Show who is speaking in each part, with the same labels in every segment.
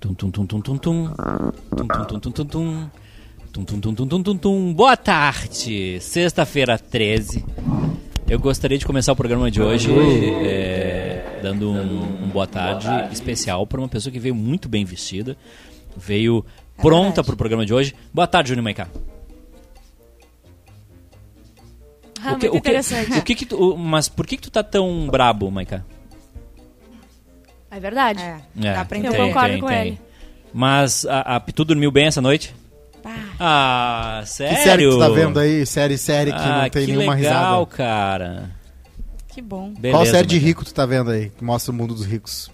Speaker 1: Tum, tum, tum, tum, tum, tum. Tum, tum, tum, tum, tum, tum. Tum, tum, tum, tum, tum, tum, tum. Boa tarde! Sexta-feira, 13. Eu gostaria de começar o programa de hoje é, dando um, um boa tarde especial para uma pessoa que veio muito bem vestida, veio pronta
Speaker 2: É verdade.
Speaker 1: para o programa de hoje. Boa tarde, Júnior Maicá.
Speaker 2: Ah,
Speaker 1: O que-
Speaker 2: muito
Speaker 1: o que-
Speaker 2: interessante.
Speaker 1: o que que tu- o- mas por que, que tu tá tão brabo, Maicá?
Speaker 3: É verdade.
Speaker 2: É, dá pra
Speaker 1: tem-
Speaker 2: entender.
Speaker 3: Eu concordo com ele.
Speaker 1: Mas a, a Pitu dormiu bem essa noite? Ah, sério?
Speaker 4: Que série que tu tá vendo aí? Série, série que
Speaker 1: ah,
Speaker 4: não tem
Speaker 1: que
Speaker 4: nenhuma
Speaker 1: legal,
Speaker 4: risada.
Speaker 1: cara.
Speaker 2: Que bom.
Speaker 1: Beleza, né?
Speaker 4: Qual série de
Speaker 1: Maicá.
Speaker 4: rico tu tá vendo aí? Que mostra o mundo dos ricos.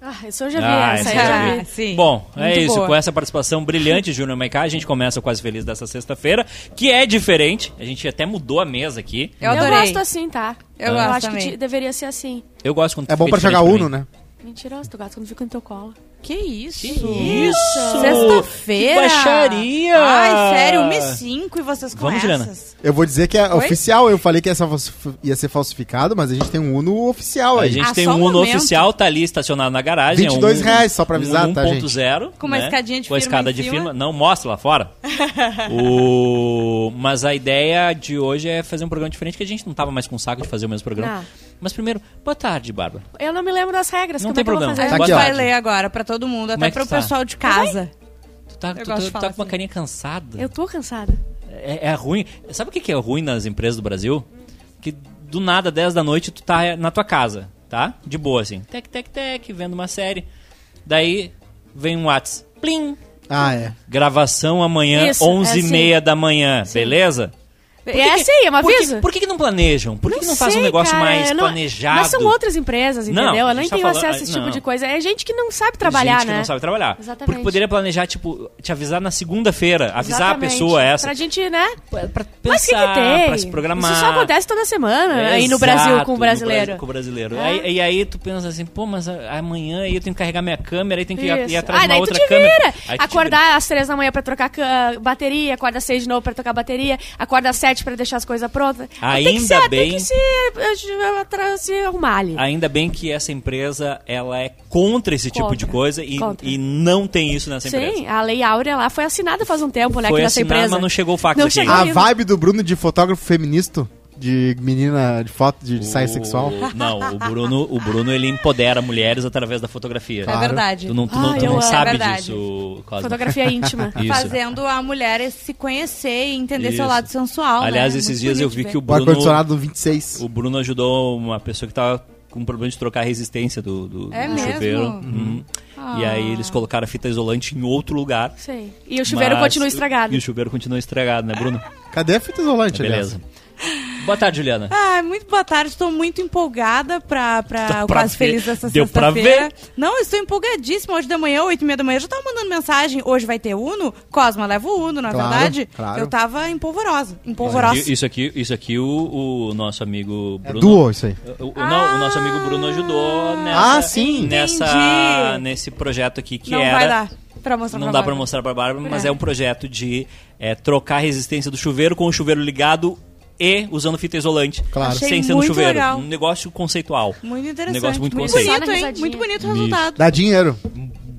Speaker 3: Ah, isso eu já vi
Speaker 1: Ah,
Speaker 3: essa,
Speaker 1: essa
Speaker 3: eu
Speaker 1: eu já
Speaker 3: já vi.
Speaker 2: sim.
Speaker 1: Bom, é
Speaker 2: Muito
Speaker 1: isso.
Speaker 2: boa.
Speaker 1: Com essa participação brilhante de Júnior Maiká, a gente começa o Quase Feliz dessa sexta-feira, que é diferente. A gente até mudou a mesa aqui.
Speaker 2: Eu
Speaker 3: Eu
Speaker 2: adorei.
Speaker 3: gosto assim, tá?
Speaker 2: Eu gosto
Speaker 3: acho
Speaker 2: também.
Speaker 3: que te- deveria ser assim.
Speaker 1: Eu gosto quando
Speaker 4: É bom
Speaker 1: fica
Speaker 4: pra jogar
Speaker 1: diferente
Speaker 4: Uno,
Speaker 1: mim.
Speaker 4: né?
Speaker 3: Mentiroso, tu gosta quando fica no teu colo.
Speaker 2: Que isso?
Speaker 1: Isso!
Speaker 2: Sexta-feira!
Speaker 1: Que baixaria!
Speaker 2: Ai, sério, 1h05 e vocês com
Speaker 1: Vamos, Juliana.
Speaker 2: essas?
Speaker 4: Eu vou dizer que é
Speaker 2: Oi?
Speaker 4: oficial. Eu falei que essa falsif- ia ser falsificado, mas a gente tem um Uno oficial
Speaker 1: A
Speaker 4: aí.
Speaker 1: gente
Speaker 2: Ah,
Speaker 1: tem
Speaker 2: só
Speaker 1: um
Speaker 2: um
Speaker 1: Uno
Speaker 2: momento.
Speaker 1: oficial, tá ali estacionado na garagem. é
Speaker 4: 22
Speaker 1: um-
Speaker 4: reais, só pra avisar,
Speaker 1: um
Speaker 4: tá, gente?
Speaker 1: 1.0,
Speaker 2: Com uma
Speaker 1: né?
Speaker 2: escadinha de
Speaker 1: Com a
Speaker 2: firma
Speaker 1: escada
Speaker 2: em
Speaker 1: de
Speaker 2: cima.
Speaker 1: firma. Não, mostra lá fora. o... Mas a ideia de hoje é fazer um programa diferente, que a gente não tava mais com saco de fazer o mesmo programa.
Speaker 3: Não.
Speaker 1: Mas primeiro, boa tarde, Bárbara.
Speaker 3: Eu não me lembro das regras,
Speaker 1: Não
Speaker 3: como
Speaker 1: tem
Speaker 3: é que eu
Speaker 1: problema.
Speaker 3: vou fazer?
Speaker 4: Tá
Speaker 2: a gente
Speaker 4: aqui, ó.
Speaker 2: vai ler agora pra todo mundo,
Speaker 1: Como
Speaker 2: até
Speaker 1: é que
Speaker 2: pro
Speaker 1: tu tá?
Speaker 2: pessoal de casa.
Speaker 1: Tu tá, tu,
Speaker 2: Eu
Speaker 1: tá-
Speaker 2: gosto de
Speaker 1: tu tá
Speaker 2: falar
Speaker 1: com uma
Speaker 2: assim.
Speaker 1: carinha cansada.
Speaker 3: Eu tô cansada.
Speaker 1: É, é ruim. Sabe o que que é ruim nas empresas do Brasil? Que do nada, 10 da noite, tu tá na tua casa, tá? De boa, assim. Tec, tec, tec, vendo uma série. Daí vem um WhatsApp. Plim!
Speaker 4: Ah, é.
Speaker 1: Gravação amanhã,
Speaker 3: Isso,
Speaker 1: 11
Speaker 3: é assim.
Speaker 1: h 30 da manhã, beleza?
Speaker 3: é assim, é uma
Speaker 1: por que-
Speaker 3: vez.
Speaker 1: Por que, que não planejam? Por que, que não fazem um negócio mais planejado?
Speaker 3: é- Mas são outras empresas,
Speaker 1: Não,
Speaker 3: entendeu?
Speaker 1: a
Speaker 3: eu
Speaker 1: gente
Speaker 3: nem
Speaker 1: tá
Speaker 3: tenho
Speaker 1: falando-
Speaker 3: acesso a esse
Speaker 1: não.
Speaker 3: tipo de coisa. É gente que não sabe trabalhar,
Speaker 1: gente
Speaker 3: né?
Speaker 1: que não sabe trabalhar.
Speaker 3: Exatamente.
Speaker 1: Porque poderia planejar, tipo, te avisar na segunda-feira, avisar
Speaker 3: Exatamente.
Speaker 1: a pessoa é essa.
Speaker 3: Pra gente, né?
Speaker 1: Pra, pra pensar,
Speaker 3: Mas o que, que tem?
Speaker 1: pra se programar.
Speaker 3: Isso só acontece toda semana aí no
Speaker 1: Exato,
Speaker 3: Brasil com o
Speaker 1: no
Speaker 3: brasileiro.
Speaker 1: Brasil com o brasileiro.
Speaker 3: É.
Speaker 1: Aí- e aí tu pensa assim, pô, mas a- amanhã aí eu tenho que carregar minha câmera, aí tem que ir, a-
Speaker 3: Isso.
Speaker 1: ir atrás
Speaker 3: ah,
Speaker 1: de uma
Speaker 3: daí
Speaker 1: outra
Speaker 3: tu te
Speaker 1: câmera.
Speaker 3: vira.
Speaker 1: Aí tu te
Speaker 3: Acordar às três da manhã pra trocar ca- bateria, acorda às seis de novo pra trocar bateria, acorda às sete pra deixar as coisas prontas. Mas tem que
Speaker 1: Ainda
Speaker 3: ser- Tem
Speaker 1: bem-
Speaker 3: que se, eh, eh, tra- se arrumar ali.
Speaker 1: vira. Ainda bem que essa empresa, ela é contra esse tipo
Speaker 3: Contra.
Speaker 1: de coisa e,
Speaker 3: Contra.
Speaker 1: e não tem isso nessa empresa.
Speaker 3: Sim, a Lei Áurea lá foi assinada faz um tempo, né?
Speaker 1: Foi
Speaker 3: aqui nessa
Speaker 1: assinada,
Speaker 3: empresa.
Speaker 1: mas não chegou o fax
Speaker 3: Não
Speaker 1: aqui
Speaker 3: chegou
Speaker 1: ainda.
Speaker 4: A
Speaker 3: ainda.
Speaker 4: vibe do Bruno de fotógrafo feminista, de menina de foto de
Speaker 3: Ah,
Speaker 4: ensaio é sexual.
Speaker 1: O- Não, o Bruno, o Bruno, ele empodera mulheres através da fotografia.
Speaker 4: Claro.
Speaker 2: É verdade.
Speaker 1: Tu não, tu não,
Speaker 3: Ai,
Speaker 1: tu
Speaker 3: Ah, eu
Speaker 1: não
Speaker 3: amo.
Speaker 1: sabe
Speaker 2: É verdade.
Speaker 1: disso, Cosmo.
Speaker 3: Fotografia íntima.
Speaker 1: Isso.
Speaker 2: Fazendo a mulher se conhecer e entender seu
Speaker 1: Isso.
Speaker 2: lado sensual.
Speaker 3: é
Speaker 1: Aliás,
Speaker 2: né?
Speaker 1: esses
Speaker 2: Muito
Speaker 1: dias eu
Speaker 2: bonito
Speaker 1: vi
Speaker 2: ver.
Speaker 1: que o
Speaker 4: O
Speaker 1: Bruno...
Speaker 4: ar-condicionado do 26.
Speaker 1: O Bruno ajudou uma pessoa que tava com um problema de trocar a resistência do, do,
Speaker 2: É
Speaker 1: do
Speaker 2: mesmo?
Speaker 1: chuveiro. Uhum.
Speaker 3: Ah.
Speaker 1: E aí eles colocaram a fita isolante em outro lugar.
Speaker 3: Sim. E o chuveiro
Speaker 1: mas-
Speaker 3: continua estragado.
Speaker 1: E o chuveiro continua estragado, né, Bruno?
Speaker 4: Cadê a fita isolante, aliás?
Speaker 1: Beleza. Boa tarde, Juliana.
Speaker 2: Ah, muito boa tarde. Estou muito empolgada pra,
Speaker 1: Dá
Speaker 2: pra o
Speaker 1: pra
Speaker 2: Quase
Speaker 1: ver.
Speaker 2: Feliz dessa
Speaker 1: Deu pra
Speaker 2: sexta-feira.
Speaker 1: ver?
Speaker 2: Não, eu estou empolgadíssima. Hoje da manhã, oito e meia da manhã, eu já estava mandando mensagem. Hoje vai ter Uno? Cosma, leva o Uno, na
Speaker 4: Claro,
Speaker 2: verdade.
Speaker 4: claro.
Speaker 2: Eu tava empolvorosa. Empolvorosa.
Speaker 1: E- Isso aqui, isso aqui o, o nosso amigo
Speaker 4: É
Speaker 1: Bruno.
Speaker 4: duo isso aí.
Speaker 1: O, o- não, o nosso amigo Bruno ajudou nessa,
Speaker 4: Ah, sim.
Speaker 1: nessa
Speaker 2: Entendi.
Speaker 1: nesse projeto aqui que
Speaker 2: Não
Speaker 1: era.
Speaker 2: vai dar pra mostrar
Speaker 1: Não
Speaker 2: pra
Speaker 1: dá
Speaker 2: Bárbara.
Speaker 1: pra mostrar pra Bárbara, mas
Speaker 2: É.
Speaker 1: é um projeto de é, trocar a resistência do chuveiro com o chuveiro ligado e usando fita isolante.
Speaker 4: Claro.
Speaker 2: Achei
Speaker 1: Sem ser no
Speaker 2: muito
Speaker 1: chuveiro.
Speaker 2: legal.
Speaker 1: Um negócio conceitual.
Speaker 2: Muito interessante.
Speaker 1: Um negócio muito,
Speaker 2: muito
Speaker 1: conceito.
Speaker 2: bonito,
Speaker 3: Só na
Speaker 2: hein?
Speaker 3: risadinha.
Speaker 2: Muito bonito o resultado.
Speaker 4: Dá dinheiro.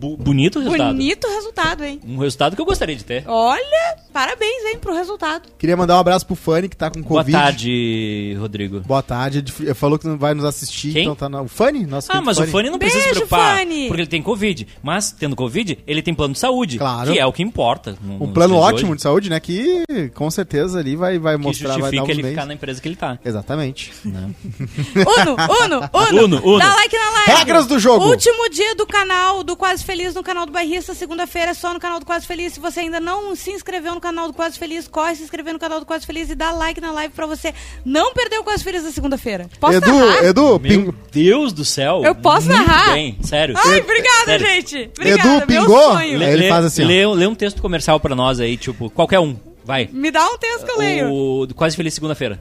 Speaker 1: Bu- bonito o resultado.
Speaker 2: Bonito resultado, hein?
Speaker 1: Um resultado que eu gostaria de ter.
Speaker 2: Olha, parabéns, hein, pro resultado.
Speaker 4: Queria mandar um abraço pro Fanny, que tá com
Speaker 1: Boa
Speaker 4: Covid.
Speaker 1: tarde, Rodrigo.
Speaker 4: Boa tarde. Ele f- falou que não vai nos assistir,
Speaker 1: Quem?
Speaker 4: então tá na... O Fanny? Nosso
Speaker 1: Ah,
Speaker 4: querido
Speaker 1: mas o Fanny não precisa se
Speaker 2: Beijo,
Speaker 1: preocupar,
Speaker 2: Fanny.
Speaker 1: porque ele tem Covid. Mas, tendo Covid, ele tem plano de saúde,
Speaker 4: Claro.
Speaker 1: que é o que importa.
Speaker 4: Um plano ótimo de saúde, né? Que com certeza ali vai, vai
Speaker 1: Que
Speaker 4: mostrar, vai dar
Speaker 1: justifica
Speaker 4: uns
Speaker 1: ele
Speaker 4: meios.
Speaker 1: ficar na empresa que ele tá.
Speaker 4: Exatamente.
Speaker 2: Uno, uno, uno.
Speaker 1: Uno, Uno.
Speaker 2: Dá like na live.
Speaker 4: Regras do jogo.
Speaker 2: Último dia do canal do Quase Feliz no canal do Bairrista. Segunda-feira é só no canal do Quase Feliz. Se você ainda não se inscreveu no canal do Quase Feliz, corre se inscrever no canal do Quase Feliz e dá like na live pra você não perder o Quase Feliz da segunda-feira. Posso
Speaker 4: Edu,
Speaker 2: narrar?
Speaker 1: Meu
Speaker 4: Edu, ping-
Speaker 1: Deus do céu.
Speaker 2: Eu posso
Speaker 1: Muito
Speaker 2: narrar?
Speaker 1: bem, sério.
Speaker 2: Ai, obrigada,
Speaker 1: Sério.
Speaker 2: gente. Obrigada,
Speaker 4: Edu,
Speaker 2: meu
Speaker 4: pingou?
Speaker 2: sonho.
Speaker 4: Le- Aí ele faz assim, ó.
Speaker 1: Lê, lê um texto comercial pra nós aí, tipo, qualquer um. Vai.
Speaker 2: Me dá um texto que eu leio.
Speaker 1: O do Quase Feliz Segunda-feira.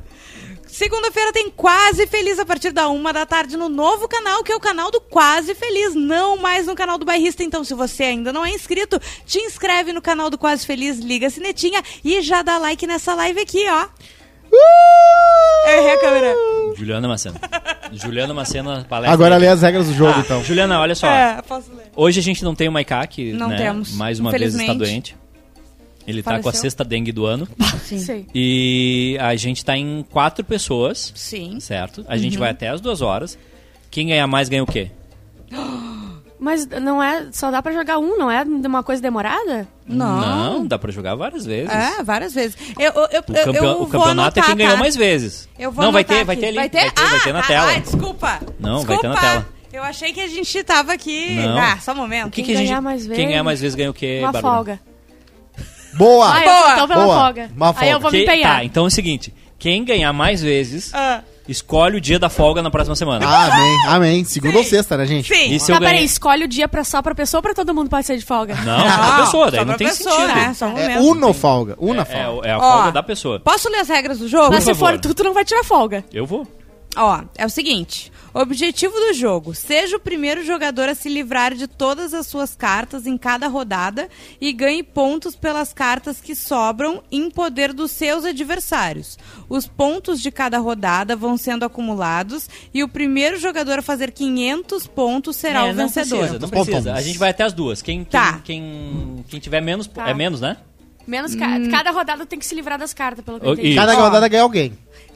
Speaker 2: Segunda-feira tem Quase Feliz a partir da uma da tarde no novo canal, que é o canal do Quase Feliz, não mais no canal do Bairrista. Então, se você ainda não é inscrito, te inscreve no canal do Quase Feliz, liga a sinetinha e já dá like nessa live aqui, ó.
Speaker 1: Uh!
Speaker 2: Eu errei a câmera.
Speaker 1: Juliana Macena. Juliana Macena, palestra.
Speaker 4: Agora lê as regras do
Speaker 1: Ah.
Speaker 4: jogo, então.
Speaker 1: Juliana, olha só.
Speaker 2: É, posso ler.
Speaker 1: Hoje a gente não tem o Maiká, que
Speaker 2: Não
Speaker 1: né,
Speaker 2: temos,
Speaker 1: mais uma vez está
Speaker 2: infelizmente.
Speaker 1: doente. Ele tá com a
Speaker 2: Faleceu.
Speaker 1: sexta dengue do ano.
Speaker 3: Sim.
Speaker 1: E a gente tá em quatro pessoas,
Speaker 2: Sim.
Speaker 1: certo? A
Speaker 2: Uhum.
Speaker 1: gente vai até as duas horas. Quem ganhar mais ganha o quê?
Speaker 3: Mas não é. Só dá pra jogar um, não é uma coisa demorada?
Speaker 2: Não.
Speaker 1: dá pra jogar várias vezes.
Speaker 2: É, várias vezes. Eu, eu, eu,
Speaker 1: O,
Speaker 2: eu-
Speaker 1: campeon-
Speaker 2: eu
Speaker 1: o
Speaker 2: vou
Speaker 1: campeonato
Speaker 2: anotar,
Speaker 1: é quem ganhou
Speaker 2: tá?
Speaker 1: mais vezes.
Speaker 2: Eu vou
Speaker 1: não, vai
Speaker 2: anotar
Speaker 1: ter, vai
Speaker 2: aqui.
Speaker 1: ter ali.
Speaker 2: Vai ter,
Speaker 1: vai ter, vai ter
Speaker 2: Ah,
Speaker 1: na
Speaker 2: ah,
Speaker 1: tela.
Speaker 2: Ah, desculpa.
Speaker 1: Não, vai
Speaker 2: desculpa.
Speaker 1: ter na tela.
Speaker 2: Eu achei que a gente tava aqui.
Speaker 1: Não.
Speaker 2: Ah, só um momento.
Speaker 1: O que
Speaker 3: Quem
Speaker 1: que a gente-
Speaker 3: ganhar mais
Speaker 1: Quem
Speaker 3: vezes-
Speaker 1: ganhar mais vezes ganha o quê,
Speaker 3: uma
Speaker 1: Bárbara?
Speaker 3: folga.
Speaker 4: Boa!
Speaker 3: Ah, eu
Speaker 2: Boa,
Speaker 3: vou então pela
Speaker 4: boa.
Speaker 3: folga.
Speaker 4: Uma folga.
Speaker 3: Aí eu vou me
Speaker 1: Que-
Speaker 3: empenhar.
Speaker 1: Tá, então é o seguinte. Quem ganhar mais vezes,
Speaker 2: Ah,
Speaker 1: escolhe o dia da folga na próxima semana.
Speaker 4: Ah, amém, amém. Segunda ou
Speaker 2: Sim.
Speaker 4: sexta, né, gente?
Speaker 2: sim.
Speaker 1: Isso- se eu
Speaker 3: Tá, peraí,
Speaker 1: ganhar-
Speaker 3: escolhe o dia pra, só pra pessoa ou pra todo mundo pode ser de folga?
Speaker 1: Não, Ah, só pra pessoa, daí
Speaker 2: Ah,
Speaker 1: não
Speaker 2: só pra
Speaker 1: tem
Speaker 2: pessoa,
Speaker 1: sentido.
Speaker 2: Né? Só um momento.
Speaker 4: É Uno folga. Una
Speaker 1: É,
Speaker 4: folga.
Speaker 1: é a
Speaker 2: Ó.
Speaker 1: folga da pessoa.
Speaker 2: Posso ler as regras do jogo?
Speaker 3: Mas se
Speaker 1: favor.
Speaker 3: for tu, tu não vai tirar folga.
Speaker 1: Eu vou.
Speaker 2: Ó, é o seguinte: objetivo do jogo: seja o primeiro jogador a se livrar de todas as suas cartas em cada rodada e ganhe pontos pelas cartas que sobram em poder dos seus adversários. Os pontos de cada rodada vão sendo acumulados e o primeiro jogador a fazer 500 pontos será
Speaker 1: É,
Speaker 2: o
Speaker 1: não
Speaker 2: vencedor.
Speaker 1: precisa, não
Speaker 4: Os pontons.
Speaker 1: precisa. A gente vai até as duas. Quem, quem,
Speaker 2: Tá.
Speaker 1: quem, quem tiver menos... po-
Speaker 3: Tá.
Speaker 1: É menos, né?
Speaker 3: Menos ca- cada rodada tem que se livrar das cartas, pelo que eu
Speaker 1: Oh,
Speaker 3: entendi.
Speaker 1: isso.
Speaker 4: Cada
Speaker 2: Ó.
Speaker 4: rodada ganha alguém.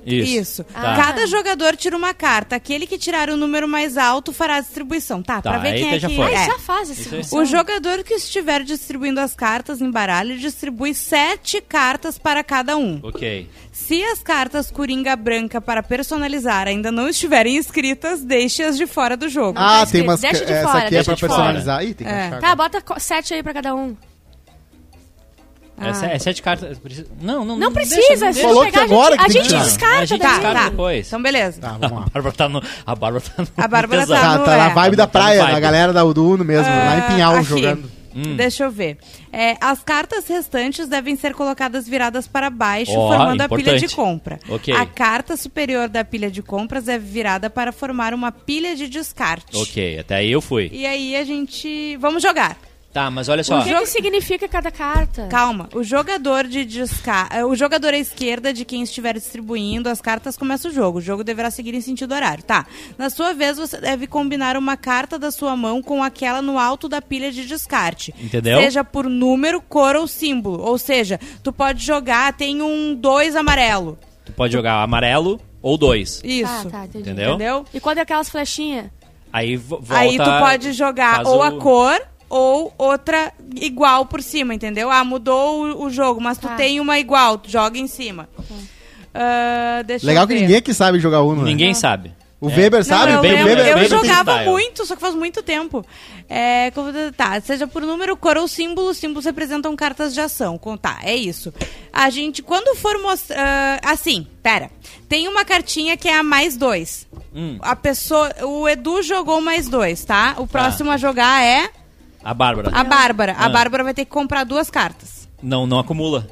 Speaker 2: Isso.
Speaker 1: Tá.
Speaker 2: Cada jogador tira uma carta. Aquele que tirar o número mais alto fará a distribuição. Tá,
Speaker 1: Tá,
Speaker 2: pra ver
Speaker 1: aí
Speaker 2: quem
Speaker 1: tá,
Speaker 2: é
Speaker 1: já
Speaker 2: que.
Speaker 1: foi.
Speaker 3: Mas
Speaker 2: É.
Speaker 3: já faz esse
Speaker 1: Isso aí.
Speaker 2: O jogador que estiver distribuindo as cartas em baralho distribui sete cartas para cada um.
Speaker 1: Ok.
Speaker 2: Se as cartas Coringa Branca para personalizar ainda não estiverem escritas, deixe-as de fora do jogo.
Speaker 3: tá
Speaker 4: Ah, tem
Speaker 3: escrito.
Speaker 4: umas. que-
Speaker 3: Deixa de
Speaker 4: Essa
Speaker 3: fora,
Speaker 4: aqui é
Speaker 3: deixa
Speaker 4: pra
Speaker 1: de fora.
Speaker 4: personalizar. Ih, tem que
Speaker 2: É.
Speaker 4: achar
Speaker 3: Tá,
Speaker 4: agora.
Speaker 3: bota co- sete aí pra cada um.
Speaker 2: Ah.
Speaker 1: É, se- é sete cartas. precisa- Não, não,
Speaker 3: Não
Speaker 1: deixa,
Speaker 3: precisa,
Speaker 1: não
Speaker 3: se
Speaker 1: deixa.
Speaker 4: Falou
Speaker 3: não pegar,
Speaker 4: que agora
Speaker 3: a gente,
Speaker 4: que tem
Speaker 3: a
Speaker 4: que
Speaker 1: A
Speaker 3: gente
Speaker 4: tirar.
Speaker 3: descarta
Speaker 1: gente
Speaker 3: daí.
Speaker 1: descarta. depois.
Speaker 2: Então, beleza.
Speaker 4: Tá,
Speaker 1: A
Speaker 4: vamos lá.
Speaker 1: Bárbara tá no. A Bárbara tá no.
Speaker 2: A Bárbara tá
Speaker 1: pesado.
Speaker 4: Tá, tá na
Speaker 2: é.
Speaker 4: vibe da
Speaker 1: Tá no
Speaker 4: praia,
Speaker 1: vibe.
Speaker 4: da galera da Uduno mesmo, lá em Pinhal
Speaker 2: aqui.
Speaker 4: jogando.
Speaker 1: Hum.
Speaker 2: Deixa eu ver. É, as cartas restantes devem ser colocadas viradas para baixo,
Speaker 1: Ó,
Speaker 2: formando a pilha
Speaker 1: importante.
Speaker 2: de compra.
Speaker 1: Ok.
Speaker 2: A carta superior da pilha de compras é virada para formar uma pilha de descarte.
Speaker 1: Ok, até aí eu fui.
Speaker 2: E aí a gente. Vamos jogar.
Speaker 1: Tá, mas olha
Speaker 3: O
Speaker 1: só.
Speaker 3: que, que significa cada carta?
Speaker 2: É.
Speaker 3: Tá,
Speaker 2: Calma. O jogador de desca... eh, O jogador à esquerda de quem estiver distribuindo as cartas começa o jogo. O jogo deverá seguir em sentido horário. Tá. Na sua vez, você deve combinar uma carta da sua mão com aquela no alto da pilha de descarte.
Speaker 1: Entendeu?
Speaker 2: Seja por número, cor ou símbolo. Ou seja, tu pode jogar, tem um dois amarelo.
Speaker 1: Tu pode jogar amarelo ou dois.
Speaker 2: Isso.
Speaker 3: Tá, tá, entendi.
Speaker 1: Entendeu?
Speaker 2: Entendeu?
Speaker 3: E quando é aquelas flechinhas?
Speaker 1: Aí vo- volta.
Speaker 2: Aí tu pode jogar
Speaker 1: faz
Speaker 2: ou
Speaker 1: o-
Speaker 2: a cor ou outra igual por cima, entendeu? Ah, mudou o, o jogo, mas tu
Speaker 3: Tá.
Speaker 2: tem uma igual, tu joga em cima. Ah, deixa
Speaker 4: Legal
Speaker 2: eu
Speaker 4: que
Speaker 2: ver.
Speaker 4: ninguém aqui sabe jogar Uno. né?
Speaker 1: Ninguém sabe.
Speaker 4: O Weber
Speaker 2: Não,
Speaker 4: sabe?
Speaker 2: eu,
Speaker 4: o
Speaker 1: Bem-
Speaker 2: lembro,
Speaker 1: bem-
Speaker 2: eu
Speaker 1: bem
Speaker 2: jogava
Speaker 1: freestyle.
Speaker 2: muito, só que faz muito tempo. É, como- tá, seja por número, cor ou símbolo, os símbolos representam cartas de ação. Com- Tá, é isso. A gente, quando for mostrar. assim, pera. Tem uma cartinha que é a mais dois.
Speaker 1: Hum,
Speaker 2: A pessoa. O Edu jogou mais dois, tá? O próximo a jogar é
Speaker 1: a Bárbara.
Speaker 2: a Bárbara. A
Speaker 1: Ah.
Speaker 2: Bárbara vai ter que comprar duas cartas.
Speaker 1: Não, não acumula.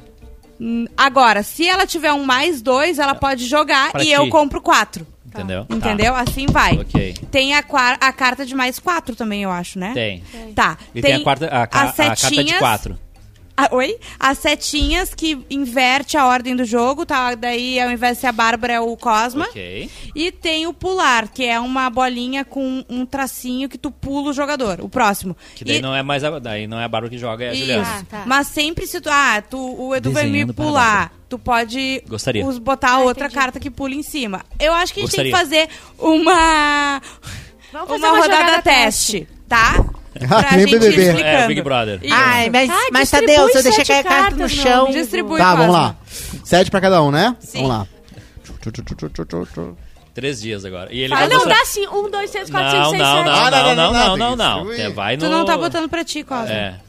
Speaker 2: Hum, Agora, se ela tiver um mais dois, ela pode jogar
Speaker 1: Pra
Speaker 2: e
Speaker 1: ti.
Speaker 2: eu compro quatro.
Speaker 1: Entendeu? Tá.
Speaker 2: Entendeu? Assim vai.
Speaker 1: Ok.
Speaker 2: Tem a, qua- a carta de mais quatro também, eu acho, né?
Speaker 1: Tem.
Speaker 2: Tá.
Speaker 1: E tem, a, quarta, a, ca-
Speaker 2: as
Speaker 1: a carta de
Speaker 2: setinhas-
Speaker 1: quatro.
Speaker 2: Ah, oi? As setinhas que inverte a ordem do jogo, tá? Daí, ao invés de ser a Bárbara, é o Cosma.
Speaker 1: Ok.
Speaker 2: E tem o pular, que é uma bolinha com um tracinho que tu pula o jogador, o próximo.
Speaker 1: Que daí
Speaker 2: E-
Speaker 1: não é mais a, daí não é a Bárbara que joga, é a Juliana.
Speaker 2: Isso.
Speaker 3: Ah, tá.
Speaker 2: Mas sempre se tu. Ah, tu, o Edu vai me
Speaker 1: Desenhando para
Speaker 2: pular.
Speaker 1: baixo.
Speaker 2: Tu pode
Speaker 1: Gostaria.
Speaker 2: us- botar
Speaker 3: Ah,
Speaker 2: outra
Speaker 3: entendi.
Speaker 2: carta que pula em cima. Eu acho que a gente
Speaker 1: Gostaria.
Speaker 2: tem que fazer uma.
Speaker 3: Vamos fazer
Speaker 2: uma,
Speaker 3: uma
Speaker 2: rodada
Speaker 3: jogada
Speaker 2: teste, tá?
Speaker 4: Ah, que nem BBB. É,
Speaker 1: É, o Big Brother.
Speaker 2: Isso.
Speaker 5: Ai, mas,
Speaker 3: Ah,
Speaker 5: mas
Speaker 3: distribui
Speaker 5: Tadeu, se eu
Speaker 3: sete
Speaker 5: deixar cair a carta no
Speaker 3: cartas, meu
Speaker 5: chão.
Speaker 3: amigo.
Speaker 2: Distribui
Speaker 4: Tá, vamos
Speaker 2: Cosma.
Speaker 4: lá. Sete pra cada um, né?
Speaker 2: Sim.
Speaker 4: Vamos lá.
Speaker 1: Três dias agora. E ele
Speaker 3: Ah,
Speaker 1: vai
Speaker 3: não,
Speaker 1: mostrar-
Speaker 3: dá sim. Um, dois, três, quatro,
Speaker 1: não,
Speaker 3: cinco, seis,
Speaker 1: não,
Speaker 3: sete.
Speaker 1: não,
Speaker 4: Ah,
Speaker 1: não,
Speaker 4: não,
Speaker 1: não,
Speaker 4: não,
Speaker 1: não, não,
Speaker 4: não, tem
Speaker 1: não.
Speaker 4: que
Speaker 1: Você
Speaker 4: distribuir.
Speaker 1: vai no...
Speaker 2: Tu não tá botando pra ti, Cosma.
Speaker 1: É.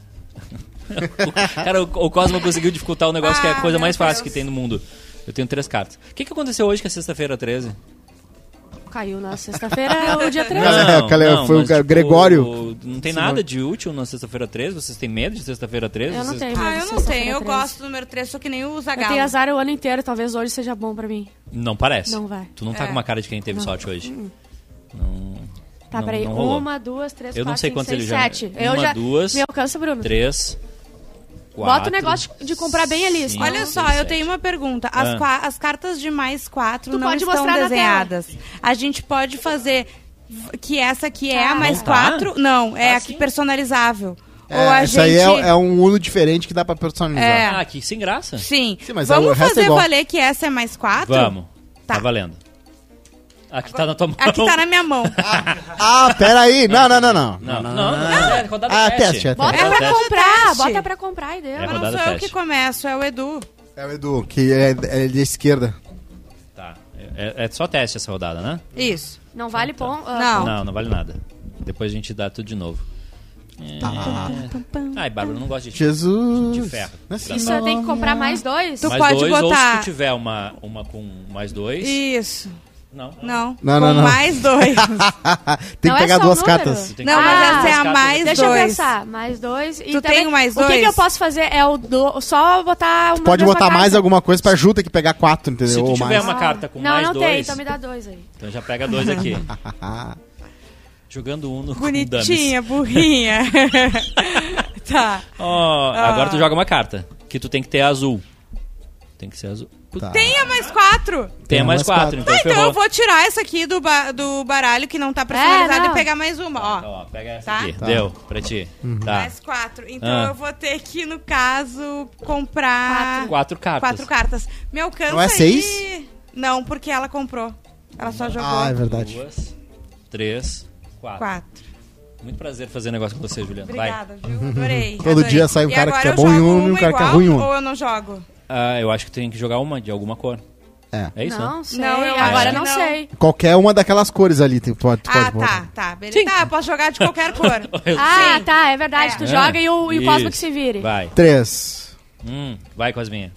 Speaker 1: Cara, o, o Cosmo conseguiu dificultar o negócio que é a
Speaker 2: Ah,
Speaker 1: coisa
Speaker 2: meu
Speaker 1: mais fácil
Speaker 2: Deus.
Speaker 1: que tem no mundo. Eu tenho três cartas. O que, que aconteceu hoje que é sexta-feira 13?
Speaker 3: Caiu na sexta-feira, o dia 13.
Speaker 4: é, cara, foi o
Speaker 1: mas, tipo,
Speaker 4: Gre- Gregório.
Speaker 1: Não tem
Speaker 4: Senhor.
Speaker 1: nada de útil na sexta-feira 13? Vocês têm medo de sexta-feira 13?
Speaker 3: Eu não
Speaker 1: Vocês-
Speaker 3: tenho
Speaker 2: Ah,
Speaker 3: mais
Speaker 2: eu não
Speaker 3: sexta-feira
Speaker 2: tenho. Eu
Speaker 3: 13.
Speaker 2: gosto do número 3, só que nem o
Speaker 3: Eu
Speaker 2: Zagalo.
Speaker 3: tenho azar o ano inteiro, talvez hoje seja bom pra mim.
Speaker 1: Não parece.
Speaker 3: Não vai.
Speaker 1: Tu não tá com uma cara de quem teve sorte hoje.
Speaker 3: Tá,
Speaker 1: Não,
Speaker 3: peraí.
Speaker 1: não rolou.
Speaker 3: Uma, duas, três,
Speaker 1: Eu não
Speaker 3: quatro,
Speaker 1: sei
Speaker 3: cinco,
Speaker 1: quantos
Speaker 3: seis,
Speaker 1: ele já-
Speaker 3: sete.
Speaker 1: Uma,
Speaker 3: eu já...
Speaker 1: duas,
Speaker 3: Me alcança, Bruno.
Speaker 1: Três, quatro,
Speaker 3: Bota o negócio de comprar bem ali.
Speaker 1: cinco,
Speaker 2: Olha só,
Speaker 1: seis,
Speaker 2: eu
Speaker 1: sete.
Speaker 2: tenho uma pergunta. As,
Speaker 1: Ah.
Speaker 2: qua- as cartas de mais quatro
Speaker 3: Tu
Speaker 2: não
Speaker 3: pode
Speaker 2: estão
Speaker 3: mostrar na
Speaker 2: desenhadas. A gente pode fazer v- que essa aqui é a
Speaker 3: Ah.
Speaker 2: mais
Speaker 1: Não tá?
Speaker 2: quatro. Não, é
Speaker 1: Tá
Speaker 2: a que
Speaker 1: sim.
Speaker 2: personalizável. Ou a
Speaker 4: É, isso
Speaker 2: gente.
Speaker 4: aí é, é um Uno diferente que dá pra personalizar.
Speaker 2: É.
Speaker 1: Ah, que sem graça.
Speaker 2: Sim.
Speaker 4: Sim, mas aí o
Speaker 2: Vamos
Speaker 4: resto é
Speaker 2: fazer
Speaker 4: igual.
Speaker 2: valer que essa é mais quatro?
Speaker 1: Vamos. Tá.
Speaker 2: Tá.
Speaker 1: valendo. Aqui tá na tua mão.
Speaker 2: Aqui tá na minha mão.
Speaker 4: Ah, peraí. Não, não, não, não.
Speaker 1: Não, não, não. É rodada
Speaker 4: Ah,
Speaker 1: teste.
Speaker 4: teste, é
Speaker 3: Bota
Speaker 1: Rodada
Speaker 3: pra
Speaker 1: teste.
Speaker 3: comprar,
Speaker 2: teste.
Speaker 3: bota pra comprar e deu.
Speaker 1: É
Speaker 2: Mas não
Speaker 1: rodada
Speaker 2: sou eu
Speaker 1: teste.
Speaker 2: que começo, é o Edu.
Speaker 4: É o Edu, que é, é de esquerda.
Speaker 1: Tá. É, é só teste essa rodada, né?
Speaker 2: Isso.
Speaker 3: Não vale ponto.
Speaker 2: Não.
Speaker 1: Não, não vale nada. Depois a gente dá tudo de novo.
Speaker 2: Tá.
Speaker 1: É... Ai, Bárbara, eu não gosto de
Speaker 4: Jesus.
Speaker 1: De ferro.
Speaker 4: Assim,
Speaker 3: Isso eu tenho que comprar mais dois?
Speaker 2: Tu-
Speaker 1: mais
Speaker 2: pode
Speaker 1: dois, ou
Speaker 2: botar-
Speaker 1: se tu tiver uma, uma com mais dois.
Speaker 2: Isso.
Speaker 1: Não.
Speaker 2: Não.
Speaker 4: Não, não,
Speaker 2: Com
Speaker 4: não.
Speaker 2: mais dois.
Speaker 4: Tem
Speaker 3: Não
Speaker 4: que
Speaker 3: é
Speaker 4: pegar
Speaker 3: só o
Speaker 4: duas
Speaker 3: número?
Speaker 4: cartas.
Speaker 1: tem que
Speaker 2: Não,
Speaker 1: pegar
Speaker 3: mas
Speaker 1: duas
Speaker 2: essa é a
Speaker 1: cartas.
Speaker 2: mais-
Speaker 3: Deixa eu
Speaker 2: dois.
Speaker 3: pensar, mais dois. E
Speaker 2: Tu
Speaker 3: também,
Speaker 2: tem mais
Speaker 3: O que,
Speaker 2: dois?
Speaker 3: que eu posso fazer é o do, só botar uma
Speaker 4: Pode
Speaker 3: mesma
Speaker 4: botar
Speaker 3: carta.
Speaker 4: mais alguma coisa pra Ju ter que pegar quatro,
Speaker 1: Se
Speaker 4: entendeu?
Speaker 1: tu
Speaker 4: Ou
Speaker 1: tiver
Speaker 4: mais.
Speaker 1: uma carta com
Speaker 3: Não,
Speaker 1: mais
Speaker 3: não
Speaker 1: dois.
Speaker 3: tem, então me dá dois aí.
Speaker 1: então já pega dois aqui.
Speaker 4: Ah,
Speaker 1: Jogando um no
Speaker 2: Bonitinha, burrinha. tá.
Speaker 1: Ó, agora
Speaker 3: Ah.
Speaker 1: tu joga uma carta. Que tu tem que ter azul. Tem que ser azul.
Speaker 4: Tá.
Speaker 2: Tem a é mais quatro.
Speaker 1: Tem a mais, quatro, então
Speaker 2: Ah, então
Speaker 1: ferrou.
Speaker 2: eu vou tirar essa aqui do, ba- do baralho que não tá
Speaker 3: É,
Speaker 2: personalizada
Speaker 3: não.
Speaker 2: e pegar mais uma, ó.
Speaker 1: Então, ó, pega essa
Speaker 2: Tá.
Speaker 1: aqui.
Speaker 4: Tá.
Speaker 1: Deu, pra ti. Tá.
Speaker 2: Mais quatro. Então
Speaker 1: Ah.
Speaker 2: eu vou ter que, no caso, comprar quatro,
Speaker 1: Quatro cartas.
Speaker 2: cartas. Me alcança
Speaker 4: Não é
Speaker 2: aí-
Speaker 4: seis?
Speaker 2: Não, porque ela comprou. Ela só jogou
Speaker 4: Ah, é verdade.
Speaker 1: Duas, três, quatro.
Speaker 2: quatro.
Speaker 1: Muito prazer fazer negócio com você, Juliana. Vai.
Speaker 2: Obrigada, viu? Adorei.
Speaker 4: Todo
Speaker 2: adorei.
Speaker 4: dia sai um
Speaker 2: E
Speaker 4: cara que
Speaker 2: agora
Speaker 4: é
Speaker 2: eu
Speaker 4: bom em
Speaker 2: jogo
Speaker 4: um e um
Speaker 2: uma
Speaker 4: cara que é
Speaker 2: igual
Speaker 4: ruim em um.
Speaker 2: Ou eu não jogo?
Speaker 1: Ah, eu acho que tem que jogar uma de alguma cor.
Speaker 4: É.
Speaker 1: É isso? né?
Speaker 3: Não sei,
Speaker 2: Não, eu
Speaker 3: agora
Speaker 1: acho
Speaker 3: não,
Speaker 2: que não.
Speaker 3: sei.
Speaker 4: Qualquer uma daquelas cores ali tem, pode, pode
Speaker 2: Ah, tá,
Speaker 4: botar.
Speaker 2: tá. Beleza. Tá, eu posso jogar de qualquer cor.
Speaker 1: Eu-
Speaker 3: Ah, tá, é verdade.
Speaker 2: É.
Speaker 3: Tu joga e o, e o
Speaker 1: Isso.
Speaker 3: Cosmo que se vire.
Speaker 1: Vai.
Speaker 4: Três.
Speaker 1: Hum, vai, Cosminha.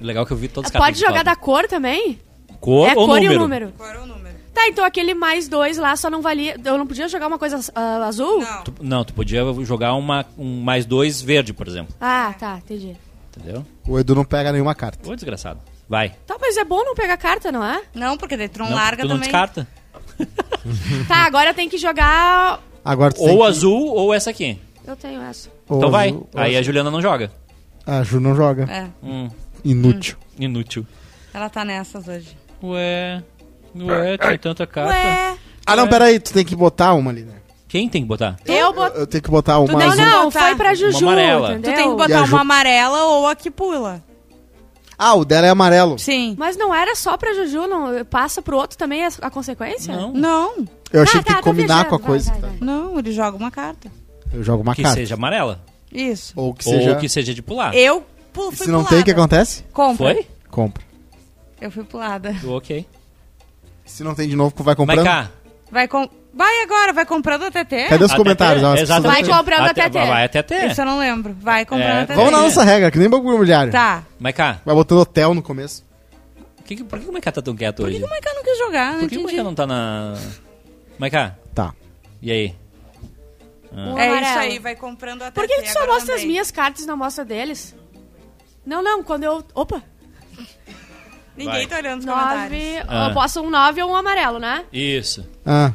Speaker 1: Legal que eu vi todos os
Speaker 3: Pode
Speaker 1: capítulos
Speaker 3: jogar
Speaker 1: de
Speaker 3: da cor também?
Speaker 1: Cor
Speaker 3: é
Speaker 1: ou
Speaker 3: cor
Speaker 1: número?
Speaker 3: e o número.
Speaker 2: Cor ou número?
Speaker 3: Tá, então aquele mais dois lá só não valia. Eu não podia jogar uma coisa ah, azul?
Speaker 2: Não.
Speaker 1: Tu- não, tu podia jogar uma, um mais dois verde, por exemplo.
Speaker 2: É.
Speaker 3: Ah, tá, entendi.
Speaker 1: Entendeu?
Speaker 4: O Edu não pega nenhuma carta.
Speaker 1: Ô, desgraçado. Vai.
Speaker 3: Tá, mas é bom não pegar carta, não é?
Speaker 2: Não, porque daí tu não
Speaker 1: Não,
Speaker 2: larga
Speaker 1: tu não
Speaker 2: também.
Speaker 1: descarta?
Speaker 3: Tá, agora tem que jogar.
Speaker 4: Agora tu tem
Speaker 1: Ou
Speaker 4: que-
Speaker 1: azul ou essa aqui.
Speaker 3: Eu tenho essa.
Speaker 4: ou
Speaker 1: então vai.
Speaker 4: azul, ou
Speaker 1: Aí a
Speaker 4: azul.
Speaker 1: Juliana não joga.
Speaker 4: a Ju não joga.
Speaker 2: É,
Speaker 1: Hum,
Speaker 4: Inútil.
Speaker 1: inútil.
Speaker 2: ela tá nessas hoje.
Speaker 1: Ué. Ué, tem tanta carta.
Speaker 4: Ah, não, peraí. Tu tem que botar uma ali, né?
Speaker 1: Quem tem que botar?
Speaker 3: É. Eu botei.
Speaker 4: Eu tenho que botar uma
Speaker 3: Não,
Speaker 4: azul.
Speaker 3: não,
Speaker 2: botar.
Speaker 3: foi pra Juju,
Speaker 1: Uma amarela.
Speaker 2: Ah,
Speaker 3: entendeu?
Speaker 2: tá. Tu tem que
Speaker 4: E a
Speaker 2: botar
Speaker 4: Ju-
Speaker 2: uma amarela ou a que pula.
Speaker 4: Ah, o dela é amarelo.
Speaker 2: Sim.
Speaker 3: Mas não era só pra Juju, não passa pro outro também a, a
Speaker 2: Tá.
Speaker 3: consequência?
Speaker 1: Não.
Speaker 2: Não,
Speaker 4: Eu achei
Speaker 3: Ah,
Speaker 4: que
Speaker 3: tá,
Speaker 4: tem que
Speaker 3: tô
Speaker 4: combinar
Speaker 3: viajando.
Speaker 4: com a coisa. tá.
Speaker 3: Vai, vai, vai.
Speaker 2: não, ele joga uma carta.
Speaker 4: Eu jogo uma
Speaker 1: Que
Speaker 4: carta.
Speaker 1: seja amarela.
Speaker 2: Isso.
Speaker 4: Ou que
Speaker 1: Ou
Speaker 4: seja...
Speaker 1: que seja de pular.
Speaker 2: Eu pu- fui
Speaker 4: Se não
Speaker 2: pulada.
Speaker 4: tem, o que acontece?
Speaker 2: Compra.
Speaker 1: Foi?
Speaker 4: Compra.
Speaker 2: Eu fui pulada.
Speaker 1: Ok.
Speaker 4: Se não tem de novo, vai
Speaker 1: Vai
Speaker 4: comprando.
Speaker 1: cá.
Speaker 2: Vai com... Vai agora, vai comprando a TT?
Speaker 4: Cadê os
Speaker 1: Até
Speaker 4: comentários?
Speaker 1: ter.
Speaker 4: Ah, as pessoas-
Speaker 1: Exatamente.
Speaker 3: Vai comprando até ter.
Speaker 1: Vai até ter.
Speaker 2: Isso eu não lembro. Vai comprando
Speaker 1: É,
Speaker 2: a TT.
Speaker 4: Vamos na nossa regra, que nem bagulho imobiliário.
Speaker 2: Tá.
Speaker 1: Vai cá.
Speaker 4: Vai botando hotel no começo.
Speaker 1: Que que- por que o Maiká tá tão quieto
Speaker 2: Por que, é
Speaker 1: hoje?
Speaker 2: que o Maiká não quis jogar? Não
Speaker 1: Por que o
Speaker 2: entendi.
Speaker 1: Maiká não tá na... Maiká,
Speaker 4: Tá.
Speaker 1: e aí?
Speaker 3: O
Speaker 2: É
Speaker 3: amarelo.
Speaker 2: isso aí, vai comprando a TT.
Speaker 3: Por que, que tu só
Speaker 2: agora
Speaker 3: mostra as
Speaker 2: também.
Speaker 3: minhas cartas e não mostra deles? Não, não, quando eu. Opa!
Speaker 1: Vai.
Speaker 2: Ninguém tá olhando os
Speaker 3: Nove.
Speaker 2: comentários.
Speaker 1: Ah.
Speaker 3: Eu posso um nove ou um amarelo, né?
Speaker 1: Isso.
Speaker 4: Ah,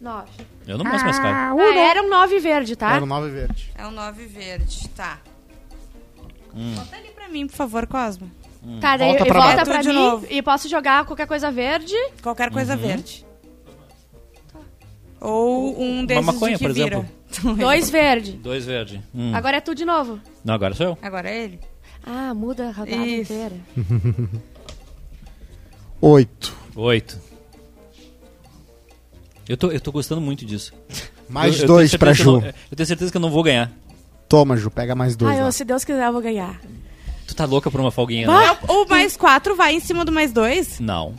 Speaker 3: Nove.
Speaker 1: Eu não mostro mais cara.
Speaker 3: Ah, era um nove verde, tá?
Speaker 4: era o 9 verde.
Speaker 2: É um 9 verde, tá.
Speaker 4: Hum.
Speaker 2: Bota ali pra mim, por favor, Cosmo.
Speaker 3: Tá, daí volta
Speaker 4: Volta pra
Speaker 3: pra, volta
Speaker 2: baixo.
Speaker 3: pra
Speaker 2: Tudo de
Speaker 3: mim
Speaker 2: novo.
Speaker 3: e posso jogar qualquer coisa verde.
Speaker 1: É.
Speaker 2: Qualquer coisa
Speaker 1: Uhum.
Speaker 2: verde. Ou um desses de
Speaker 1: maconha,
Speaker 2: que
Speaker 1: por
Speaker 2: vira.
Speaker 3: Dois verde.
Speaker 1: Dois verde. Hum.
Speaker 3: Agora é tu de novo.
Speaker 1: Não, agora sou eu.
Speaker 2: Agora é ele?
Speaker 3: Ah, muda a rodada
Speaker 2: Isso.
Speaker 3: inteira.
Speaker 4: 8.
Speaker 1: Oito. Eu tô, eu tô gostando muito disso.
Speaker 4: Mais
Speaker 1: Eu- eu
Speaker 4: dois
Speaker 1: tenho
Speaker 4: pra
Speaker 1: certeza que
Speaker 4: Ju.
Speaker 1: eu não- é, eu tenho certeza que eu não vou ganhar.
Speaker 4: Toma, Ju, pega mais dois.
Speaker 3: Ah,
Speaker 4: lá.
Speaker 3: eu, se Deus quiser, eu vou ganhar.
Speaker 1: Tu tá louca por uma folguinha, né?
Speaker 3: Ah,
Speaker 2: O mais quatro vai em cima do mais dois?
Speaker 1: Não.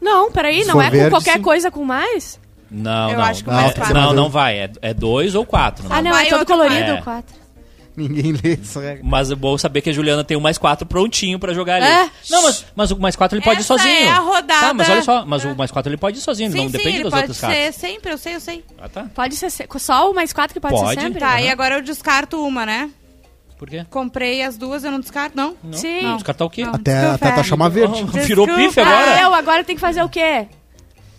Speaker 3: não, peraí,
Speaker 4: Se
Speaker 3: não
Speaker 4: for
Speaker 3: é
Speaker 4: verde,
Speaker 3: com qualquer
Speaker 4: sim.
Speaker 3: coisa com mais?
Speaker 1: Não,
Speaker 2: Eu
Speaker 1: não.
Speaker 2: acho que o
Speaker 1: não,
Speaker 2: mais um.
Speaker 1: é-
Speaker 2: quatro.
Speaker 1: não, não vai. É, é dois ou quatro.
Speaker 3: Ah,
Speaker 1: né?
Speaker 3: não,
Speaker 2: vai
Speaker 3: é todo
Speaker 2: outro
Speaker 3: colorido,
Speaker 1: mais. É.
Speaker 3: quatro.
Speaker 4: Ninguém lê essa regra.
Speaker 1: Mas é bom saber que a Juliana tem o mais quatro prontinho pra jogar ali.
Speaker 3: É.
Speaker 1: Não, mas, mas o mais quatro ele pode ir
Speaker 2: Essa
Speaker 1: sozinho.
Speaker 2: é a rodada. É.
Speaker 1: Tá, mas olha só, mas o mais quatro ele pode ir sozinho,
Speaker 2: sim,
Speaker 1: não
Speaker 2: sim,
Speaker 1: depende
Speaker 2: ele
Speaker 1: das
Speaker 2: pode
Speaker 1: outras
Speaker 2: ser
Speaker 1: cartas.
Speaker 2: sempre, eu sei, eu sei.
Speaker 1: Ah, tá.
Speaker 3: Pode ser se- só o mais quatro que pode,
Speaker 1: Pode.
Speaker 3: ser sempre?
Speaker 2: Tá,
Speaker 1: Aham.
Speaker 2: e agora eu descarto uma, né?
Speaker 1: Por quê?
Speaker 2: Comprei as duas, eu não descarto, não?
Speaker 1: Não?
Speaker 3: Sim.
Speaker 1: Não. Descartar o quê?
Speaker 2: Não.
Speaker 4: Até a
Speaker 2: Desculpa.
Speaker 4: Tata chama verde.
Speaker 1: Virou pife
Speaker 2: Ah, Desculpa. Ah,
Speaker 1: agora?
Speaker 3: Ah, eu agora tem que fazer o quê?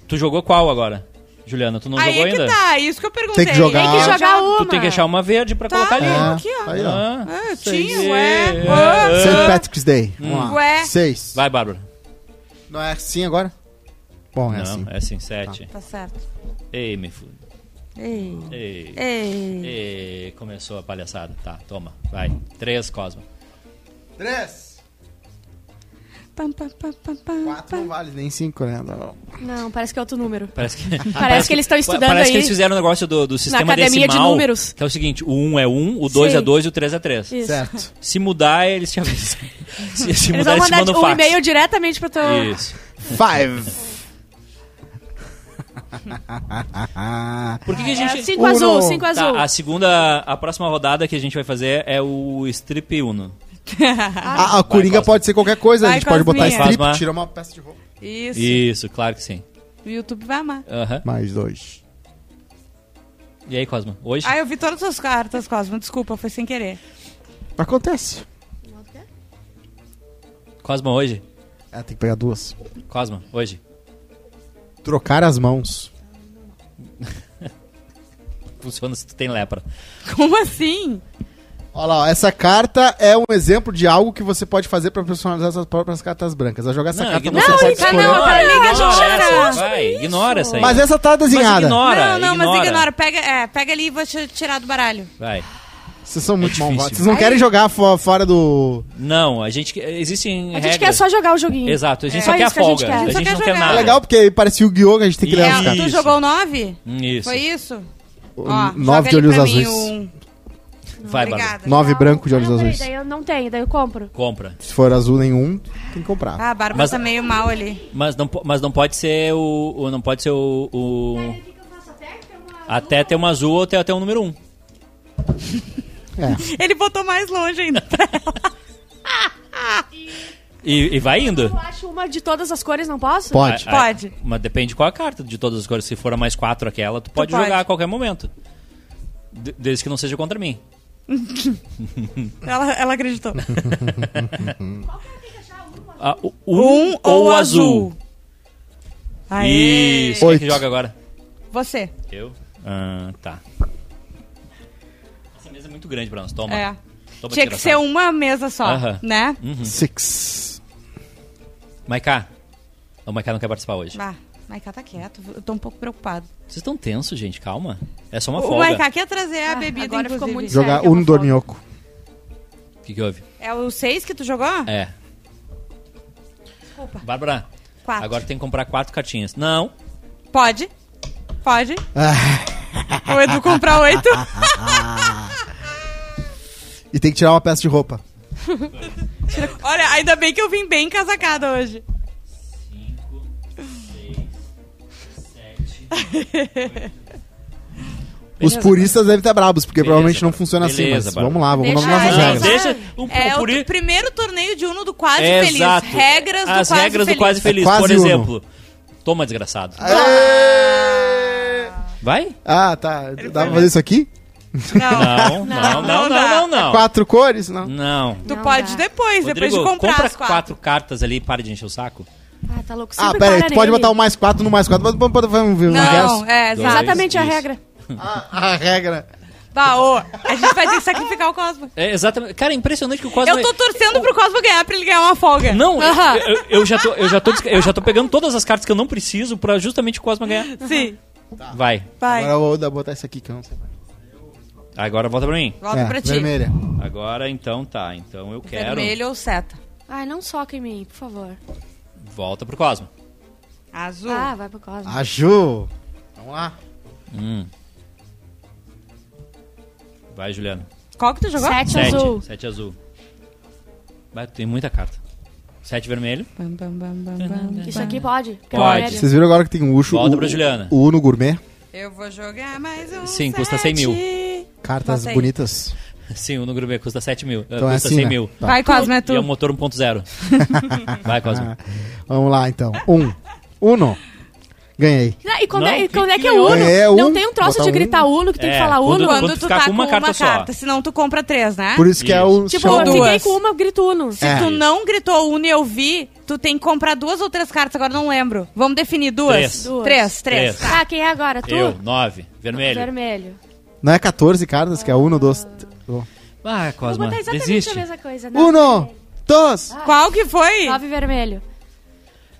Speaker 1: Tu jogou qual agora? Juliana, tu não
Speaker 2: Aí
Speaker 1: jogou
Speaker 2: é que
Speaker 1: ainda?
Speaker 2: tá, isso que eu perguntei.
Speaker 4: Tem que jogar.
Speaker 3: Tem que
Speaker 4: Ah,
Speaker 3: jogar uma.
Speaker 1: Tu tem que achar uma verde pra
Speaker 2: Tá,
Speaker 1: colocar ali.
Speaker 2: é.
Speaker 4: É,
Speaker 2: Aqui, ó.
Speaker 4: Aí, ó.
Speaker 2: Ah, eu
Speaker 1: sei.
Speaker 2: tinha, ué.
Speaker 1: um. É.
Speaker 2: Ah.
Speaker 4: St. Patrick's Day. Vamos lá.
Speaker 2: Ué.
Speaker 4: Seis.
Speaker 1: Vai, Bárbara.
Speaker 4: Não é assim agora? Bom, é
Speaker 1: não,
Speaker 4: assim.
Speaker 1: é assim, sete.
Speaker 2: Tá certo.
Speaker 1: Ei, me fude.
Speaker 2: Ei.
Speaker 1: Ei.
Speaker 2: Ei.
Speaker 1: Ei, começou a palhaçada. Tá, toma. Vai. Três, Cosma.
Speaker 4: Três.
Speaker 2: Pam, pam, pam, pam, pam,
Speaker 4: Quatro não
Speaker 2: pam.
Speaker 4: vale nem cinco, né? Não.
Speaker 1: um-
Speaker 3: Não, parece que é outro número.
Speaker 1: Parece que, parece,
Speaker 3: que eles estão estudando
Speaker 1: Parece
Speaker 3: aí.
Speaker 1: que eles fizeram um negócio do, do sistema
Speaker 3: academia de
Speaker 1: decimal.
Speaker 3: números.
Speaker 1: Que é o seguinte, o 1 é 1, o 2
Speaker 3: Sim.
Speaker 1: é 2 e o 3 é 3.
Speaker 3: Isso.
Speaker 4: Certo.
Speaker 1: Se mudar, eles te avisam. Se, se
Speaker 3: Eles
Speaker 1: mudar,
Speaker 3: vão
Speaker 1: eles te
Speaker 3: mandar
Speaker 1: mandam
Speaker 3: um
Speaker 1: fax.
Speaker 3: e-mail diretamente pro teu.
Speaker 1: Isso.
Speaker 4: Five.
Speaker 1: Por que, que a gente...
Speaker 3: 5
Speaker 4: Uno.
Speaker 3: É azul, 5
Speaker 1: Tá,
Speaker 3: azul.
Speaker 1: a segunda, a próxima rodada que a gente vai fazer é o Strip Uno.
Speaker 4: A, a Coringa
Speaker 1: Cosma.
Speaker 4: pode ser qualquer coisa. A
Speaker 2: Ah, Vai,
Speaker 4: gente pode botar
Speaker 2: Cosminha.
Speaker 4: strip,
Speaker 1: Cosma.
Speaker 4: tira uma peça de roupa.
Speaker 2: Isso.
Speaker 1: Isso, claro que sim.
Speaker 2: O YouTube vai amar.
Speaker 1: Aham.
Speaker 4: Mais dois.
Speaker 1: E aí, Cosma? Hoje?
Speaker 2: Ah, eu vi todas as cartas, Cosmo. Desculpa, foi sem querer.
Speaker 4: Acontece.
Speaker 1: Cosma, hoje?
Speaker 4: É, tem que pegar duas.
Speaker 1: Cosma, hoje?
Speaker 4: Trocar as mãos.
Speaker 1: Funciona se tu tem lepra.
Speaker 2: Como assim?
Speaker 4: Olha lá, ó, essa carta é um exemplo de algo que você pode fazer pra personalizar suas próprias cartas brancas. Ao jogar essa
Speaker 1: Não,
Speaker 4: carta,
Speaker 1: ignora.
Speaker 4: você
Speaker 1: Não,
Speaker 4: pode
Speaker 2: ignora.
Speaker 4: escolher.
Speaker 2: Não,
Speaker 1: Ignora, ignora
Speaker 2: peraí, deixa eu tirar.
Speaker 1: essa, vai, ignora essa aí.
Speaker 4: Mas essa tá
Speaker 1: Mas
Speaker 4: desenhada.
Speaker 1: ignora,
Speaker 2: não, não,
Speaker 1: ignora.
Speaker 2: mas ignora. Pega, é, pega ali e vou te tirar do baralho.
Speaker 1: Vai.
Speaker 4: Vocês são muito
Speaker 1: É difícil.
Speaker 4: malvados. Vocês não querem jogar fo- fora do.
Speaker 1: Não, a gente... Existem
Speaker 3: A gente
Speaker 1: regras.
Speaker 3: quer só jogar o joguinho.
Speaker 1: é Exato, a gente
Speaker 3: É.
Speaker 1: só
Speaker 3: Só
Speaker 1: quer a
Speaker 3: isso que a gente
Speaker 1: folga.
Speaker 3: quer.
Speaker 1: A gente,
Speaker 2: Só quer
Speaker 1: não quer
Speaker 2: jogar.
Speaker 1: nada.
Speaker 4: É legal porque parece o Guiô que a gente tem que
Speaker 1: E
Speaker 4: criar
Speaker 1: é
Speaker 4: as
Speaker 2: É,
Speaker 1: um-
Speaker 4: cartas.
Speaker 2: tu
Speaker 1: Isso.
Speaker 2: jogou o 9?
Speaker 1: Isso.
Speaker 2: Foi isso? Ó,
Speaker 4: O-
Speaker 2: joga
Speaker 4: Nove de
Speaker 2: ali
Speaker 4: olhos
Speaker 2: pra mim o
Speaker 4: azuis.
Speaker 2: um.
Speaker 1: Vai, Bárbara.
Speaker 2: Obrigada.
Speaker 4: Nove branco de olhos
Speaker 3: não, Ah, peraí,
Speaker 4: azuis.
Speaker 3: daí eu não tenho, daí eu compro.
Speaker 1: Compra.
Speaker 4: Se for azul nenhum, tem que comprar.
Speaker 2: Ah, a Bárbara
Speaker 1: Mas-
Speaker 2: tá meio mal ali.
Speaker 1: Mas não, po- mas não pode ser o, o- Não pode ser o... o- Até ter uma azul ou até ter um número 1.
Speaker 4: É.
Speaker 2: Ele botou mais longe ainda.
Speaker 1: E, e vai indo.
Speaker 3: Eu acho uma de todas as cores, não posso?
Speaker 4: Pode.
Speaker 1: A- a-
Speaker 2: Pode.
Speaker 1: mas depende qual a carta de todas as cores. Se for a mais quatro aquela, tu pode
Speaker 2: pode.
Speaker 1: jogar a qualquer momento. De- desde que não seja contra mim.
Speaker 2: ela, ela acreditou.
Speaker 1: Ah, o,
Speaker 2: Um ou
Speaker 1: o
Speaker 2: azul. Aê.
Speaker 1: Isso. Quem é que
Speaker 4: Oito.
Speaker 1: joga agora?
Speaker 2: Você.
Speaker 1: Eu? Ah, tá. Essa mesa é muito grande pra nós. Toma.
Speaker 2: É.
Speaker 1: Toma
Speaker 2: Tinha que ser
Speaker 1: um.
Speaker 2: uma mesa só,
Speaker 1: Aham. Hum.
Speaker 2: né?
Speaker 4: Six.
Speaker 2: um.
Speaker 1: Maiká. O Maiká não quer participar hoje.
Speaker 2: Ah, Maiká tá quieto. Eu tô um pouco preocupado.
Speaker 1: Vocês estão tensos, gente. Calma. É só uma
Speaker 2: O
Speaker 1: folga.
Speaker 2: Maiká quer trazer a
Speaker 3: Ah,
Speaker 2: bebida,
Speaker 3: agora ficou
Speaker 2: inclusive.
Speaker 3: muito Sério
Speaker 4: Jogar
Speaker 3: que é uma
Speaker 4: um
Speaker 3: foto?
Speaker 4: dorminhoco.
Speaker 1: O que, que houve?
Speaker 2: É o 6 que tu jogou?
Speaker 1: É.
Speaker 2: Desculpa.
Speaker 1: Bárbara,
Speaker 2: 4.
Speaker 1: agora tem que comprar quatro cartinhas. Não.
Speaker 2: Pode. Pode.
Speaker 4: Ah,
Speaker 2: O Edu comprar 8.
Speaker 4: e tem que tirar uma peça de roupa.
Speaker 2: Olha, ainda bem que eu vim bem casacada hoje.
Speaker 1: 5, 6, 7.
Speaker 4: Os puristas devem estar brabos, porque
Speaker 1: Beleza,
Speaker 4: provavelmente não
Speaker 1: Bárbara.
Speaker 4: funciona assim.
Speaker 1: Beleza,
Speaker 4: Mas
Speaker 1: Bárbara.
Speaker 4: vamos lá, vamos nas
Speaker 3: Deixa
Speaker 4: nossas
Speaker 3: ela.
Speaker 4: regras.
Speaker 1: Deixa um o,
Speaker 2: É
Speaker 1: o
Speaker 2: o
Speaker 1: puri-
Speaker 2: do primeiro torneio de Uno do Quase Feliz.
Speaker 1: É, Exato.
Speaker 2: Regras do
Speaker 1: As
Speaker 2: Quase
Speaker 1: regras do
Speaker 2: Feliz.
Speaker 1: quase feliz.
Speaker 4: É
Speaker 1: Por
Speaker 4: quase Uno.
Speaker 1: exemplo, toma desgraçado. Vai?
Speaker 4: Ah, tá. Dá pra fazer isso aqui?
Speaker 1: Não,
Speaker 2: Não.
Speaker 1: não, não, não,
Speaker 2: não dá.
Speaker 1: não, Hum. não.
Speaker 4: Quatro cores? Não.
Speaker 1: Não.
Speaker 2: Tu
Speaker 3: Não
Speaker 2: pode
Speaker 3: dá.
Speaker 2: depois, depois de
Speaker 1: Rodrigo,
Speaker 2: comprar
Speaker 1: compra
Speaker 2: as quatro.
Speaker 1: quatro cartas ali e para de encher o saco.
Speaker 3: Ah, tá louco.
Speaker 4: Ah,
Speaker 3: Sempre
Speaker 4: pera aí,
Speaker 3: para
Speaker 4: tu pode
Speaker 3: nele.
Speaker 4: botar o mais quatro no mais quatro, mas vamos botar um
Speaker 2: Não,
Speaker 4: inverso.
Speaker 2: é, exato.
Speaker 3: Exatamente a
Speaker 1: Isso.
Speaker 3: regra.
Speaker 4: A regra.
Speaker 2: Tá, ô, a gente vai ter que sacrificar o Cosmo.
Speaker 1: É, exatamente. Cara, é impressionante que o Cosmo...
Speaker 2: Eu tô torcendo pro Cosmo ganhar pra ele ganhar uma folga.
Speaker 1: Não, eu-
Speaker 2: Aham.
Speaker 1: eu, eu já tô, eu, já tô, desca- eu já tô pegando todas as cartas que eu não preciso pra justamente o Cosmo ganhar.
Speaker 2: Sim,
Speaker 4: Tá.
Speaker 1: Vai,
Speaker 2: vai.
Speaker 4: Agora eu vou dar- botar isso aqui que eu não sei.
Speaker 1: agora volta pra mim.
Speaker 2: Volta
Speaker 4: É,
Speaker 2: pra ti.
Speaker 4: Vermelha.
Speaker 1: Agora então tá, então eu quero.
Speaker 2: Vermelho ou seta?
Speaker 3: Ai, não soca em mim, por favor.
Speaker 1: Volta pro Cosmo.
Speaker 2: Azul.
Speaker 3: Ah, vai pro Cosmo.
Speaker 4: A Ju. Vamos lá.
Speaker 1: Hum. Vai, Juliana.
Speaker 2: Qual que tu jogou?
Speaker 3: Sete,
Speaker 1: Sete.
Speaker 3: azul.
Speaker 1: Sete azul. Vai, tem muita carta. Sete vermelho.
Speaker 2: Bam, bam, bam, bam, bam.
Speaker 3: Isso aqui pode? porque é
Speaker 1: Pode.
Speaker 3: uma regra.
Speaker 4: Vocês viram agora que tem um Ucho.
Speaker 1: Volta
Speaker 4: o,
Speaker 1: pra Juliana.
Speaker 4: O Uno Gourmet.
Speaker 2: Eu vou jogar mais um
Speaker 1: Sim, custa
Speaker 2: sete.
Speaker 1: 100 mil.
Speaker 4: Cartas
Speaker 2: Bota aí.
Speaker 4: bonitas.
Speaker 1: Sim, o número B custa 7 mil. eh,
Speaker 4: Então é
Speaker 1: custa
Speaker 4: assim,
Speaker 1: 100
Speaker 4: né?
Speaker 1: mil.
Speaker 4: Tá.
Speaker 2: Vai, Cosmo, é tu.
Speaker 1: E é o motor
Speaker 4: Ah,
Speaker 1: 1.0. Vai, Cosmo.
Speaker 4: Vamos lá, então. Um. Uno. Ganhei.
Speaker 3: Não, E quando,
Speaker 1: Não,
Speaker 3: é, e
Speaker 1: que-
Speaker 3: quando é
Speaker 1: que
Speaker 3: que é
Speaker 1: legal.
Speaker 3: Uno?
Speaker 4: É
Speaker 3: não
Speaker 4: Uno,
Speaker 3: tem um troço
Speaker 4: botar
Speaker 3: de
Speaker 4: Uno.
Speaker 3: gritar Uno que tem que
Speaker 1: É,
Speaker 3: falar Uno.
Speaker 1: Quando
Speaker 2: Quando,
Speaker 1: tu
Speaker 2: tu
Speaker 1: ficar
Speaker 2: tá
Speaker 1: com
Speaker 2: com
Speaker 1: uma
Speaker 2: uma,
Speaker 1: carta só.
Speaker 2: carta, senão tu compra três, né?
Speaker 4: Por isso que é o
Speaker 3: Tipo,
Speaker 4: chama
Speaker 3: eu fiquei
Speaker 2: duas.
Speaker 3: com uma, grito Uno.
Speaker 2: Se
Speaker 4: É.
Speaker 2: tu não gritou Uno e eu vi, tu tem que comprar duas ou três cartas, agora não lembro. Vamos definir duas?
Speaker 1: Três.
Speaker 3: Duas.
Speaker 2: Três, três.
Speaker 1: Três.
Speaker 3: Ah, quem é agora? Tu?
Speaker 1: Eu, nove. Vermelho.
Speaker 3: Vermelho.
Speaker 4: Não é 14 cartas, que é 1, 2.
Speaker 1: Ah,
Speaker 3: Vou
Speaker 1: Cosma,
Speaker 3: botar exatamente a
Speaker 1: desiste.
Speaker 3: mesma coisa. Nove
Speaker 4: 1,
Speaker 3: vermelho.
Speaker 4: 2.
Speaker 2: Qual que foi?
Speaker 3: Nove vermelho.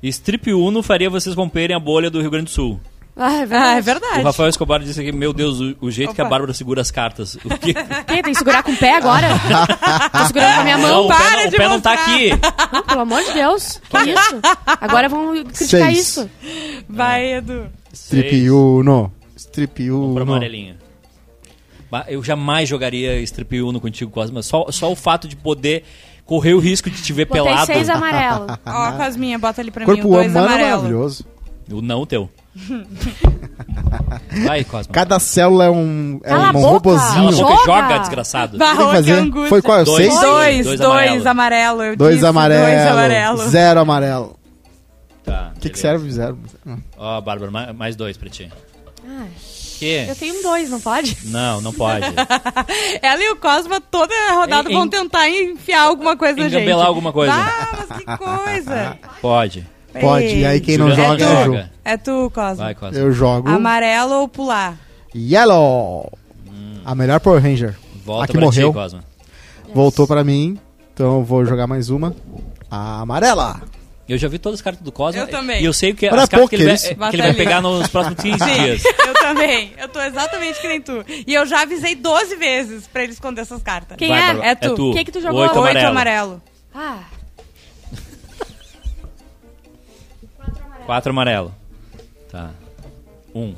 Speaker 1: Strip Uno faria vocês romperem a bolha do Rio Grande do Sul.
Speaker 3: Ah, é
Speaker 2: Ah,
Speaker 3: verdade.
Speaker 2: é verdade.
Speaker 1: O Rafael Escobar disse aqui, meu Deus, o, o jeito que a
Speaker 2: Opa.
Speaker 1: Bárbara segura as cartas. O que...
Speaker 3: Quem? Tem que segurar com o pé agora? Tô segurando com a minha
Speaker 1: Não,
Speaker 3: mão.
Speaker 1: o pé,
Speaker 2: para
Speaker 1: não, o
Speaker 2: de
Speaker 1: pé não tá
Speaker 2: mostrar.
Speaker 1: aqui.
Speaker 3: Não, pelo amor de Deus. Que isso? Agora vão criticar
Speaker 4: Seis.
Speaker 3: isso.
Speaker 2: Vai, Edu.
Speaker 1: Seis.
Speaker 4: Strip 1. Strip 1.
Speaker 1: Pra amarelinha. Bah, Eu jamais jogaria strip Uno contigo, Cosma. Só, só o fato de poder correr o risco de te ver
Speaker 3: Botei
Speaker 1: pelado.
Speaker 3: seis amarelo.
Speaker 2: Ó, Cosminha, bota ali pra
Speaker 4: Tá Corpo
Speaker 2: mim. Dois
Speaker 4: humano é
Speaker 2: amarelo.
Speaker 4: maravilhoso.
Speaker 1: O não, o teu. Vai, Cosma.
Speaker 4: Cada célula é um, é
Speaker 3: Cala a
Speaker 4: um
Speaker 3: boca.
Speaker 1: Cala a
Speaker 4: robozinho.
Speaker 1: boca,
Speaker 3: Joga.
Speaker 1: joga, desgraçado.
Speaker 2: Vai,
Speaker 4: Tem que
Speaker 2: ô, que
Speaker 4: fazer.
Speaker 2: angústia.
Speaker 4: Foi qual? Eu
Speaker 1: Dois.
Speaker 4: sei?
Speaker 2: Dois,
Speaker 1: Dois
Speaker 2: dois,
Speaker 1: amarelo.
Speaker 2: amarelo. eu
Speaker 4: Dois
Speaker 2: disse,
Speaker 4: amarelo,
Speaker 2: Dois amarelo.
Speaker 4: Zero amarelo.
Speaker 1: Tá,
Speaker 4: O que,
Speaker 1: beleza.
Speaker 4: que serve zero?
Speaker 1: Ó, Bárbara, ma- mais dois pra ti.
Speaker 3: Ai,
Speaker 1: Que?
Speaker 3: eu tenho um dois, não pode?
Speaker 1: Não, não pode.
Speaker 2: Ela e o Cosma, toda a rodada,
Speaker 1: Em-
Speaker 2: vão
Speaker 1: em-
Speaker 2: tentar enfiar alguma coisa na gente.
Speaker 1: engambelar alguma coisa.
Speaker 2: Ah, mas que coisa.
Speaker 1: Pode.
Speaker 4: Pode. E aí quem não
Speaker 1: Juliana,
Speaker 4: joga,
Speaker 2: é
Speaker 4: eu
Speaker 2: tu.
Speaker 4: jogo.
Speaker 2: É tu, Cosma.
Speaker 1: Vai, Cosma.
Speaker 4: Eu jogo.
Speaker 2: Amarelo ou pular?
Speaker 4: Yellow.
Speaker 1: Hum.
Speaker 4: A melhor Power Ranger.
Speaker 1: Volta
Speaker 4: a que
Speaker 1: pra
Speaker 4: morreu.
Speaker 1: ti, Cosma.
Speaker 4: Voltou pra mim. Então eu vou jogar mais uma. A amarela.
Speaker 1: Eu já vi todas as cartas do Cosma.
Speaker 2: Eu também.
Speaker 1: E eu sei o que
Speaker 4: Olha
Speaker 1: as cartas que ele,
Speaker 4: poker,
Speaker 1: vai,
Speaker 4: isso.
Speaker 1: que ele
Speaker 2: Bota
Speaker 1: vai
Speaker 2: ali.
Speaker 1: pegar nos próximos 15 dias.
Speaker 2: Eu também. Eu tô exatamente que nem tu. E eu já avisei 12 vezes pra ele esconder essas cartas.
Speaker 3: Quem
Speaker 1: Vai,
Speaker 3: é?
Speaker 1: Bárbara,
Speaker 2: É tu.
Speaker 1: tu.
Speaker 3: Quem que tu jogou?
Speaker 1: Oito
Speaker 2: Oito
Speaker 1: amarelo.
Speaker 2: amarelo.
Speaker 3: Ah,
Speaker 1: Quatro amarelo. Tá. Um.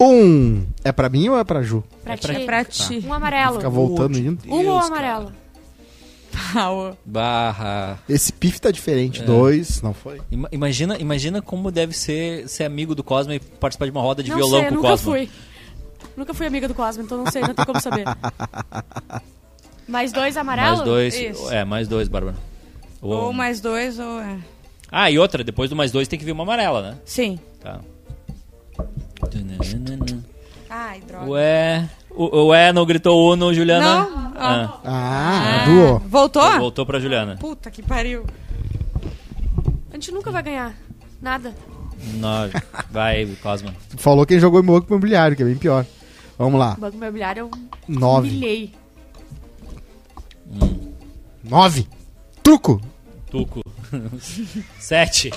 Speaker 4: Um. É pra mim ou é pra Ju?
Speaker 3: pra ti.
Speaker 2: É pra ti.
Speaker 3: Um amarelo.
Speaker 4: Fica voltando e indo.
Speaker 3: Um ou amarelo? Ah,
Speaker 2: Pau.
Speaker 1: Barra.
Speaker 4: Esse pif tá
Speaker 1: É.
Speaker 4: diferente. Dois. Não foi?
Speaker 1: Ima- Imagina, imagina como deve ser ser amigo do Cosma e participar de uma roda de
Speaker 3: não
Speaker 1: violão
Speaker 3: sei,
Speaker 1: com o
Speaker 3: nunca
Speaker 1: Cosma.
Speaker 3: fui. Nunca fui amiga do Cosmo, então não sei, não tem como saber. Mais dois amarelo?
Speaker 1: Mais dois.
Speaker 3: Isso.
Speaker 1: É, mais dois, Bárbara. Ou
Speaker 2: Ou
Speaker 1: um.
Speaker 2: mais dois, ou... é.
Speaker 1: Ah, e outra, depois do mais dois tem que vir uma amarela, né?
Speaker 2: Sim.
Speaker 1: Tá.
Speaker 2: Ai, droga.
Speaker 1: Ué. O, ué, não gritou Uno, Juliana?
Speaker 2: Não.
Speaker 1: Ah,
Speaker 4: Ah,
Speaker 2: Ah,
Speaker 4: duo.
Speaker 2: Voltou?
Speaker 1: voltou pra Juliana.
Speaker 2: Puta que pariu.
Speaker 3: A gente nunca vai ganhar. Nada.
Speaker 1: Nove. Vai, Cosma.
Speaker 4: Tu falou quem jogou em banco imobiliário, que é bem pior. Vamos lá.
Speaker 3: Banco imobiliário eu
Speaker 4: Nove.
Speaker 3: humilhei.
Speaker 4: Nove. Truco.
Speaker 1: Tuco. Sete.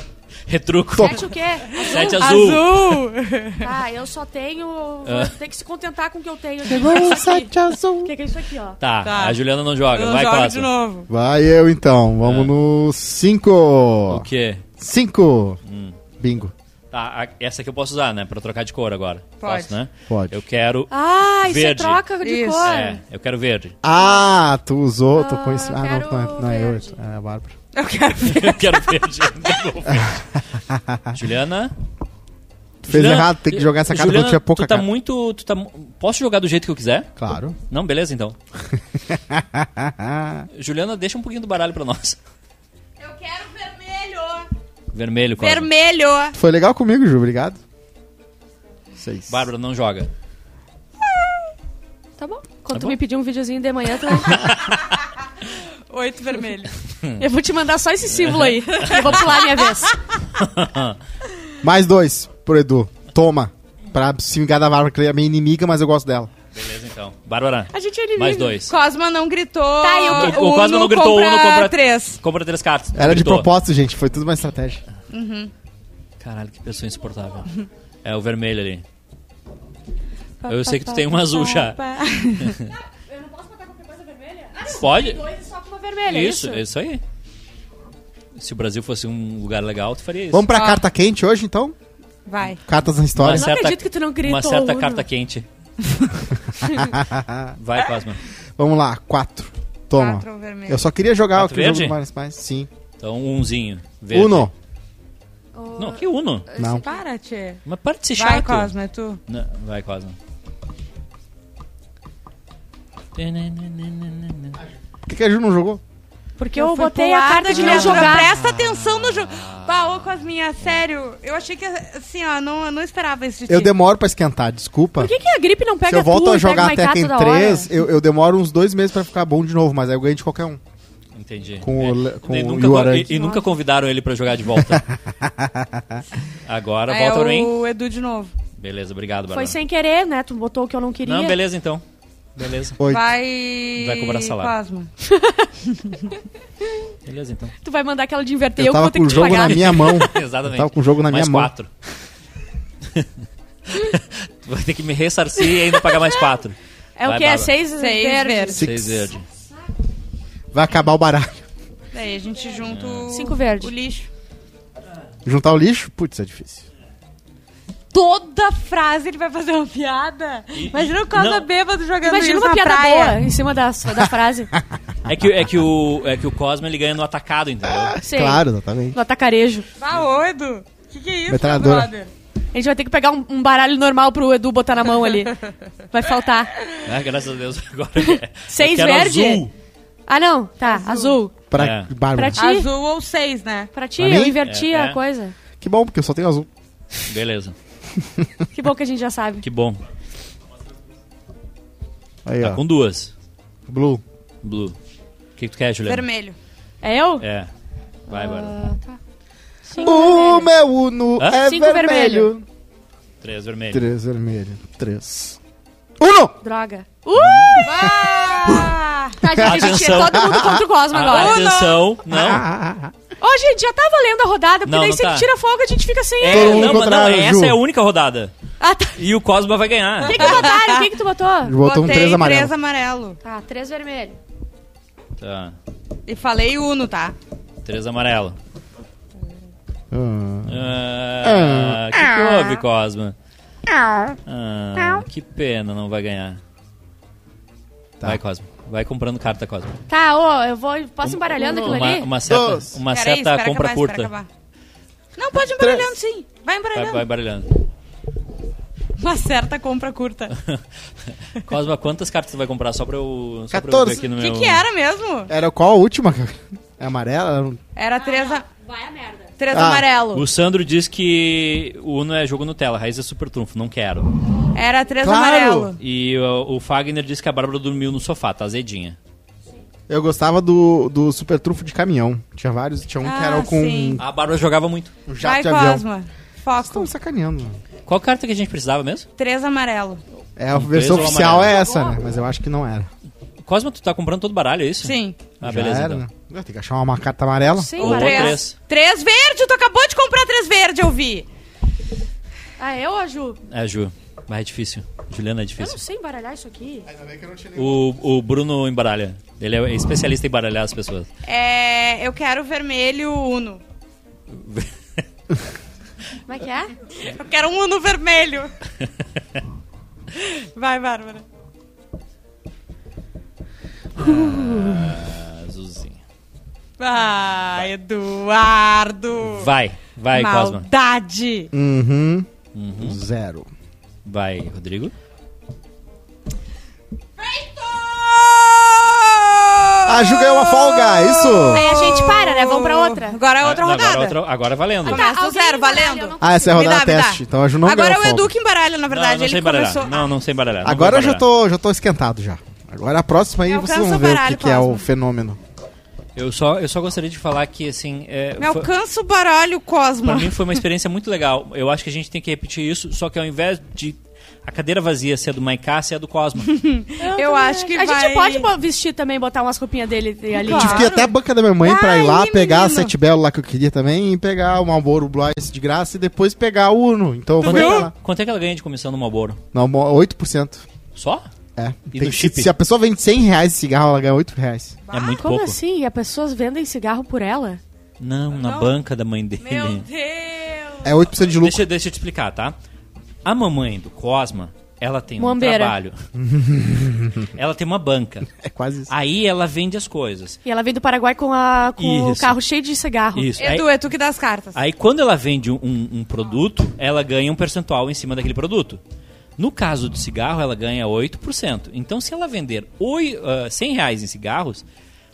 Speaker 1: Retruco.
Speaker 4: Tô.
Speaker 3: Sete o quê?
Speaker 1: Sete azul.
Speaker 2: Azul.
Speaker 3: Ah, eu só tenho. Tem que se contentar com o que eu tenho.
Speaker 4: Pegou um,
Speaker 3: aqui.
Speaker 4: sete azul.
Speaker 3: O que que é isso aqui, ó?
Speaker 1: Tá,
Speaker 2: Tá.
Speaker 1: a Juliana não joga.
Speaker 2: Eu
Speaker 1: Vai,
Speaker 2: jogo
Speaker 1: Cosma.
Speaker 2: de novo.
Speaker 4: Vai eu então. Vamos
Speaker 1: É.
Speaker 4: no
Speaker 1: O
Speaker 4: cinco.
Speaker 1: quê?
Speaker 4: Cinco.
Speaker 1: Hum.
Speaker 4: Bingo.
Speaker 1: Tá, a- essa aqui eu posso usar, né? Pra trocar de cor agora.
Speaker 2: Pode.
Speaker 1: Posso, né?
Speaker 4: Pode.
Speaker 1: Eu quero.
Speaker 3: Ah, isso
Speaker 1: Verde.
Speaker 3: é troca de
Speaker 2: Isso.
Speaker 3: cor.
Speaker 1: É, eu quero verde.
Speaker 4: Ah, tu usou, tô com esse.
Speaker 3: eu
Speaker 4: Ah, não,
Speaker 3: quero
Speaker 4: não, é- não é eu,
Speaker 3: verde.
Speaker 4: é a Bárbara.
Speaker 2: Eu quero ver.
Speaker 1: Eu quero verde. Eu vou verde. Juliana?
Speaker 4: Tu fez errado, tem que jogar essa carta
Speaker 1: Juliana,
Speaker 4: quando tiver pouca
Speaker 1: tu tá
Speaker 4: carta.
Speaker 1: muito. Tu tá, mu- posso jogar do jeito que eu quiser?
Speaker 4: Claro.
Speaker 1: Não, beleza então. Juliana, deixa um pouquinho do baralho pra nós.
Speaker 2: Eu quero vermelho.
Speaker 1: Tá. Vermelho, Cosma.
Speaker 2: Vermelho.
Speaker 4: Foi legal comigo, Ju, obrigado. Seis.
Speaker 1: Bárbara não joga.
Speaker 3: Tá bom. Quando
Speaker 1: Tá
Speaker 3: tu
Speaker 1: bom.
Speaker 3: me pedir um videozinho de manhã, tu...
Speaker 2: Oito vermelho.
Speaker 3: eu vou te mandar só esse símbolo aí. Ah, Eu vou pular a minha vez.
Speaker 4: Mais dois pro Edu. Toma. Pra se vingar da Bárbara, que ela é minha inimiga, mas eu gosto dela.
Speaker 1: Beleza então. Bárbara,
Speaker 3: A gente é inimigo.
Speaker 1: mais dois.
Speaker 2: Cosma não gritou.
Speaker 3: Tá, e o
Speaker 1: O, o Cosma não gritou
Speaker 2: compra
Speaker 1: Uno, compra
Speaker 2: três.
Speaker 1: Compra três cartas.
Speaker 4: Era é de
Speaker 1: Gritou.
Speaker 4: propósito, gente, foi tudo uma estratégia.
Speaker 1: Caralho, que pessoa insuportável. É o vermelho ali. Eu sei que tu tem um azul já.
Speaker 3: Eu não posso botar qualquer coisa vermelha? Ah,
Speaker 1: Pode?
Speaker 3: Dois e só tá com uma vermelha,
Speaker 1: Isso, é isso aí. Se o Brasil fosse um lugar legal, tu faria isso.
Speaker 4: Vamos pra
Speaker 2: Ó.
Speaker 4: carta quente hoje, então?
Speaker 2: Vai.
Speaker 4: Cartas na
Speaker 1: uma
Speaker 4: história.
Speaker 3: Mas- acredito que tu não gritou
Speaker 1: Uma certa
Speaker 3: Uno.
Speaker 1: carta quente. Vai, Cosma.
Speaker 4: Vamos lá, quatro. Toma.
Speaker 1: Ah.
Speaker 2: Quatro vermelho.
Speaker 4: Eu só queria jogar
Speaker 1: Quatro
Speaker 4: aquele jogo
Speaker 1: verde?
Speaker 4: do mais, mais. Sim.
Speaker 1: Então, umzinho. Verde.
Speaker 4: Uno.
Speaker 1: Não, que Uno?
Speaker 4: Não.
Speaker 2: Para, Tchê.
Speaker 1: Mas para de ser
Speaker 2: Vai,
Speaker 1: chato.
Speaker 2: Cosma, é tu.
Speaker 1: Não, vai, Cosma.
Speaker 4: O que, que a Ju não jogou?
Speaker 3: Porque eu,
Speaker 2: fui
Speaker 3: botei a
Speaker 2: pulada,
Speaker 3: carta de não
Speaker 2: criatura,
Speaker 3: jogar.
Speaker 2: Presta atenção no jogo. Pau com as minhas, sério. Eu achei que, assim, ó, não, não esperava tipo. isso de ti.
Speaker 4: Eu demoro pra esquentar, desculpa.
Speaker 3: Por que, que a gripe não pega
Speaker 4: Se eu volto
Speaker 3: tu e pega
Speaker 4: a
Speaker 3: o
Speaker 4: jogar
Speaker 3: Maiká
Speaker 4: até Tekken
Speaker 3: toda hora?
Speaker 4: 3, eu, eu demoro uns dois meses pra ficar bom de novo, mas aí eu ganho de qualquer um.
Speaker 1: Entendi. É.
Speaker 4: Com o Le- com
Speaker 1: e
Speaker 4: o
Speaker 1: nunca,
Speaker 4: Yuarante.
Speaker 1: e, e nunca convidaram ele pra jogar de volta. Agora,
Speaker 2: É
Speaker 1: volta pra mim.
Speaker 2: o Edu de novo.
Speaker 1: Beleza, obrigado, Bárbara.
Speaker 3: Ah, Foi sem querer, né? Tu botou o que eu não queria.
Speaker 1: Não, beleza então. Beleza.
Speaker 4: Oito.
Speaker 2: Vai...
Speaker 1: Vai cobrar salário.
Speaker 2: Pasma.
Speaker 1: Beleza então.
Speaker 3: Tu vai mandar aquela de inverter,
Speaker 4: Eu,
Speaker 3: eu, que
Speaker 4: tava
Speaker 3: vou ter
Speaker 4: com o
Speaker 3: que te
Speaker 4: jogo
Speaker 3: pagar.
Speaker 4: na minha mão.
Speaker 1: Exatamente.
Speaker 4: Eu tava com o jogo na
Speaker 1: mais
Speaker 4: minha mão.
Speaker 1: quatro. tu vai ter que me ressarcir e ainda pagar mais quatro.
Speaker 3: É o
Speaker 1: Vai,
Speaker 3: que? É
Speaker 1: Bárbara.
Speaker 3: seis,
Speaker 2: Seis
Speaker 3: verdes?
Speaker 2: verdes.
Speaker 4: Six.
Speaker 1: Seis verde.
Speaker 4: Vai acabar o baralho.
Speaker 2: Daí a gente junta o...
Speaker 3: Cinco verdes.
Speaker 2: O lixo.
Speaker 4: Juntar o lixo? Putz, é difícil.
Speaker 2: Toda frase ele vai fazer uma piada. Imagina o Cosa
Speaker 1: não.
Speaker 2: bêbado jogando
Speaker 3: Imagina
Speaker 2: isso
Speaker 3: uma
Speaker 2: na
Speaker 3: piada
Speaker 2: praia.
Speaker 3: boa em cima da, da frase.
Speaker 4: Ah,
Speaker 1: É
Speaker 4: tá.
Speaker 1: que, é, que o, é que o Cosmo ele ganha no atacado, entendeu? Né?
Speaker 3: Sei.
Speaker 4: Claro, exatamente.
Speaker 3: No atacarejo.
Speaker 2: Tá oido. Que que é isso, meu
Speaker 4: Metralhadora.
Speaker 2: brother?
Speaker 3: A gente vai ter que pegar um, um baralho normal pro Edu botar na mão ali. Vai faltar.
Speaker 1: Ah, graças a Deus agora. é.
Speaker 3: Seis
Speaker 1: Eu quero
Speaker 3: verde?
Speaker 1: azul.
Speaker 3: Ah, não. Tá, azul.
Speaker 4: Pra
Speaker 1: É.
Speaker 4: Bárbara.
Speaker 3: Pra ti,
Speaker 2: Azul ou seis, né?
Speaker 3: pra ti,
Speaker 4: Pra
Speaker 3: eu
Speaker 4: mim?
Speaker 3: inverti
Speaker 1: É,
Speaker 3: a
Speaker 1: é.
Speaker 3: coisa.
Speaker 4: Que bom, porque eu só tenho azul.
Speaker 1: Beleza.
Speaker 3: Que bom que a gente já sabe.
Speaker 1: Que bom.
Speaker 4: Aí,
Speaker 1: Tá
Speaker 4: ó.
Speaker 1: com duas.
Speaker 4: Blue.
Speaker 1: Blue. O que, que tu quer, Juliana?
Speaker 2: Vermelho.
Speaker 3: É eu?
Speaker 1: É. Vai, Bárbara.
Speaker 4: O meu Uno
Speaker 1: Hã?
Speaker 4: é
Speaker 3: Cinco vermelho.
Speaker 4: vermelho.
Speaker 1: Três vermelho.
Speaker 4: Três vermelho. Três. Uno!
Speaker 3: Droga. Ui! Uh, Tá, gente, a gente é
Speaker 1: Atenção.
Speaker 3: todo mundo contra o Cosmo
Speaker 1: Ah,
Speaker 3: agora.
Speaker 1: atenção. Não.
Speaker 4: Ah, ah, ah, ah.
Speaker 3: Ô, gente, já tá valendo a rodada, porque
Speaker 1: Não,
Speaker 3: daí
Speaker 1: não
Speaker 3: se
Speaker 1: tá.
Speaker 3: ele tira folga, a gente fica sem
Speaker 1: É,
Speaker 3: ele.
Speaker 4: Todo mundo
Speaker 1: não, mas não,
Speaker 4: contrário,
Speaker 1: essa
Speaker 4: Ju.
Speaker 1: é a única rodada.
Speaker 3: Ah, tá.
Speaker 1: E o Cosma vai ganhar.
Speaker 3: O que que botaram? O que que tu botou?
Speaker 4: Botou um
Speaker 2: Botei
Speaker 4: três amarelo.
Speaker 2: amarelo.
Speaker 3: Tá, três vermelho.
Speaker 1: Tá.
Speaker 2: E falei Uno, tá?
Speaker 1: Três amarelo.
Speaker 4: Ah.
Speaker 1: Ah, que, que houve, Cosma? Ah, que pena, não vai ganhar.
Speaker 4: Tá.
Speaker 1: Vai, Cosma. Vai comprando carta, Cosma.
Speaker 3: Tá, ô, eu vou. Posso embaralhando aquilo
Speaker 1: Uma,
Speaker 3: ali?
Speaker 1: uma seta,
Speaker 4: Dois.
Speaker 1: uma
Speaker 2: Peraí,
Speaker 1: seta
Speaker 2: espera
Speaker 1: compra
Speaker 2: acabar,
Speaker 1: curta.
Speaker 2: espera acabar. Não, pode ir embaralhando sim. Vai
Speaker 1: Vai,
Speaker 2: embaralhando.
Speaker 1: vai baralhando.
Speaker 2: Uma certa compra curta.
Speaker 1: Cosma, quantas cartas tu vai comprar? Só pra eu, só pra eu
Speaker 4: 14.
Speaker 1: ver aqui no
Speaker 2: O
Speaker 1: meu...
Speaker 2: que, que é? era mesmo?
Speaker 4: Era qual a última? É amarela? Era um-
Speaker 2: Era três, a...
Speaker 3: Ah, Vai a merda.
Speaker 2: três
Speaker 4: Ah.
Speaker 2: amarelo.
Speaker 1: O Sandro diz que o Uno é jogo Nutella, raiz é super trunfo, não quero.
Speaker 2: Era três
Speaker 4: Claro.
Speaker 2: amarelo.
Speaker 1: E o, o Fagner diz que a Bárbara dormiu no sofá, tá azedinha.
Speaker 4: Eu gostava do, do super trufo de caminhão. Tinha vários. Tinha um que era
Speaker 2: Ah,
Speaker 4: com
Speaker 2: sim.
Speaker 1: A Bárbara jogava muito.
Speaker 4: um jato
Speaker 2: Vai,
Speaker 4: de avião.
Speaker 2: Cosma.
Speaker 4: Vocês estão
Speaker 2: Foco.
Speaker 4: sacaneando. mano.
Speaker 1: Qual carta que a gente precisava mesmo?
Speaker 2: Três amarelo.
Speaker 4: É, a
Speaker 1: Um
Speaker 4: versão
Speaker 1: três ou
Speaker 4: oficial
Speaker 1: amarelo?
Speaker 4: é essa, né? Mas eu acho que não era.
Speaker 1: Cosma, tu tá comprando todo baralho, é isso?
Speaker 2: Sim.
Speaker 1: Ah,
Speaker 4: Já
Speaker 1: beleza.
Speaker 4: era,
Speaker 1: então.
Speaker 4: né? Eu tenho que achar uma carta amarela.
Speaker 3: Sim,
Speaker 1: Ou
Speaker 3: amarelo.
Speaker 1: três.
Speaker 2: Três verde, tu acabou de comprar três verde, eu vi.
Speaker 3: Ah, eu, a Ju?
Speaker 1: É, Ju. Mas é difícil. Juliana é
Speaker 3: Eu
Speaker 1: difícil.
Speaker 3: não sei embaralhar isso aqui.
Speaker 1: O, o Bruno embaralha. Ele é especialista em embaralhar as pessoas.
Speaker 2: É, eu quero vermelho uno.
Speaker 3: Como é que é?
Speaker 2: Eu quero um uno vermelho. Vai, Bárbara.
Speaker 1: Azulzinho.
Speaker 2: Ah, Eduardo.
Speaker 1: Vai, vai, Cosma.
Speaker 2: Maldade.
Speaker 4: Uhum. Zero.
Speaker 1: Vai, Rodrigo.
Speaker 2: Feito!
Speaker 4: A Ju ganhou uma folga, é
Speaker 3: Aí
Speaker 4: isso?
Speaker 3: a gente para, né? Vamos pra outra.
Speaker 2: Agora é outra
Speaker 1: Não,
Speaker 2: rodada. Ah,
Speaker 1: Agora, outra- agora é valendo.
Speaker 3: tá.
Speaker 2: Começa do
Speaker 3: Alguém
Speaker 2: zero,
Speaker 3: embaralha, eu
Speaker 2: valendo.
Speaker 3: não
Speaker 4: Ah, essa é a
Speaker 2: Me dá,
Speaker 4: rodada
Speaker 2: me dá.
Speaker 4: teste. Então a Ju não
Speaker 2: Agora é
Speaker 4: ganhou
Speaker 2: o
Speaker 4: folga.
Speaker 2: Edu que embaralha, na verdade.
Speaker 1: não, não
Speaker 2: Ele
Speaker 1: sei embaralhar.
Speaker 2: começou...
Speaker 1: Não, não sei embaralhar. Não
Speaker 4: Agora eu
Speaker 1: vou
Speaker 4: já
Speaker 1: embaralhar.
Speaker 4: tô, já tô esquentado já. Agora a próxima aí
Speaker 2: Eu
Speaker 4: vocês
Speaker 2: alcanço
Speaker 4: vão
Speaker 2: o
Speaker 4: ver o
Speaker 2: baralho,
Speaker 4: que, que é o
Speaker 2: Cosma.
Speaker 4: fenômeno.
Speaker 1: Eu só, eu só gostaria de falar que, assim... É,
Speaker 2: Me
Speaker 1: foi-
Speaker 2: alcança o baralho, Cosmo.
Speaker 1: Pra mim foi uma experiência muito legal. Eu acho que a gente tem que repetir isso, só que ao invés de a cadeira vazia ser a do Maiká, ser a do Cosmo.
Speaker 2: Eu acho que
Speaker 3: a
Speaker 2: vai...
Speaker 3: gente pode bo- vestir também, botar umas roupinhas dele ali.
Speaker 4: Eu Tive que ir até a banca da minha mãe pra ir
Speaker 2: Ai,
Speaker 4: lá, pegar a
Speaker 2: menino.
Speaker 4: Sete Belo lá que eu queria também, e pegar o Malboro Blois de graça e depois pegar o Uno. Então eu vou
Speaker 1: Quanto
Speaker 4: entrar
Speaker 1: é,
Speaker 4: lá.
Speaker 1: quanto é que ela ganha de comissão no Malboro?
Speaker 4: Não, mo- 8%.
Speaker 1: Só?
Speaker 4: É.
Speaker 1: E
Speaker 4: Tem
Speaker 1: do
Speaker 4: que-
Speaker 1: chip?
Speaker 4: Se a pessoa vende 100 reais de cigarro, ela ganha 8 reais.
Speaker 1: É muito
Speaker 3: Como
Speaker 1: pouco.
Speaker 3: assim? E as pessoas vendem cigarro por ela?
Speaker 1: Não, na
Speaker 2: Não.
Speaker 1: banca da mãe dele.
Speaker 2: Meu Deus.
Speaker 4: É 8% de lucro.
Speaker 1: Deixa, deixa eu te explicar, tá? A mamãe do Cosma, ela tem um
Speaker 3: Muambeira.
Speaker 1: trabalho. ela tem uma banca.
Speaker 4: É quase isso.
Speaker 1: Aí ela vende as coisas.
Speaker 3: E ela vem do Paraguai com, a, com o
Speaker 1: Isso.
Speaker 3: carro cheio de cigarro.
Speaker 1: Isso. Aí,
Speaker 2: Edu, é tu que dá as cartas.
Speaker 1: aí quando ela vende um, um produto, ela ganha um percentual em cima daquele produto. No caso do cigarro, ela ganha 8%. Então, se ela vender oi, ah, 100 reais em cigarros,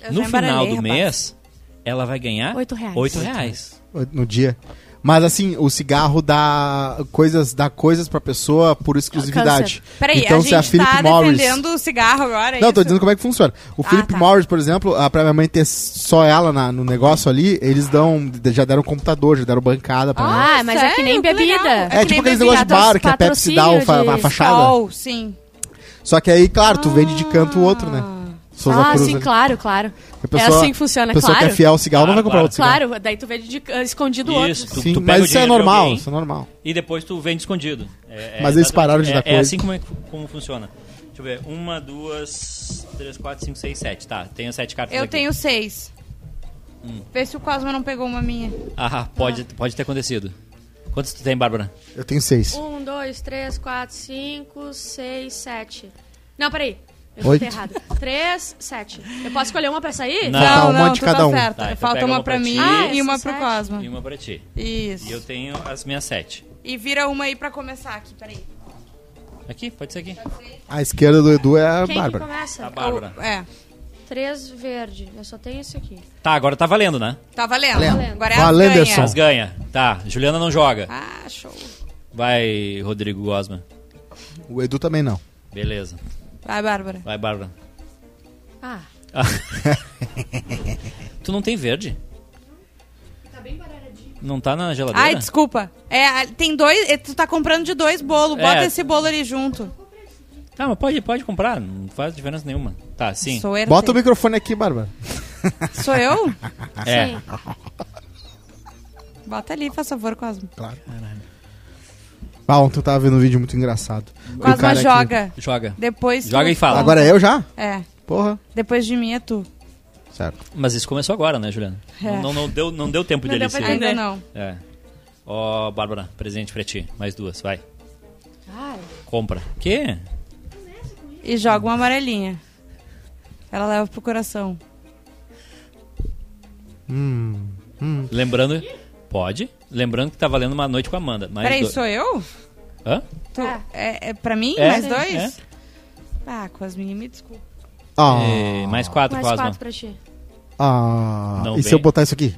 Speaker 2: Eu
Speaker 1: no
Speaker 2: já
Speaker 1: final
Speaker 2: embaralhei,
Speaker 1: do
Speaker 2: rapaz.
Speaker 1: mês, ela vai ganhar
Speaker 3: Oito reais.
Speaker 1: oito reais.
Speaker 4: Ah. no dia. Mas assim, o cigarro dá coisas, dá coisas pra pessoa por exclusividade.
Speaker 3: Câncer.
Speaker 2: Peraí,
Speaker 4: então
Speaker 2: a
Speaker 4: se a
Speaker 2: gente
Speaker 4: Philip
Speaker 2: tá
Speaker 4: Morris.
Speaker 2: defendendo o cigarro agora. é
Speaker 4: Não, tô
Speaker 2: isso?
Speaker 4: dizendo como é que funciona. O
Speaker 2: Ah,
Speaker 4: Philip
Speaker 2: tá.
Speaker 4: Morris, por exemplo, a, pra minha mãe ter só ela na- no negócio ali, eles dão. Já deram computador, já deram bancada pra ela.
Speaker 3: Ah, mas é que nem
Speaker 2: sério? Que legal.
Speaker 3: bebida.
Speaker 2: É
Speaker 4: É,
Speaker 2: que nem
Speaker 4: tipo aqueles
Speaker 2: bebida,
Speaker 4: negócios de bar que a Pepsi dá o fa-
Speaker 3: patrocínio
Speaker 4: a
Speaker 3: de
Speaker 4: fachada.
Speaker 2: Sol, sim.
Speaker 4: Só que aí, claro, tu vende de canto o outro, né? Souza
Speaker 3: ah,
Speaker 4: Cruz.
Speaker 3: sim,
Speaker 4: né?
Speaker 3: claro, claro.
Speaker 4: A pessoa-
Speaker 3: é assim que funciona,
Speaker 4: A pessoa
Speaker 3: claro.
Speaker 4: que é fiel ao cigarro não vai
Speaker 1: Claro,
Speaker 4: comprar outro cigarro.
Speaker 3: Claro, daí tu vê de, de- escondido o
Speaker 1: Isso.
Speaker 3: outro.
Speaker 1: Tu-
Speaker 4: Sim,
Speaker 1: tu pega o
Speaker 4: mas isso é
Speaker 1: dinheiro de
Speaker 4: normal,
Speaker 1: alguém.
Speaker 4: isso é normal.
Speaker 1: E depois tu vende escondido. É- é
Speaker 4: Mas eles
Speaker 1: exatamente-
Speaker 4: pararam de
Speaker 1: é-
Speaker 4: dar
Speaker 1: É
Speaker 4: coisa.
Speaker 1: assim como, é, que- como funciona. Deixa eu ver. Uma, duas, três, quatro, cinco, seis, sete. Tá, tenho sete cartas
Speaker 2: Eu
Speaker 1: aqui.
Speaker 2: tenho seis.
Speaker 1: Hum.
Speaker 2: Vê se o Cosmo não pegou uma minha.
Speaker 1: Ah, pode, pode ter acontecido. Quantos tu tem, Bárbara?
Speaker 4: Eu tenho seis.
Speaker 3: Um, dois, três, quatro, cinco, seis, sete. Não, peraí. Eu
Speaker 4: Oito.
Speaker 3: tô errado. Três, sete. Eu posso escolher uma pra sair?
Speaker 1: Não.
Speaker 4: Tá,
Speaker 2: não,
Speaker 4: uma
Speaker 2: não,
Speaker 4: de
Speaker 2: tu
Speaker 4: cada
Speaker 2: tá
Speaker 4: um.
Speaker 2: certa.
Speaker 1: Tá, então
Speaker 2: Falta
Speaker 1: pega
Speaker 2: uma
Speaker 1: uma
Speaker 2: pra
Speaker 1: pra
Speaker 2: mim
Speaker 1: ti.
Speaker 3: Ah,
Speaker 2: e uma
Speaker 3: essa
Speaker 2: pro
Speaker 3: sete.
Speaker 2: Cosmo.
Speaker 1: E uma pra ti. E eu
Speaker 2: Isso.
Speaker 1: tenho as minhas sete.
Speaker 2: E vira uma aí pra começar aqui, peraí.
Speaker 1: Aqui? Pode ser aqui.
Speaker 4: A esquerda do Edu é a
Speaker 3: Quem que
Speaker 4: Bárbara.
Speaker 1: A
Speaker 3: começa?
Speaker 1: Bárbara.
Speaker 2: É,
Speaker 3: Três verde. Eu só tenho isso aqui.
Speaker 1: Tá, agora tá valendo, né?
Speaker 2: tá valendo.
Speaker 4: Valendo.
Speaker 2: Agora é
Speaker 4: Valendo,
Speaker 2: a
Speaker 4: Edson.
Speaker 1: Mas ganha. Tá, Juliana não joga.
Speaker 2: Ah, show.
Speaker 1: Vai, Rodrigo Gosma.
Speaker 4: O Edu também não.
Speaker 1: Beleza.
Speaker 2: Vai, Bárbara.
Speaker 1: Vai, Bárbara.
Speaker 3: Ah.
Speaker 1: Ah. tu não tem verde? Não tá na geladeira?
Speaker 2: Ai, desculpa. É, a- tem dois. é, Tu tá comprando de dois bolos. Bota
Speaker 1: É.
Speaker 2: esse bolo ali junto.
Speaker 1: Tá, mas pode, pode comprar, não faz diferença nenhuma. Tá, sim.
Speaker 2: Sou eu.
Speaker 4: Bota o microfone aqui, Bárbara.
Speaker 2: Sou eu?
Speaker 1: é.
Speaker 3: Sim.
Speaker 2: Bota ali, faz favor, Cosmo.
Speaker 4: Claro. Ah, ontem eu tava vendo um vídeo muito engraçado. Que o
Speaker 2: Cosma
Speaker 4: cara que-
Speaker 2: joga.
Speaker 1: Joga.
Speaker 2: Depois. tu-
Speaker 1: Joga e fala.
Speaker 4: Agora é eu já?
Speaker 2: É.
Speaker 4: Porra.
Speaker 2: Depois de mim é tu.
Speaker 4: Certo.
Speaker 1: Mas isso começou agora, né, Juliana?
Speaker 2: É.
Speaker 1: Não, não, não deu, não deu tempo
Speaker 3: Não
Speaker 1: dele
Speaker 3: deu pra
Speaker 1: se-
Speaker 2: Ainda
Speaker 3: Entender.
Speaker 2: não.
Speaker 1: É. Ó, Bárbara, presente pra ti. Mais duas, vai.
Speaker 3: Ai.
Speaker 1: Compra. Que?
Speaker 2: E joga uma amarelinha. Ela leva pro coração.
Speaker 4: Hum.
Speaker 1: Lembrando. Pode. Lembrando que tá valendo uma noite com a Amanda. Mais
Speaker 2: Peraí,
Speaker 1: dois.
Speaker 2: sou eu?
Speaker 1: Hã?
Speaker 2: Tu-
Speaker 3: É.
Speaker 2: é, é pra mim?
Speaker 1: É,
Speaker 2: mais
Speaker 1: é,
Speaker 2: dois? Ah, Cosminha, me desculpa.
Speaker 4: Ah.
Speaker 1: É, mais quatro,
Speaker 3: Mais
Speaker 1: quase.
Speaker 3: quatro pra ti.
Speaker 4: Ah.
Speaker 1: Não
Speaker 4: e
Speaker 1: vem.
Speaker 4: se eu botar isso aqui?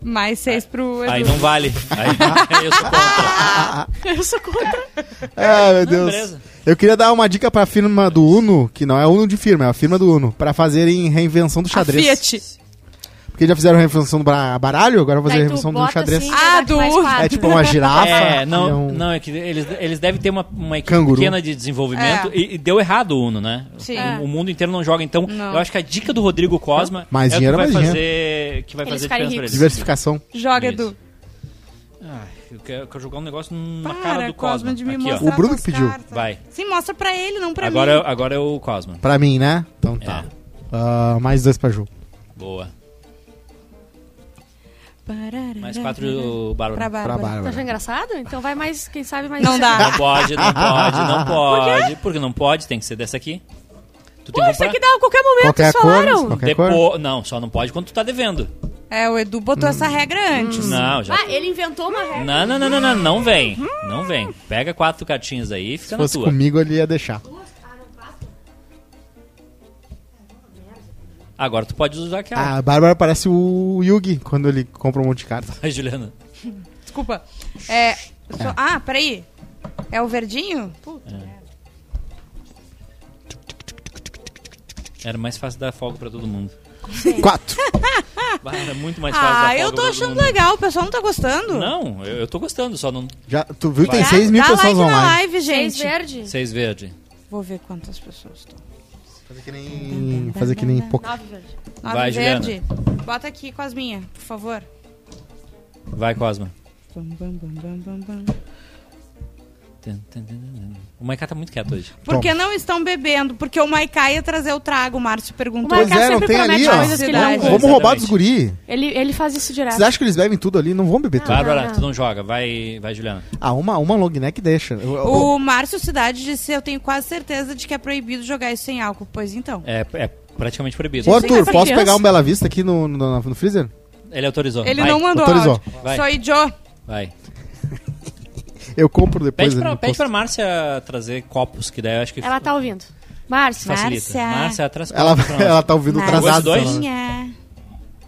Speaker 2: Mais seis pro Edu.
Speaker 1: É. Aí não vale. Aí eu sou contra.
Speaker 3: Eu sou contra.
Speaker 4: Ah, meu Deus.
Speaker 1: beleza.
Speaker 4: Eu queria dar uma dica pra firma do Uno, que não é Uno de firma, é a firma do Uno, pra fazerem reinvenção do xadrez.
Speaker 2: Fiat.
Speaker 4: Porque já fizeram reinvenção do bra- baralho, agora vão fazer
Speaker 3: Daí tu
Speaker 4: reinvenção do
Speaker 3: bota
Speaker 4: xadrez.
Speaker 3: assim,
Speaker 2: Ah,
Speaker 3: vai com mais
Speaker 2: do-
Speaker 3: quatro.
Speaker 4: É tipo uma girafa.
Speaker 1: É,
Speaker 4: é
Speaker 1: não,
Speaker 4: um-
Speaker 1: não, é que eles, eles devem ter uma, uma equipe
Speaker 4: Canguru.
Speaker 1: pequena de desenvolvimento
Speaker 2: É.
Speaker 1: e, e deu errado o Uno, né?
Speaker 2: Sim.
Speaker 1: O,
Speaker 2: É.
Speaker 1: o mundo inteiro não joga, então
Speaker 2: Não.
Speaker 1: eu acho que a dica do Rodrigo Cosma
Speaker 4: Mais
Speaker 1: é o que
Speaker 4: dinheiro,
Speaker 1: vai
Speaker 4: mais
Speaker 1: fazer, que vai
Speaker 3: Eles
Speaker 1: fazer
Speaker 3: ficarem
Speaker 1: diferença pra eles.
Speaker 4: Diversificação.
Speaker 2: Joga,
Speaker 1: Isso.
Speaker 2: Edu.
Speaker 1: Ai, eu quero, eu quero jogar um negócio na
Speaker 2: Para,
Speaker 1: cara do Cosma.
Speaker 2: Cosma, de me
Speaker 1: Aqui, ó.
Speaker 2: mostrar
Speaker 4: O Bruno
Speaker 2: tuas
Speaker 4: que pediu.
Speaker 2: cartas.
Speaker 1: Vai.
Speaker 2: Sim, mostra pra ele, não pra
Speaker 1: Agora,
Speaker 2: mim.
Speaker 1: é- agora é o Cosma.
Speaker 4: Pra mim, né? Então
Speaker 1: É.
Speaker 4: tá. Ah, mais dois pra Ju.
Speaker 1: Boa.
Speaker 2: Parará.
Speaker 1: Mais quatro,
Speaker 2: Pra
Speaker 1: Bárbara.
Speaker 4: Pra
Speaker 2: Bárbara.
Speaker 3: Tá achando
Speaker 4: Bárbara.
Speaker 3: engraçado? Então vai mais, quem sabe mais...
Speaker 2: Não
Speaker 3: um
Speaker 2: dá.
Speaker 3: segundo.
Speaker 1: Não pode, não pode, não pode. Porque não pode, tem que ser dessa aqui. Tu tem
Speaker 3: Pô,
Speaker 1: que
Speaker 3: isso
Speaker 1: comprar
Speaker 3: aqui dá a qualquer momento,
Speaker 4: Qualquer
Speaker 3: eles
Speaker 4: cor,
Speaker 3: falaram.
Speaker 4: qualquer cor.
Speaker 1: depois. Não, só não pode quando tu tá devendo.
Speaker 2: É, o Edu botou essa
Speaker 4: Hum.
Speaker 2: regra antes.
Speaker 1: Não, já
Speaker 3: Ah, ele inventou uma regra.
Speaker 1: Não, não, não, não, não, não vem. Não vem. Pega quatro cartinhas aí e fica
Speaker 4: Se
Speaker 1: na
Speaker 4: fosse
Speaker 1: tua.
Speaker 4: comigo, ele ia deixar.
Speaker 1: Agora tu pode usar aquela.
Speaker 4: Ah, A Bárbara parece o Yugi quando ele compra um monte de carta.
Speaker 1: Ai, Juliana.
Speaker 2: Desculpa. É, só- Ah, peraí. É o verdinho? Puta.
Speaker 1: Era mais fácil dar folga pra todo mundo.
Speaker 4: Quatro.
Speaker 1: Bah, Era muito mais fácil dar
Speaker 2: Ah,
Speaker 1: folga
Speaker 2: eu tô
Speaker 1: pra
Speaker 2: achando
Speaker 1: todo mundo.
Speaker 2: legal. O pessoal não tá gostando.
Speaker 1: Não, eu, eu tô gostando, só não.
Speaker 4: Já, tu viu? Tem
Speaker 1: Vai.
Speaker 4: seis mil
Speaker 2: Dá
Speaker 4: pessoas
Speaker 2: like na
Speaker 4: online.
Speaker 2: live,
Speaker 3: Seis
Speaker 2: gente.
Speaker 3: verde.
Speaker 1: Seis verde.
Speaker 2: Vou ver quantas pessoas estão.
Speaker 4: Fazer que nem, fazer que nem pouco.
Speaker 3: Nove verde.
Speaker 2: Nove
Speaker 1: Vai,
Speaker 2: verde. Bota aqui com as minhas, por favor.
Speaker 1: Vai, Cosma.
Speaker 2: Bam, bam, bam, bam, bam, bam.
Speaker 1: O Maiká tá muito quieto hoje.
Speaker 2: Por que não estão bebendo? Porque o Maiká ia trazer o trago, o Márcio
Speaker 3: O
Speaker 2: perguntou.
Speaker 4: Pois
Speaker 3: Marcar
Speaker 4: é, não
Speaker 3: sempre
Speaker 4: tem
Speaker 3: promete
Speaker 4: ali, ó.
Speaker 3: coisas que ele
Speaker 2: Não,
Speaker 3: não
Speaker 4: Vamos
Speaker 3: cumpre.
Speaker 1: Exatamente.
Speaker 4: roubar dos guri.
Speaker 3: Ele, ele faz isso direto.
Speaker 4: Vocês acham que eles bebem tudo ali? Ah, Não vão beber tudo.
Speaker 1: Bárbara,
Speaker 3: não.
Speaker 1: tu não joga. Vai, vai Juliana.
Speaker 4: Ah, uma, uma long neck deixa. O- o-
Speaker 2: O Márcio Cidade disse: Eu tenho quase certeza de que é proibido jogar isso sem álcool. Pois então.
Speaker 1: É, é praticamente proibido.
Speaker 4: Ô,
Speaker 3: tem
Speaker 4: Arthur,
Speaker 3: essa
Speaker 4: posso
Speaker 3: criança.
Speaker 4: pegar um Bela Vista aqui no, no, no freezer?
Speaker 1: Ele autorizou.
Speaker 2: Ele
Speaker 1: vai,
Speaker 2: não mandou
Speaker 4: autorizou.
Speaker 2: áudio.
Speaker 1: Vai.
Speaker 2: Sou idiota.
Speaker 1: Vai.
Speaker 4: Eu compro depois.
Speaker 1: Pede
Speaker 4: ali
Speaker 1: pra,
Speaker 4: no
Speaker 1: pede
Speaker 4: posto.
Speaker 1: pra Márcia trazer copos, que daí eu acho que.
Speaker 3: Ela tá é. ouvindo.
Speaker 2: Márcia.
Speaker 1: Facilita.
Speaker 2: Márcia.
Speaker 1: Márcia, traz
Speaker 4: Ela,
Speaker 1: quatro pra nós.
Speaker 4: ela tá ouvindo
Speaker 2: Márcia. é.
Speaker 4: atrasado.
Speaker 1: Dois?
Speaker 4: sei lá.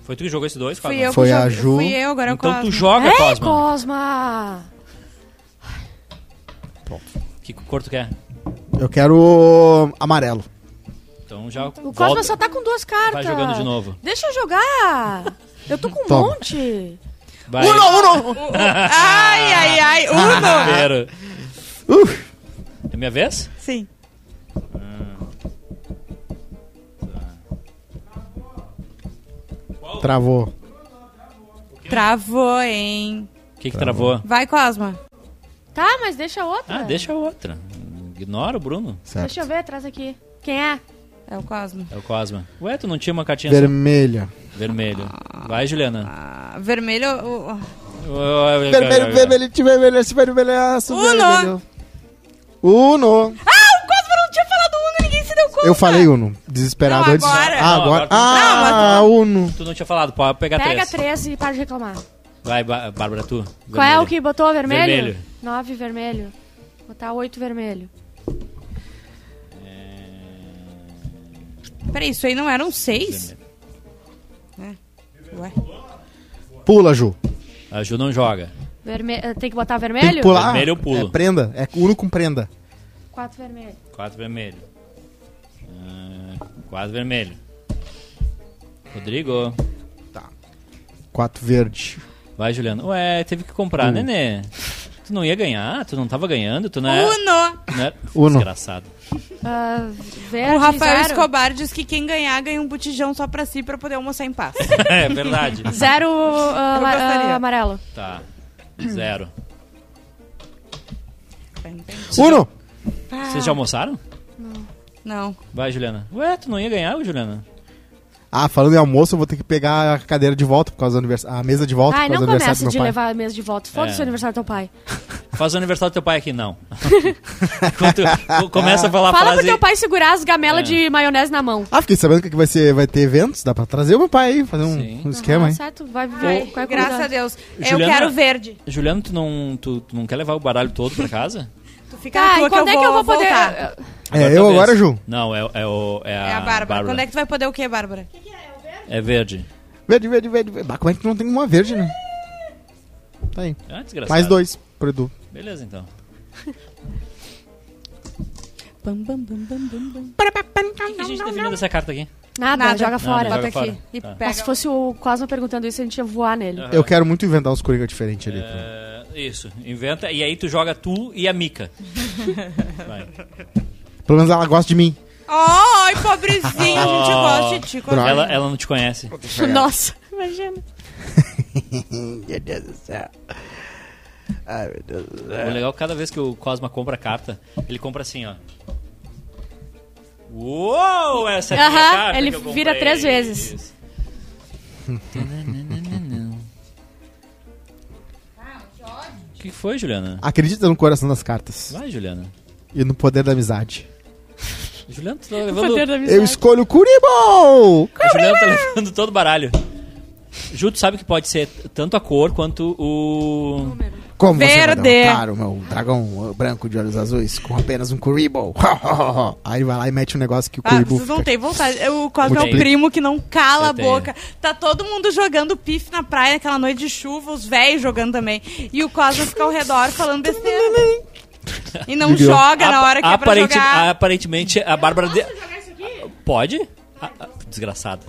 Speaker 1: Foi tu que jogou esses dois,
Speaker 2: Fui
Speaker 1: Cosma?
Speaker 2: eu que
Speaker 4: Foi a
Speaker 2: joguei-
Speaker 4: Ju.
Speaker 2: Fui eu, agora é o
Speaker 1: Então tu
Speaker 2: Cosma.
Speaker 1: joga,
Speaker 3: Ei,
Speaker 1: Cosma.
Speaker 3: Cosma!
Speaker 1: Que é. cor tu quer?
Speaker 4: Eu quero amarelo.
Speaker 1: Então já
Speaker 3: O Cosma
Speaker 1: volta.
Speaker 3: só tá com duas cartas.
Speaker 1: Vai jogando de novo.
Speaker 3: Deixa eu jogar. Eu tô com um
Speaker 4: Toma.
Speaker 3: monte.
Speaker 1: Vai.
Speaker 2: O- o- Ai, ai, ai. Uno.
Speaker 1: Primeiro.
Speaker 4: Uf.
Speaker 1: É minha vez?
Speaker 2: Sim.
Speaker 4: Travou.
Speaker 2: Travou, hein?
Speaker 1: O que que
Speaker 4: Tá
Speaker 1: travou?
Speaker 2: Vai, Cosma.
Speaker 3: Tá, mas deixa a outra.
Speaker 1: Ah, deixa a outra. Ignora o Bruno.
Speaker 4: Certo.
Speaker 3: Deixa eu ver, traz aqui. Quem é?
Speaker 2: É o Cosma.
Speaker 1: É o Cosma. Ué, tu não tinha uma cartinha só?
Speaker 4: Vermelho.
Speaker 1: Vermelho. Vai, Juliana.
Speaker 2: Ah, vermelho. o- Ah, o-
Speaker 4: Vermelho, vermelho, vermelho, esse vermelhaço,
Speaker 2: Uno.
Speaker 4: vermelho. Uno.
Speaker 2: Ah, o Cosma não tinha falado Uno, ninguém se deu conta.
Speaker 4: Eu falei Uno. Desesperado
Speaker 2: Não,
Speaker 4: antes.
Speaker 2: agora.
Speaker 4: Ah,
Speaker 1: Não,
Speaker 4: agora.
Speaker 1: agora tu-
Speaker 4: Ah, Uno.
Speaker 1: Tu não tinha falado, pode pegar
Speaker 3: Pega
Speaker 1: três.
Speaker 3: três e para de reclamar.
Speaker 1: Vai, Bá- Bárbara, tu.
Speaker 3: Qual é o que botou vermelho?
Speaker 1: Vermelho.
Speaker 3: Nove vermelho. Botar oito vermelho.
Speaker 2: Peraí, isso aí não eram
Speaker 1: É.
Speaker 2: seis? Né? Ué.
Speaker 4: Pula, Ju.
Speaker 1: A Ju não joga.
Speaker 3: Verme... eh, Tem que botar
Speaker 4: Tem
Speaker 3: vermelho?
Speaker 4: que pular.
Speaker 1: Vermelho eu pulo.
Speaker 4: É prenda. É Uno com prenda.
Speaker 3: Quatro vermelho.
Speaker 1: Quatro vermelho. Ah, quatro vermelho. Rodrigo.
Speaker 4: Quatro verde.
Speaker 1: Vai, Juliana. Ué, teve que comprar, nenê. Tu não ia ganhar? Tu não tava ganhando? Tu não era...
Speaker 2: Uno.
Speaker 1: não era-
Speaker 4: Uno.
Speaker 1: Desgraçado.
Speaker 3: Ah, verde,
Speaker 2: O Rafael
Speaker 3: zero.
Speaker 2: Escobar diz que quem ganhar ganha um botijão só pra si pra poder almoçar em paz.
Speaker 1: é verdade.
Speaker 3: Zero ah,
Speaker 2: Eu
Speaker 3: la- ah,
Speaker 2: gostaria.
Speaker 3: amarelo.
Speaker 1: Tá. Zero.
Speaker 4: Uno.
Speaker 1: Vocês já almoçaram?
Speaker 2: Não.
Speaker 1: Vai, Juliana. Ué, tu não ia ganhar, ô, Juliana?
Speaker 4: Ah, falando em almoço, eu vou ter que pegar a cadeira de volta por causa do aniversário. A mesa de volta
Speaker 3: Ai,
Speaker 4: por
Speaker 3: não
Speaker 4: causa do
Speaker 3: começa
Speaker 4: aniversário
Speaker 3: de
Speaker 4: do meu pai.
Speaker 3: levar a mesa de volta. Foda-se
Speaker 1: É.
Speaker 3: o aniversário do teu pai.
Speaker 1: Faz o aniversário do teu pai aqui, não. Enquanto co- começa a falar
Speaker 3: Fala
Speaker 1: frase.
Speaker 3: pro teu pai segurar as gamelas
Speaker 1: É.
Speaker 3: de maionese na mão.
Speaker 4: Ah, fiquei sabendo que aqui vai, ser, vai ter eventos. Dá pra trazer o meu pai aí, fazer
Speaker 1: Sim.
Speaker 4: um, um esquema,
Speaker 3: Ah,
Speaker 4: hein?
Speaker 3: certo, vai
Speaker 2: Ai,
Speaker 3: ver. Qual é a
Speaker 2: graças a
Speaker 3: comida?
Speaker 2: Deus. Eu
Speaker 1: Juliana-
Speaker 2: quero verde.
Speaker 1: Juliana, tu não, tu, tu não quer levar o baralho todo pra casa?
Speaker 2: Tu fica na
Speaker 3: Tá,
Speaker 2: tua
Speaker 3: e quando
Speaker 2: que
Speaker 3: é que eu vou poder.
Speaker 2: voltar.
Speaker 4: É,
Speaker 1: tua
Speaker 4: eu
Speaker 1: vez.
Speaker 4: agora, Ju.
Speaker 1: Não, é, é, o, é, a,
Speaker 2: É a Bárbara. Quando é que tu vai poder o quê, Bárbara?
Speaker 1: É verde.
Speaker 4: Verde, verde, verde. verde. Bah, como é que não tem uma verde, né? Tá aí.
Speaker 1: Ah, desgraçado.
Speaker 4: Mais dois pro Edu.
Speaker 1: Beleza, então.
Speaker 2: Bam, bam, bam, bam, bam, bam.
Speaker 1: O que a gente definiu dessa carta aqui?
Speaker 3: Nada,
Speaker 2: Nada.
Speaker 3: joga fora.
Speaker 1: Nada,
Speaker 2: Bota
Speaker 1: joga
Speaker 2: aqui
Speaker 1: fora.
Speaker 2: e
Speaker 1: Tá.
Speaker 3: Mas
Speaker 2: pega.
Speaker 3: se fosse o Cosmo perguntando isso, a gente ia voar nele.
Speaker 1: Aham.
Speaker 4: Eu quero muito inventar uns Coringa diferentes ali. pra-
Speaker 1: É, isso, inventa. E aí tu joga tu e a Mica. Vai.
Speaker 4: Pelo menos ela gosta de mim.
Speaker 2: Ai, pobrezinho, a gente
Speaker 1: Oh.
Speaker 2: gosta de ti. quando-
Speaker 4: Droga.
Speaker 1: Ela, ela não te conhece.
Speaker 3: Nossa, imagina.
Speaker 4: Meu Deus do céu. Ai, meu Deus do
Speaker 1: O legal é que cada vez que o Cosma compra a carta, ele compra assim, ó. Uou, essa é a minha
Speaker 3: Aham,
Speaker 1: carta
Speaker 3: ele
Speaker 1: que eu comprei.
Speaker 3: vira três vezes.
Speaker 1: Isso.
Speaker 3: Ah,
Speaker 1: O que foi, Juliana?
Speaker 4: Acredita no coração das cartas
Speaker 1: Vai, Juliana.
Speaker 4: e no poder da amizade.
Speaker 1: Juliana, tu tá levando,
Speaker 4: Eu escolho Curibol!
Speaker 1: a Juliana tá levando todo o baralho. Ju, tu sabe que pode ser tanto a cor quanto o...
Speaker 4: Como
Speaker 2: Verde.
Speaker 4: você vai derrotar o meu dragão branco de olhos azuis com apenas um Curibol? Aí vai lá e mete um negócio
Speaker 1: é
Speaker 4: que o
Speaker 2: Ah,
Speaker 4: Curibol
Speaker 2: vocês não
Speaker 4: fica...
Speaker 2: têm vontade. O Cosmo é o
Speaker 1: Multiplica.
Speaker 2: primo que não cala
Speaker 1: Eu
Speaker 2: a
Speaker 1: tenho.
Speaker 2: boca. Tá todo mundo jogando pife na praia naquela noite de chuva, os velhos jogando também. E o Cosmo fica ao redor falando besteira. E não
Speaker 4: Entendeu?
Speaker 2: joga na hora que é pra
Speaker 1: Aparente-
Speaker 2: jogar.
Speaker 1: Aparentemente, a Bárbara... de- Pode? Ah, ah, desgraçada.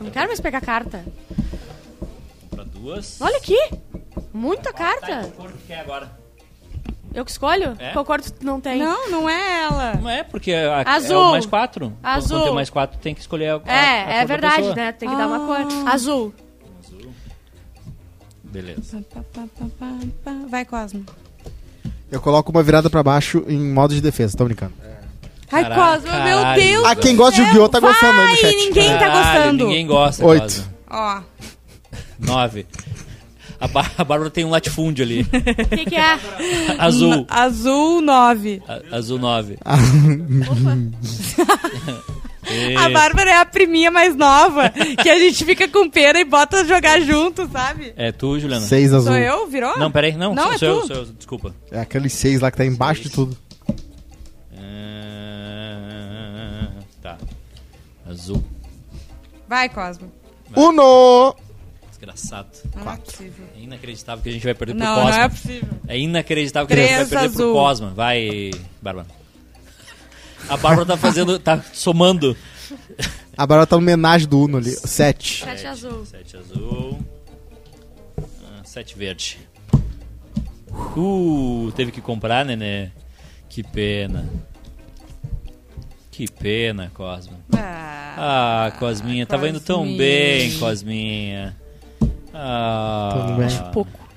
Speaker 3: Não quero mais pegar carta.
Speaker 1: Pra duas.
Speaker 3: Olha aqui. Muita
Speaker 2: tá
Speaker 3: carta.
Speaker 1: Cor que quer agora.
Speaker 3: Eu que escolho?
Speaker 1: É?
Speaker 3: Qual cor tu não tem?
Speaker 2: Não, não é ela.
Speaker 1: Não é, porque a,
Speaker 3: Azul.
Speaker 1: é o mais quatro. Quando-
Speaker 3: Azul.
Speaker 1: Quando tem mais quatro, tem que escolher a, a- a cor
Speaker 3: É,
Speaker 1: da
Speaker 3: é verdade,
Speaker 1: pessoa.
Speaker 3: né? Tem que dar uma cor.
Speaker 2: Ah.
Speaker 3: Azul.
Speaker 1: Beleza.
Speaker 2: Pá, pá, pá, pá, pá. Vai, Cosmo.
Speaker 4: Eu coloco uma virada pra baixo em modo de defesa, tô brincando.
Speaker 2: Ai,
Speaker 1: Caralho,
Speaker 2: Cosmo, meu
Speaker 1: caralho.
Speaker 2: Deus.
Speaker 4: Ah,
Speaker 2: do
Speaker 4: quem gosta de
Speaker 2: céu.
Speaker 4: Yu-Gi-Oh! tá gostando aí no
Speaker 2: Vai,
Speaker 4: chat.
Speaker 2: ninguém tá
Speaker 1: Caralho,
Speaker 2: gostando.
Speaker 1: Ninguém gosta.
Speaker 4: Oito.
Speaker 1: quase.
Speaker 2: Ó,
Speaker 1: Nove. A, Bá- a Bárbara tem um latifúndio ali.
Speaker 3: O que, que é?
Speaker 1: Azul.
Speaker 2: azul 9.
Speaker 1: A- azul nove. E-
Speaker 2: A Bárbara é a priminha mais nova, que a gente fica com pena e bota jogar junto, sabe?
Speaker 1: É tu, Juliana?
Speaker 4: Seis azul.
Speaker 2: Sou eu? Virou?
Speaker 1: Não, peraí. Não,
Speaker 2: Não,
Speaker 1: sou,
Speaker 2: é
Speaker 1: sou eu,
Speaker 2: tu.
Speaker 1: sou eu. Desculpa.
Speaker 4: É aquele seis lá que tá embaixo de tudo.
Speaker 1: É, Ah, tá. Azul.
Speaker 2: Vai, Cosmo.
Speaker 4: Uno!
Speaker 1: Desgraçado.
Speaker 2: Não é possível.
Speaker 1: É inacreditável que a gente vai perder pro
Speaker 2: Não,
Speaker 1: Cosma.
Speaker 2: não é possível.
Speaker 1: É inacreditável que a gente vai
Speaker 2: Três
Speaker 1: perder pro
Speaker 2: azul.
Speaker 1: Cosma. Vai, Bárbara. A Bárbara tá fazendo. tá somando.
Speaker 4: A Bárbara tá no homenagem do Uno ali. Sete.
Speaker 3: Sete azul.
Speaker 1: Sete azul. Ah, sete verde. Uh, teve que comprar, Nenê. Que pena. Que pena, Cosma.
Speaker 2: Ah,
Speaker 1: Ah, Cosminha, tava indo tão
Speaker 2: Cosminha.
Speaker 1: bem, Cosminha. Ah,
Speaker 4: Tudo bem.
Speaker 1: Acho pouco.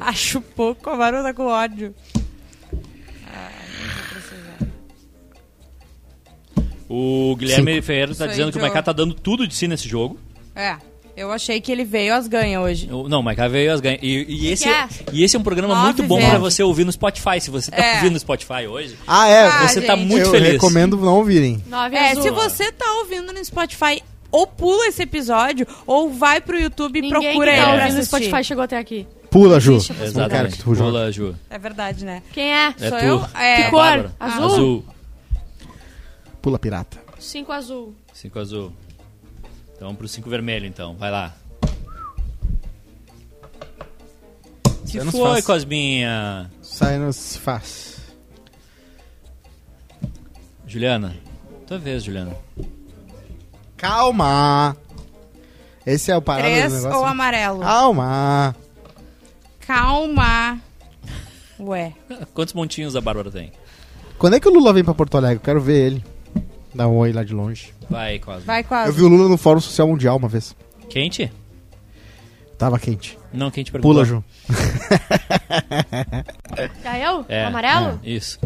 Speaker 2: acho pouco, a Bárbara tá com ódio. Ah, não vou precisar.
Speaker 1: O Guilherme Ferreira
Speaker 2: Isso
Speaker 1: tá
Speaker 2: aí,
Speaker 1: dizendo que o
Speaker 2: Joe.
Speaker 1: Maiká tá dando tudo de si nesse jogo.
Speaker 2: É, eu achei que ele veio às ganhas hoje.
Speaker 1: Eu- Não, o Maiká veio as ganhas. E, e esse,
Speaker 3: é?
Speaker 1: e esse é um programa
Speaker 2: Nove
Speaker 1: muito bom
Speaker 2: vezes.
Speaker 1: pra você ouvir no Spotify. Se você tá
Speaker 2: É.
Speaker 1: ouvindo no Spotify hoje,
Speaker 4: Ah, é.
Speaker 2: Ah,
Speaker 1: você tá
Speaker 2: gente.
Speaker 1: muito
Speaker 4: eu
Speaker 1: feliz.
Speaker 4: recomendo não ouvirem.
Speaker 3: Nove
Speaker 2: É,
Speaker 3: azul.
Speaker 2: se você tá ouvindo no Spotify, ou pula esse episódio, ou vai pro YouTube e
Speaker 3: Ninguém
Speaker 2: procura
Speaker 3: que
Speaker 2: ele
Speaker 3: tá
Speaker 2: pra
Speaker 3: ouvindo no
Speaker 2: assistir.
Speaker 3: Spotify chegou até aqui.
Speaker 4: Pula, Ju.
Speaker 3: Existe,
Speaker 4: Não quero que
Speaker 1: Exatamente.
Speaker 4: tu jogue.
Speaker 1: Pula, Ju.
Speaker 2: É verdade, né?
Speaker 3: Quem é?
Speaker 1: É
Speaker 2: Sou
Speaker 1: tu.
Speaker 2: eu? É.
Speaker 1: A
Speaker 3: Que cor?
Speaker 1: Bárbara.
Speaker 3: Azul?
Speaker 1: Azul.
Speaker 4: Pula, pirata.
Speaker 3: Cinco azul.
Speaker 1: Cinco azul. Então pro cinco vermelho, então. Vai lá. Que
Speaker 4: Eu não
Speaker 1: foi,
Speaker 4: faço.
Speaker 1: Cosminha?
Speaker 4: Sai não se faz.
Speaker 1: Juliana? Tua vez, Juliana.
Speaker 4: Calma. Esse é o parado do
Speaker 2: Três
Speaker 4: negócio. Ah.
Speaker 2: ou amarelo?
Speaker 4: Calma.
Speaker 2: Calma. Ué.
Speaker 1: Quantos montinhos a Bárbara tem?
Speaker 4: Quando é que o Lula vem pra Porto Alegre? Eu quero ver ele. Dá um oi lá de longe.
Speaker 1: Vai, Cosmo.
Speaker 2: Vai quase.
Speaker 4: Eu vi o Lula no Fórum Social Mundial uma vez.
Speaker 1: Quente?
Speaker 4: Tava quente.
Speaker 1: Não, quente perguntou.
Speaker 4: Pula, Ju.
Speaker 3: Já eu?
Speaker 1: É,
Speaker 3: Amarelo?
Speaker 1: é, isso.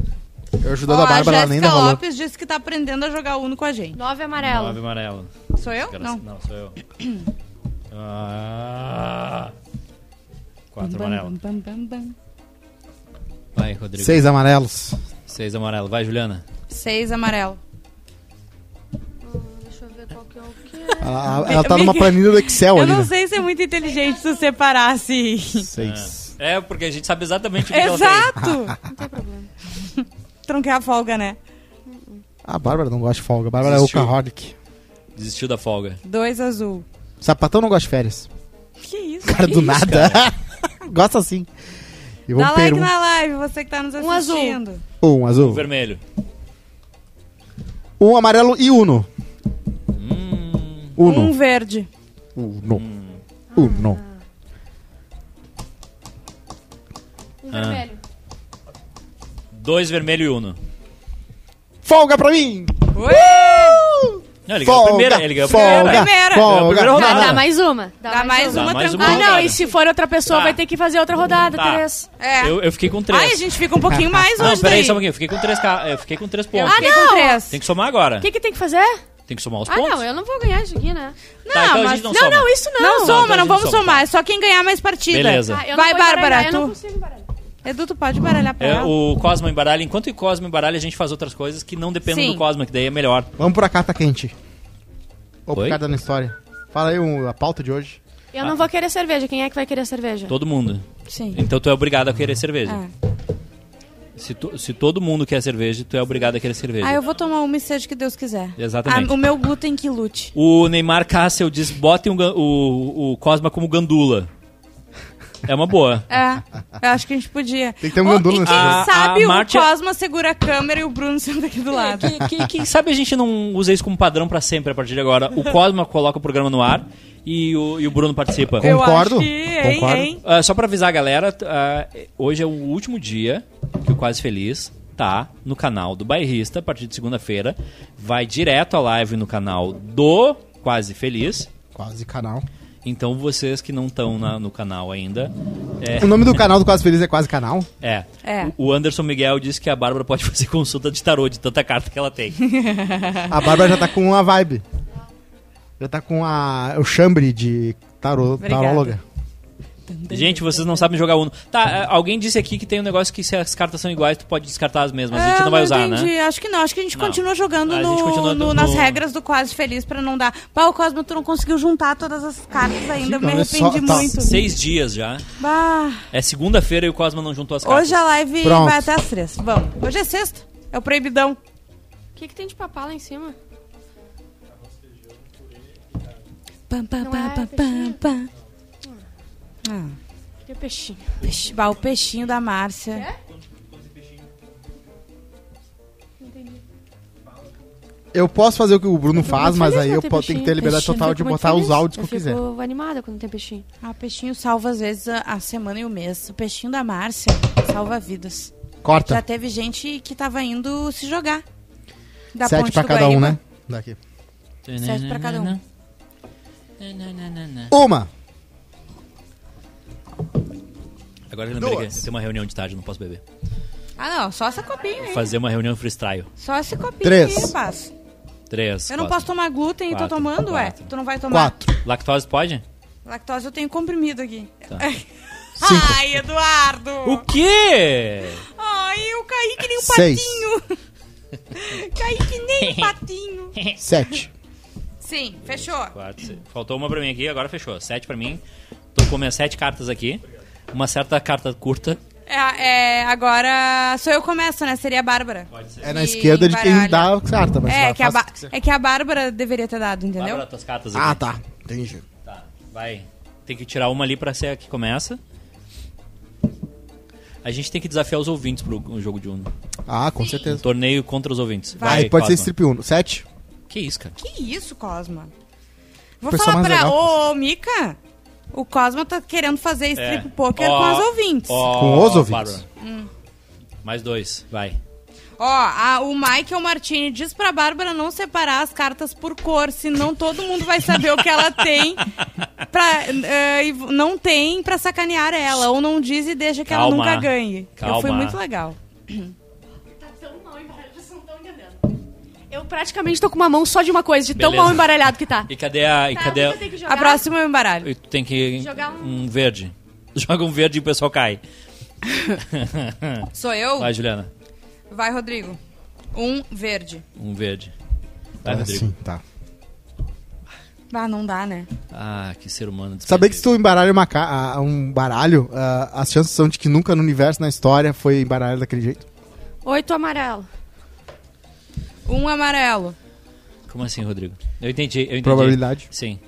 Speaker 4: Eu ajudando a Bárbara,
Speaker 2: a
Speaker 4: ela nem
Speaker 2: Jéssica
Speaker 4: dá valor.
Speaker 2: Lopes disse que tá aprendendo a jogar Uno com a gente.
Speaker 3: Nove amarelo.
Speaker 1: Nove amarelo.
Speaker 2: Sou eu?
Speaker 1: Desgraça-
Speaker 2: Ah, Não.
Speaker 1: Não, sou eu. Ah. Quatro
Speaker 2: Bam,
Speaker 1: amarelo.
Speaker 2: bam, bam, bam.
Speaker 1: Vai, Rodrigo.
Speaker 4: Seis amarelos.
Speaker 1: Seis amarelo. Vai, Juliana.
Speaker 2: Seis amarelo.
Speaker 3: Hum, Deixa eu ver qual que é o que.
Speaker 4: Ela, ela- ela tá numa planilha do Excel
Speaker 2: Eu
Speaker 4: ali.
Speaker 2: não
Speaker 4: né?
Speaker 2: sei se é muito inteligente se separar assim.
Speaker 4: Seis.
Speaker 1: É, porque a gente sabe exatamente o que ela tem.
Speaker 2: Exato!
Speaker 3: Não tem problema.
Speaker 2: Tronquei a folga, né?
Speaker 4: A Ah, Bárbara não gosta de folga. A Bárbara
Speaker 1: Desistiu.
Speaker 4: é alcoholic.
Speaker 1: Desistiu da folga.
Speaker 2: Dois azul.
Speaker 4: Sapatão não gosta de férias.
Speaker 2: Que isso?
Speaker 4: Cara, do nada. gosta sim. E
Speaker 2: Dá
Speaker 4: vamos
Speaker 2: like
Speaker 4: peru.
Speaker 2: na live, você que tá nos
Speaker 3: Um azul.
Speaker 2: assistindo.
Speaker 4: Um
Speaker 1: O
Speaker 4: azul.
Speaker 1: vermelho.
Speaker 4: Um amarelo e uno.
Speaker 1: Hum,
Speaker 2: Um
Speaker 4: Uno.
Speaker 2: verde.
Speaker 4: Uno. Uno.
Speaker 3: Um vermelho.
Speaker 1: dois vermelho e uno.
Speaker 4: Folga pra mim!
Speaker 1: Não, ele ganhou a
Speaker 4: Folga,
Speaker 1: primeira. Ele ganhou a
Speaker 4: folga,
Speaker 1: primeira.
Speaker 2: Primeira.
Speaker 4: Folga.
Speaker 1: Primeira
Speaker 3: Dá,
Speaker 1: rodada.
Speaker 3: Tá, dá mais uma.
Speaker 2: Dá
Speaker 3: Dá,
Speaker 2: Tá mais uma
Speaker 1: Dá mais uma
Speaker 3: Ah,
Speaker 2: tranquila.
Speaker 3: não,
Speaker 1: rodada.
Speaker 3: e se for outra pessoa,
Speaker 1: Tá.
Speaker 3: vai ter que fazer outra rodada,
Speaker 1: Tá.
Speaker 3: três.
Speaker 2: É.
Speaker 1: Eu, eu fiquei com três.
Speaker 2: Ai, a gente fica um pouquinho mais
Speaker 1: Não,
Speaker 2: hoje
Speaker 1: peraí,
Speaker 2: daí.
Speaker 1: só um pouquinho. Eu fiquei com três, ca- eu fiquei com três
Speaker 2: Eu
Speaker 1: pontos.
Speaker 2: fiquei
Speaker 3: Ah,
Speaker 2: com
Speaker 3: não.
Speaker 2: três.
Speaker 1: Tem que somar agora.
Speaker 3: O que, que tem que fazer?
Speaker 1: Tem que somar os
Speaker 3: Ah,
Speaker 1: pontos.
Speaker 3: não, eu não vou ganhar isso aqui, né?
Speaker 1: Tá, então a
Speaker 2: mas-
Speaker 1: gente não,
Speaker 3: Não,
Speaker 1: soma.
Speaker 3: não, isso não.
Speaker 2: Não,
Speaker 1: então a
Speaker 2: soma,
Speaker 1: gente
Speaker 2: não vamos
Speaker 1: não soma,
Speaker 2: somar. É só quem ganhar mais partida.
Speaker 1: Beleza.
Speaker 3: Ah, eu não
Speaker 2: Vai,
Speaker 3: vou
Speaker 2: Bárbara,
Speaker 3: embaralhar, Eu não
Speaker 2: tu.
Speaker 3: consigo embaralhar.
Speaker 2: Edu, tu pode baralhar pra
Speaker 1: É,
Speaker 2: ela?
Speaker 1: o Cosmo embaralha. Enquanto o Cosmo embaralha, a gente faz outras coisas que não dependem
Speaker 2: Sim.
Speaker 1: do Cosmo, que daí é melhor.
Speaker 4: Vamos pra carta quente. Ou
Speaker 1: Oi?
Speaker 4: pra carta na história. Fala aí um- a pauta de hoje.
Speaker 3: Eu não vou querer cerveja. Quem é que vai querer cerveja?
Speaker 1: Todo mundo.
Speaker 2: Sim.
Speaker 1: Então tu é obrigado a querer cerveja.
Speaker 2: É.
Speaker 3: É.
Speaker 1: Se, tu- se todo mundo quer cerveja, tu é obrigado a querer cerveja.
Speaker 2: Ah, eu vou tomar uma e seja o que Deus quiser.
Speaker 1: Exatamente.
Speaker 2: Ah, o meu glúten que lute.
Speaker 1: O Neymar Cassel diz: botem o, gan- o, o Cosma como gandula. É uma boa.
Speaker 2: É, eu acho que a gente podia.
Speaker 4: Tem que ter um
Speaker 2: Ou-
Speaker 4: gandula
Speaker 2: E
Speaker 4: nessa
Speaker 2: quem
Speaker 1: coisa. A-
Speaker 2: sabe
Speaker 1: a
Speaker 2: o
Speaker 1: Marte- é-
Speaker 2: Cosma segura a câmera e o Bruno senta aqui do lado.
Speaker 1: Que- que- quem sabe a gente não usa isso como padrão pra sempre a partir de agora. O Cosma coloca o programa no ar e o, e o Bruno participa.
Speaker 4: Eu- Concordo,
Speaker 2: Eu acho que, hein,
Speaker 4: concordo.
Speaker 2: hein?
Speaker 1: Ah, só pra avisar a galera, t- ah, hoje é o último dia que o Quase Feliz tá no canal do Bairrista, a partir de segunda-feira. Vai direto à live no canal do Quase Feliz.
Speaker 4: Quase canal.
Speaker 1: Então vocês que não estão no canal ainda. é,
Speaker 4: O nome do canal do Quase Feliz é Quase Canal?
Speaker 1: É.
Speaker 2: É.
Speaker 1: O o Anderson Miguel disse que a Bárbara pode fazer consulta de tarô de tanta carta que ela tem.
Speaker 4: A Bárbara já tá com uma vibe. Já tá com a, o chambre de tarô,
Speaker 2: Obrigada.
Speaker 4: taróloga.
Speaker 1: Gente, vocês não sabem jogar Uno. Tá, é, alguém disse aqui que tem um negócio que se as cartas são iguais, tu pode descartar as mesmas. A gente
Speaker 2: É,
Speaker 1: não vai usar,
Speaker 2: entendi.
Speaker 1: né?
Speaker 2: Acho que não. Acho que a gente
Speaker 1: Não.
Speaker 2: continua jogando
Speaker 1: A gente
Speaker 2: no-
Speaker 1: continua
Speaker 2: no-
Speaker 1: no-
Speaker 2: nas regras do Quase Feliz pra não dar. Pau, Cosmo, tu não conseguiu juntar todas as cartas ainda. Eu me
Speaker 4: Não, é
Speaker 2: arrependi
Speaker 4: só- tá.
Speaker 2: muito.
Speaker 1: Seis dias já.
Speaker 2: Bah.
Speaker 1: É segunda-feira e o Cosma não juntou as cartas.
Speaker 2: Hoje a live
Speaker 4: Pronto.
Speaker 2: vai até as três. Vamos. Hoje é sexta. É o proibidão.
Speaker 3: O que, que tem de papá lá em cima?
Speaker 2: Pam, pam,
Speaker 3: Não
Speaker 2: pam,
Speaker 3: é
Speaker 2: pam, pam,
Speaker 3: peixinho?
Speaker 2: pam. Ah,
Speaker 3: Que peixinho.
Speaker 2: peixe- bah, o peixinho da Márcia.
Speaker 3: É?
Speaker 4: Eu posso fazer o que o Bruno
Speaker 3: Fico
Speaker 4: faz,
Speaker 3: muito
Speaker 4: mas
Speaker 3: feliz
Speaker 4: aí
Speaker 3: quando
Speaker 4: eu
Speaker 3: tem
Speaker 4: po- tenho que ter a
Speaker 3: peixinho.
Speaker 4: liberdade
Speaker 3: Peixinho,
Speaker 4: total
Speaker 3: eu
Speaker 4: de
Speaker 3: fico muito
Speaker 4: botar os
Speaker 2: é
Speaker 3: feliz.
Speaker 4: áudios que eu quiser.
Speaker 3: fico animada quando tem peixinho.
Speaker 2: Ah, o peixinho salva às vezes a, a semana e o mês. O peixinho da Márcia salva vidas. Já
Speaker 4: Corta.
Speaker 2: teve gente que tava indo se jogar. Da
Speaker 4: Sete
Speaker 2: ponte
Speaker 4: pra
Speaker 2: tá do
Speaker 4: cada um,
Speaker 2: Guaíba.
Speaker 4: né? Daqui.
Speaker 2: Sete pra cada um.
Speaker 4: Uma.
Speaker 1: Agora que eu lembrei
Speaker 4: Duas.
Speaker 1: que tem uma reunião de tarde, eu não posso beber.
Speaker 2: Ah, não. Só essa copinha aí.
Speaker 1: Fazer uma reunião freestyle.
Speaker 2: Só essa copinha
Speaker 4: Três.
Speaker 2: aí, rapaz. Eu
Speaker 1: Três.
Speaker 2: não posso
Speaker 1: quatro.
Speaker 2: tomar glúten e tô
Speaker 1: Quatro.
Speaker 2: tomando, ué.
Speaker 1: Quatro.
Speaker 2: Tu não vai tomar.
Speaker 4: Quatro.
Speaker 1: Lactose pode?
Speaker 2: Lactose eu tenho comprimido aqui.
Speaker 1: Tá.
Speaker 2: Ai, Eduardo!
Speaker 1: O quê?
Speaker 2: Ai, eu caí que nem um
Speaker 4: Seis.
Speaker 2: patinho. caí que nem um patinho.
Speaker 4: Sete.
Speaker 2: Sim, fechou.
Speaker 1: Quatro, seis. Faltou uma pra mim aqui, agora fechou. Sete pra mim. Tô com minhas sete cartas aqui. Uma certa carta curta.
Speaker 2: É, é, agora sou eu que começo, né? Seria a Bárbara.
Speaker 1: Pode ser.
Speaker 4: É na
Speaker 2: E
Speaker 4: esquerda de quem
Speaker 2: embaralha.
Speaker 4: dá a carta, tá, mas
Speaker 2: É
Speaker 4: vai,
Speaker 2: que, a
Speaker 4: faz
Speaker 2: Ba-
Speaker 4: o que quiser.
Speaker 2: é que a Bárbara deveria ter dado, entendeu?
Speaker 1: Bárbara, tuas cartas aqui.
Speaker 4: Ah, tá. Entendi.
Speaker 1: Tá, vai. Tem que tirar uma ali pra ser a que começa. A gente tem que desafiar os ouvintes pro um jogo de Uno.
Speaker 4: Ah, com
Speaker 1: Um
Speaker 4: certeza.
Speaker 1: torneio contra os ouvintes.
Speaker 4: Aí pode ser
Speaker 1: Cosma.
Speaker 4: strip 1. Sete.
Speaker 1: Que isso, cara?
Speaker 2: Que isso, Cosma? Vou
Speaker 4: Pessoa
Speaker 2: falar
Speaker 4: mais
Speaker 2: pra.
Speaker 4: legal.
Speaker 2: Ô, Mica, o Cosma tá querendo fazer
Speaker 1: É.
Speaker 2: strip poker com os ouvintes. Ó,
Speaker 4: Com os ouvintes.
Speaker 3: Hum.
Speaker 1: Mais dois, vai.
Speaker 2: a- o Michael Martini diz pra Bárbara não separar as cartas por cor, senão todo mundo vai saber o que ela tem. Pra, eh, e v- não tem pra sacanear ela, ou não diz e deixa que
Speaker 1: Calma.
Speaker 2: ela nunca ganhe. Eu fui
Speaker 1: Calma.
Speaker 2: muito legal.
Speaker 3: Tá tão mal embaralhado, vocês não estão entendendo. Eu praticamente tô com uma mão só de uma coisa, de tão
Speaker 1: Beleza.
Speaker 3: mal embaralhado que tá.
Speaker 1: E cadê a. E cadê a...
Speaker 3: eu tenho que jogar.
Speaker 2: A próxima é um eu embaralho.
Speaker 1: E tu tem que.
Speaker 3: Jogar
Speaker 1: um...
Speaker 3: um-
Speaker 1: verde. Joga um verde e o pessoal cai.
Speaker 2: Sou eu?
Speaker 1: Vai, Juliana.
Speaker 2: Vai, Rodrigo. Um verde.
Speaker 1: Um verde. Vai,
Speaker 4: Ah,
Speaker 1: Rodrigo.
Speaker 4: sim, tá.
Speaker 2: Ah, não dá, né?
Speaker 1: Ah, que ser humano.
Speaker 4: Saber que se
Speaker 1: desprezível.
Speaker 4: tu embaralha uma ca- a- a um baralho, ah, as chances são de que nunca no universo, na história, foi embaralhado daquele jeito.
Speaker 3: Oito amarelo.
Speaker 2: Um amarelo.
Speaker 1: Como assim, Rodrigo? Eu entendi, eu entendi.
Speaker 4: Probabilidade.
Speaker 1: Sim.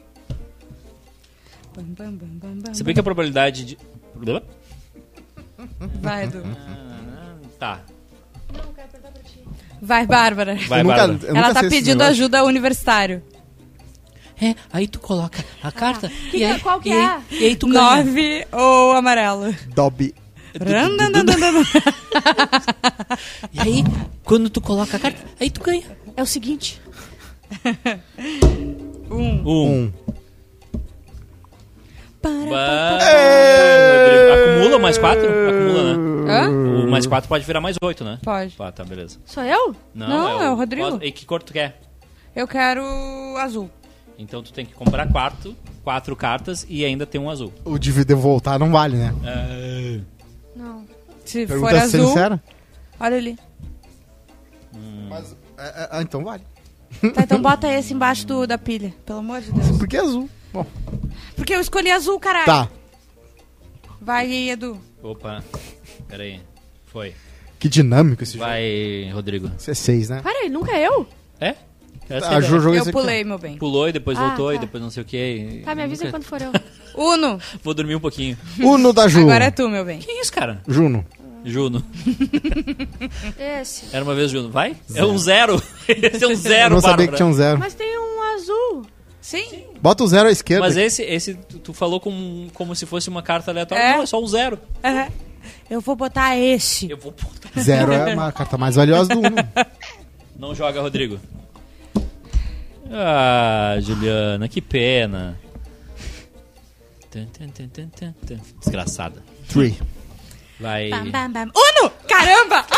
Speaker 2: Bam, bam, bam, bam, bam,
Speaker 1: Sabia que a probabilidade de. Blá?
Speaker 2: Vai, Edu.
Speaker 1: Tá.
Speaker 2: Vai, Bárbara.
Speaker 1: Vai,
Speaker 4: eu nunca,
Speaker 1: Bárbara.
Speaker 4: eu
Speaker 2: Ela
Speaker 4: nunca
Speaker 2: tá
Speaker 4: sei esse
Speaker 2: pedindo
Speaker 4: negócio.
Speaker 2: ajuda ao universitário.
Speaker 1: É, aí tu coloca a carta
Speaker 3: que- qual que é?
Speaker 1: e aí tu ganha.
Speaker 2: Nove ou amarelo.
Speaker 4: Dobby.
Speaker 2: Randandandandan.
Speaker 1: E aí, quando tu coloca a carta, aí tu ganha.
Speaker 3: É o seguinte.
Speaker 2: Um.
Speaker 1: Um.
Speaker 4: Um.
Speaker 1: Ba- Rodrigo. Acumula mais quatro? Acumula, né?
Speaker 2: Hã?
Speaker 1: O mais quatro pode virar mais oito, né?
Speaker 2: Pode.
Speaker 1: Ah, tá, beleza.
Speaker 3: Sou eu?
Speaker 2: Não, é o Rodrigo.
Speaker 1: E que cor tu quer?
Speaker 2: Eu quero azul.
Speaker 1: Então tu tem que comprar quatro, quatro cartas e ainda tem um azul.
Speaker 4: O de de voltar não vale, né?
Speaker 1: É...
Speaker 3: Não.
Speaker 2: Se for
Speaker 4: Pergunta
Speaker 2: azul,
Speaker 4: sincera.
Speaker 2: olha ali.
Speaker 4: Mas, é, é, ah, então vale.
Speaker 2: Tá, então bota esse embaixo do, da pilha, pelo amor de Deus.
Speaker 4: Porque é azul. Bom,
Speaker 2: Porque eu escolhi azul, caralho.
Speaker 4: tá.
Speaker 2: Vai aí, Edu.
Speaker 1: Opa. Pera aí. Foi.
Speaker 4: Que dinâmico esse jogo.
Speaker 1: Vai, Rodrigo.
Speaker 4: Isso é seis, né?
Speaker 3: Para aí, nunca é eu?
Speaker 1: É? Essa é
Speaker 4: Ah,
Speaker 1: a
Speaker 4: o
Speaker 1: ideia.
Speaker 4: jogo é esse
Speaker 2: Eu
Speaker 4: aqui, ó.
Speaker 2: pulei, meu bem.
Speaker 1: Pulou e depois
Speaker 3: Ah,
Speaker 1: voltou e
Speaker 3: tá.
Speaker 1: depois não sei o que.
Speaker 3: Tá, me avisa quando for eu.
Speaker 2: Uno,
Speaker 1: Vou dormir um pouquinho.
Speaker 4: Uno da Juno.
Speaker 2: agora é tu, meu bem.
Speaker 1: Que isso, cara?
Speaker 4: Juno.
Speaker 1: Juno.
Speaker 3: Esse.
Speaker 1: Era uma vez Juno. Vai? É um zero. Esse é um zero,
Speaker 4: Eu não sabia que
Speaker 1: Bárbara.
Speaker 4: tinha um zero.
Speaker 3: Mas tem um azul.
Speaker 2: Sim.
Speaker 4: Bota o zero à esquerda.
Speaker 1: Mas esse, esse tu tu falou como, como se fosse uma carta aleatória.
Speaker 2: É.
Speaker 1: Não, é só um zero.
Speaker 2: Aham. Eu vou botar este.
Speaker 1: Eu vou botar.
Speaker 4: Zero é uma carta mais valiosa do Uno.
Speaker 1: Não joga, Rodrigo. Ah, Juliana, que pena. Tan, tan, tan, tan, tan, tan. Desgraçada.
Speaker 4: Three.
Speaker 1: Vai.
Speaker 2: Bam, bam, bam. Uno! Caramba! Ah!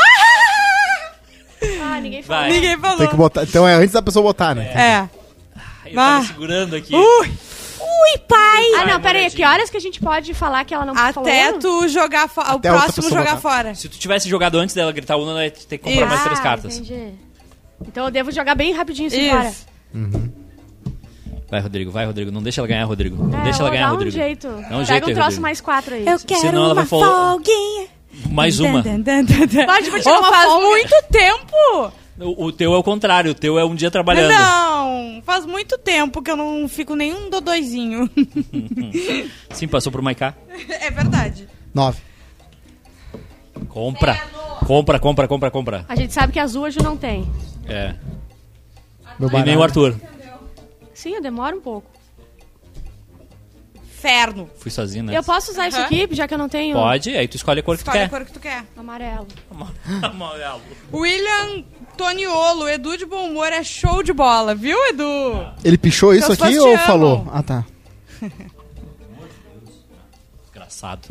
Speaker 3: Ah, ninguém falou.
Speaker 1: Vai.
Speaker 2: Ninguém falou.
Speaker 4: Tem que botar. Então é antes da pessoa botar, né?
Speaker 2: É.
Speaker 1: Eu tava
Speaker 2: Ah.
Speaker 1: segurando aqui.
Speaker 2: Ui! Ui, pai!
Speaker 3: Ah, não, pera aí.
Speaker 1: Moretinha.
Speaker 3: Que horas que a gente pode falar que ela não falou?
Speaker 2: Até tu jogar fora. O
Speaker 4: Até outra
Speaker 2: próximo
Speaker 4: pessoa
Speaker 2: jogar
Speaker 4: botar.
Speaker 2: fora.
Speaker 1: Se tu tivesse jogado antes dela gritar Uno, ela ia ter que comprar mais
Speaker 3: Ah,
Speaker 1: três cartas.
Speaker 3: entendi. Então eu devo jogar bem rapidinho, senhora.
Speaker 2: Isso.
Speaker 1: Vai, Rodrigo, vai, Rodrigo. Não deixa ela ganhar, Rodrigo. Não
Speaker 3: É,
Speaker 1: deixa
Speaker 3: eu
Speaker 1: ela
Speaker 3: vou
Speaker 1: ganhar,
Speaker 3: dar um
Speaker 1: Rodrigo.
Speaker 3: jeito.
Speaker 1: Dá um
Speaker 3: Pega
Speaker 1: jeito
Speaker 3: um
Speaker 1: aí,
Speaker 3: troço
Speaker 1: Rodrigo.
Speaker 3: mais quatro aí.
Speaker 2: Eu quero
Speaker 1: Senão ela vai
Speaker 2: uma
Speaker 1: falar-
Speaker 2: folguinha.
Speaker 1: Mais uma.
Speaker 2: Dan, dan, dan, dan, dan.
Speaker 3: Pode, vou tirar
Speaker 2: Ô,
Speaker 3: uma
Speaker 2: faz
Speaker 3: folga.
Speaker 2: muito tempo!
Speaker 1: O, o teu é o contrário, o teu é um dia trabalhando.
Speaker 2: Não! Faz muito tempo que eu não fico nenhum dodóizinho.
Speaker 1: Sim, passou pro Maiká.
Speaker 2: é verdade.
Speaker 4: Nove.
Speaker 1: Compra. Compra, compra, compra, compra.
Speaker 3: A gente sabe que azul hoje não tem.
Speaker 1: É.
Speaker 4: Meu
Speaker 1: E nem
Speaker 4: baralho.
Speaker 1: o Arthur.
Speaker 3: Sim, eu demoro um pouco.
Speaker 2: Inferno.
Speaker 1: Fui sozinho, né?
Speaker 3: Eu posso usar isso
Speaker 2: Aham.
Speaker 3: aqui, já que eu não tenho
Speaker 1: Pode, aí tu escolhe a cor que tu
Speaker 2: Escolhe a
Speaker 1: quer. é
Speaker 2: cor que tu quer.
Speaker 3: amarelo.
Speaker 1: Amarelo.
Speaker 2: William Toniolo, Edu de bom humor é show de bola, viu, Edu?
Speaker 4: Ele pichou isso
Speaker 2: Meus
Speaker 4: aqui
Speaker 2: fãs
Speaker 4: ou
Speaker 2: te
Speaker 4: falou?
Speaker 2: amam.
Speaker 4: Ah, tá.
Speaker 1: Engraçado.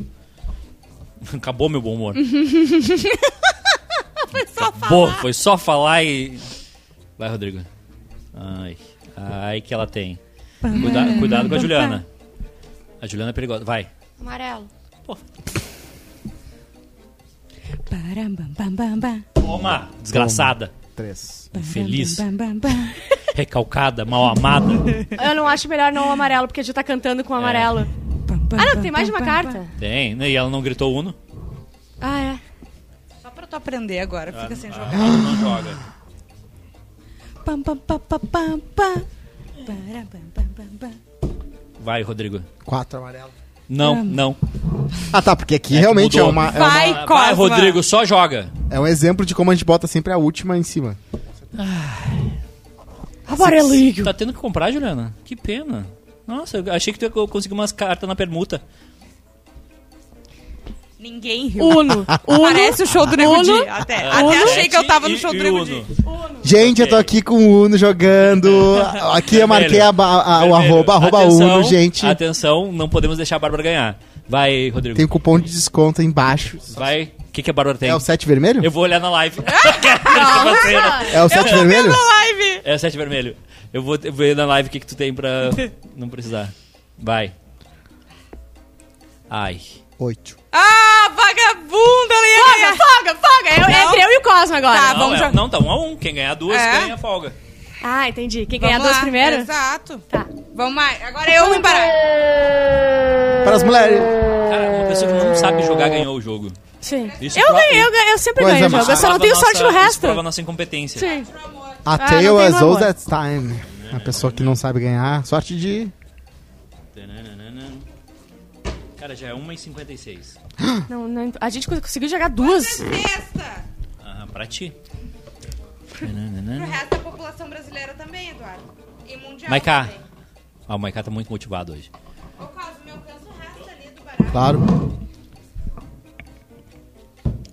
Speaker 1: Acabou meu bom humor.
Speaker 2: Foi só
Speaker 1: Pô,
Speaker 2: falar.
Speaker 1: foi só falar e. Vai, Rodrigo. Ai. Ai, que ela tem. Cuida- cuidado com a Juliana. A Juliana é perigosa. Vai.
Speaker 3: Amarelo.
Speaker 2: Baram, bam, bam, bam, bam.
Speaker 1: Toma, desgraçada.
Speaker 4: Três.
Speaker 1: Infeliz,
Speaker 2: Bam, bam, bam, bam.
Speaker 1: recalcada, mal amada.
Speaker 3: Eu não acho melhor não o amarelo, porque a gente tá cantando com o amarelo.
Speaker 2: Bam, bam,
Speaker 3: Ah, não,
Speaker 2: bam,
Speaker 3: tem mais de
Speaker 2: bam,
Speaker 3: uma
Speaker 2: bam,
Speaker 3: carta.
Speaker 2: bam.
Speaker 1: Tem, né? E ela não gritou Uno?
Speaker 3: Ah, é.
Speaker 2: Só pra tu aprender agora, fica assim, sem jogar.
Speaker 1: Ah, não joga.
Speaker 2: Pam, pam, pam, pam, pam, pam. Baram, bam, bam, bam, bam.
Speaker 1: Vai, Rodrigo.
Speaker 4: Quatro amarelo.
Speaker 1: Não, não.
Speaker 4: Ah, tá, porque aqui
Speaker 1: É que
Speaker 4: realmente é,
Speaker 1: mudou.
Speaker 4: uma, é, uma-
Speaker 2: Vai,
Speaker 1: Vai,
Speaker 2: Cosma.
Speaker 1: Rodrigo, só joga.
Speaker 4: é um exemplo de como a gente bota sempre a última em cima.
Speaker 3: Amarelinho.
Speaker 1: Tá tendo que comprar, Juliana? Que pena. Nossa, eu achei que tu ia co- conseguir umas cartas na permuta.
Speaker 2: Ninguém riu.
Speaker 3: Uno. Uno.
Speaker 2: Parece o show do Nego
Speaker 3: Uno.
Speaker 2: Di. Até, até achei que eu tava no show do Nego Di.
Speaker 4: Gente, eu tô aqui com o Uno jogando. Aqui eu marquei a ba- a- o arroba, arroba Uno, gente.
Speaker 1: Atenção, não podemos deixar a Bárbara ganhar. Vai, Rodrigo.
Speaker 4: Tem um cupom de desconto aí embaixo.
Speaker 1: Vai. O que, que a Bárbara tem?
Speaker 4: É o 7 vermelho?
Speaker 1: Eu vou olhar na live. Essa cena.
Speaker 4: É o 7 vermelho?
Speaker 2: Live.
Speaker 1: é o sete vermelho. Eu vou te- ver na live o que, que tu tem pra não precisar. Vai. Ai.
Speaker 4: 8.
Speaker 2: Ah, vagabunda, ela ia ganhar.
Speaker 3: Folga, folga. Eu,
Speaker 2: Não.
Speaker 3: é entre eu e o Cosmo agora.
Speaker 2: Tá. Ah,
Speaker 1: não,
Speaker 2: vamos
Speaker 1: é-
Speaker 2: jogar.
Speaker 1: não, tá um a um. Quem ganhar duas,
Speaker 2: É.
Speaker 1: ganha a folga.
Speaker 3: Ah, entendi. Quem
Speaker 2: Vamos
Speaker 3: ganhar duas
Speaker 2: lá,
Speaker 3: primeiro?
Speaker 2: Exato.
Speaker 3: Tá.
Speaker 2: Vamos mais. Agora eu vou parar.
Speaker 4: Para as mulheres.
Speaker 1: Cara, uma pessoa que não sabe jogar ganhou o jogo.
Speaker 3: Sim.
Speaker 1: Isso
Speaker 3: eu
Speaker 1: prova-
Speaker 3: ganhei, eu, ganhei, eu sempre
Speaker 4: Coisa
Speaker 3: ganho o jogo. Eu só não
Speaker 1: prova
Speaker 3: tenho sorte
Speaker 1: nossa-
Speaker 3: no
Speaker 1: Isso
Speaker 3: resto.
Speaker 1: prova nossa incompetência.
Speaker 3: Sim.
Speaker 4: A
Speaker 3: não
Speaker 4: tale
Speaker 3: tem
Speaker 4: as
Speaker 3: no amor.
Speaker 4: old as time. Uma pessoa que não sabe ganhar. Sorte de...
Speaker 1: Cara, já é 1h56.
Speaker 3: Não, não, a gente conseguiu jogar duas.
Speaker 2: é Sexta.
Speaker 1: Ah, pra ti.
Speaker 2: Pro resto da população brasileira também, Eduardo. E mundial
Speaker 1: Maiká.
Speaker 2: também.
Speaker 1: Ah, o Maiká tá muito motivado hoje.
Speaker 2: Ô, Cosme, eu canso o resto ali do barato.
Speaker 4: Claro.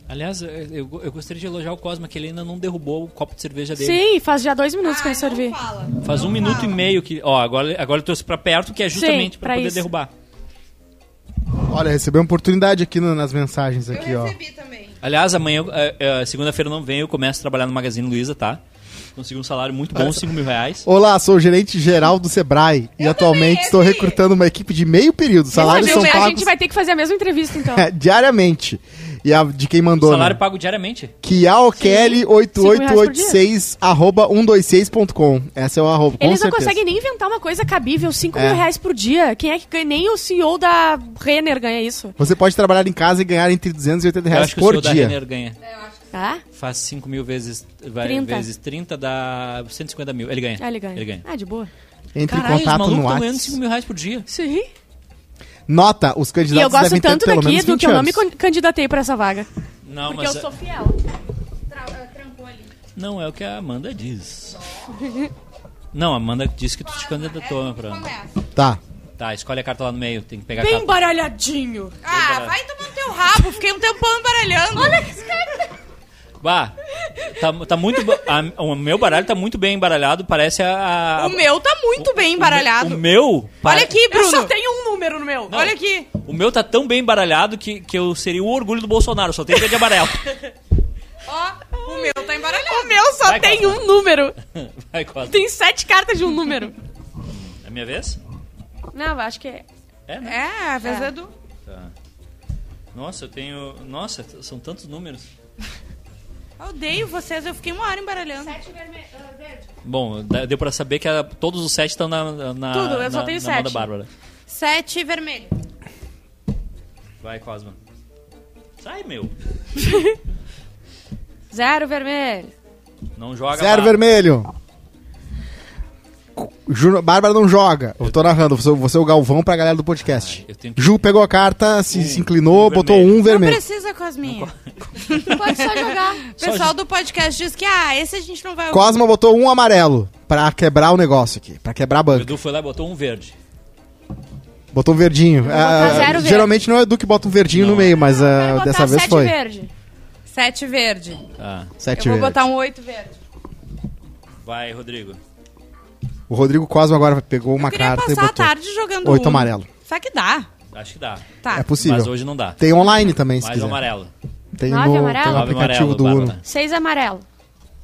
Speaker 1: Aliás, eu, eu- eu gostaria de elogiar o Cosma, que ele ainda não derrubou o copo de cerveja dele.
Speaker 3: Sim, faz já dois minutos que eu
Speaker 2: Ah, não
Speaker 3: servi.
Speaker 2: fala.
Speaker 1: Faz um
Speaker 2: Não
Speaker 1: minuto
Speaker 2: fala.
Speaker 1: e meio que. Ó, agora, agora eu trouxe pra perto, que é justamente pra,
Speaker 3: pra
Speaker 1: poder
Speaker 3: isso.
Speaker 1: derrubar.
Speaker 4: Olha, recebeu uma oportunidade aqui no- nas mensagens
Speaker 2: Eu
Speaker 4: aqui, ó.
Speaker 2: recebi também.
Speaker 1: Aliás, amanhã, eu- é, é, segunda-feira eu não venho, eu começo a trabalhar no Magazine Luiza, tá? Consegui um salário muito bom, 5 mil reais.
Speaker 4: Olá, sou o gerente geral do Sebrae e
Speaker 2: Eu
Speaker 4: atualmente
Speaker 2: também,
Speaker 4: estou
Speaker 2: Edi.
Speaker 4: recrutando uma equipe de meio período. Salários
Speaker 3: Meu
Speaker 4: são
Speaker 3: Deus, a
Speaker 4: pagos É,
Speaker 3: gente vai ter que fazer a mesma entrevista, então.
Speaker 4: diariamente. E a de quem mandou,
Speaker 1: Salário
Speaker 4: né?
Speaker 1: pago diariamente.
Speaker 4: Kiaokeli8886 arroba 126.com. Essa é o arroba, com
Speaker 3: Eles não
Speaker 4: certeza.
Speaker 3: conseguem nem inventar uma coisa cabível, 5
Speaker 4: É.
Speaker 3: mil reais por dia. Quem é que ganha? Nem o CEO da Renner ganha isso.
Speaker 4: Você pode trabalhar em casa e ganhar entre 280
Speaker 1: Eu
Speaker 4: reais
Speaker 1: acho que o
Speaker 4: por
Speaker 1: senhor da
Speaker 4: dia.
Speaker 1: Renner ganha.
Speaker 2: Ah?
Speaker 3: Tá?
Speaker 1: Faz 5 mil vezes, vai,
Speaker 3: 30.
Speaker 1: vezes 30, dá 150 mil. Ele ganha.
Speaker 3: Ah, ele ganha.
Speaker 1: Ele ganha.
Speaker 3: Ah, de boa.
Speaker 4: Entre em
Speaker 1: Caralho, os
Speaker 4: contato
Speaker 1: malucos
Speaker 4: no
Speaker 1: estão ganhando 5
Speaker 4: WhatsApp.
Speaker 1: mil reais por dia.
Speaker 3: Sim.
Speaker 4: Nota, os
Speaker 3: E
Speaker 4: candidatos
Speaker 3: eu gosto
Speaker 4: devem ter
Speaker 3: tanto
Speaker 4: pelo
Speaker 3: daqui
Speaker 4: menos
Speaker 3: do
Speaker 4: 20
Speaker 3: que eu não me
Speaker 4: anos.
Speaker 3: con- candidatei pra essa vaga.
Speaker 1: Não,
Speaker 3: Porque eu
Speaker 1: mas. é-
Speaker 3: sou fiel.
Speaker 1: Não é o que a Amanda diz. Não, a Amanda disse que tu te candidatou né, pra.
Speaker 2: Começa.
Speaker 4: Tá.
Speaker 1: Tá, escolhe a carta lá no meio, tem que pegar a
Speaker 3: Bem
Speaker 1: carta.
Speaker 3: baralhadinho.
Speaker 2: Ah, vai tomar no teu rabo. Fiquei um tempão embaralhando. Olha que
Speaker 1: Bah, tá, tá muito. ba- a- o meu baralho tá muito bem embaralhado, parece a. a-
Speaker 2: O meu tá muito bem embaralhado.
Speaker 1: O meu. pare-
Speaker 2: Olha aqui, Bruno.
Speaker 3: tenho um número no meu.
Speaker 2: Olha aqui.
Speaker 1: O meu tá tão bem embaralhado que, que eu seria o orgulho do Bolsonaro, só tem verde e amarelo.
Speaker 2: Ó, o meu tá embaralhado.
Speaker 3: O meu só
Speaker 1: Vai,
Speaker 3: tem
Speaker 1: Cosma.
Speaker 3: um número.
Speaker 1: Vai, Costa.
Speaker 3: Tem sete cartas de um número.
Speaker 1: É minha vez?
Speaker 3: Não, acho que é.
Speaker 1: É, né?
Speaker 2: É, a vez
Speaker 3: É.
Speaker 2: é. do...
Speaker 1: Tá. Nossa, eu tenho. Nossa, t- são tantos números.
Speaker 2: Eu odeio vocês, eu fiquei uma hora embaralhando.
Speaker 1: Bom, da- deu pra saber que a- todos os sete estão na, na.
Speaker 3: Tudo, eu só
Speaker 1: na-
Speaker 3: tenho
Speaker 1: na mão da
Speaker 3: sete.
Speaker 1: Bárbara.
Speaker 2: Sete vermelho.
Speaker 1: Vai, Cosma. Sai, meu.
Speaker 3: Zero vermelho.
Speaker 1: Não joga.
Speaker 4: Zero
Speaker 1: Bárbara.
Speaker 4: vermelho. Ju, Bárbara não joga. Eu tô narrando, você, você é o Galvão pra galera do podcast.
Speaker 1: Ah, eu tenho que-
Speaker 4: Ju pegou a carta, se, se inclinou,
Speaker 1: um
Speaker 4: botou
Speaker 1: vermelho.
Speaker 4: um
Speaker 2: Não
Speaker 4: vermelho.
Speaker 2: precisa, Cosminha.
Speaker 3: Pode só jogar.
Speaker 2: O pessoal do podcast diz que, ah, esse a gente não vai...
Speaker 4: Cosma botou um amarelo pra quebrar o negócio aqui, pra quebrar a
Speaker 1: O
Speaker 4: banca.
Speaker 1: Edu foi lá e botou um verde.
Speaker 4: Botou um verdinho.
Speaker 3: botar
Speaker 4: Ah,
Speaker 3: zero verde.
Speaker 4: geralmente não é Edu que bota um verdinho no meio, mas ah,
Speaker 3: Quero botar
Speaker 4: dessa vez
Speaker 3: sete
Speaker 4: foi.
Speaker 3: verde.
Speaker 2: Sete verde.
Speaker 1: Ah,
Speaker 4: Sete
Speaker 2: Eu vou
Speaker 4: verde.
Speaker 2: botar um oito verde.
Speaker 1: vai, Rodrigo.
Speaker 4: O Rodrigo Cosma agora pegou uma
Speaker 2: Eu queria
Speaker 4: carta e
Speaker 2: passar a
Speaker 4: botou.
Speaker 2: tarde jogando
Speaker 4: Oito
Speaker 2: Uno.
Speaker 4: amarelo.
Speaker 2: Só que dá.
Speaker 1: Acho que dá.
Speaker 2: Tá.
Speaker 4: É possível.
Speaker 1: Mas hoje não dá.
Speaker 4: Tem online também, se
Speaker 1: Mais
Speaker 4: quiser.
Speaker 1: amarelo.
Speaker 4: Tem no,
Speaker 3: Nove
Speaker 4: tem no
Speaker 3: amarelo? Nove
Speaker 4: aplicativo
Speaker 1: amarelo,
Speaker 4: do Uno.
Speaker 1: Bárbara.
Speaker 3: Seis amarelo.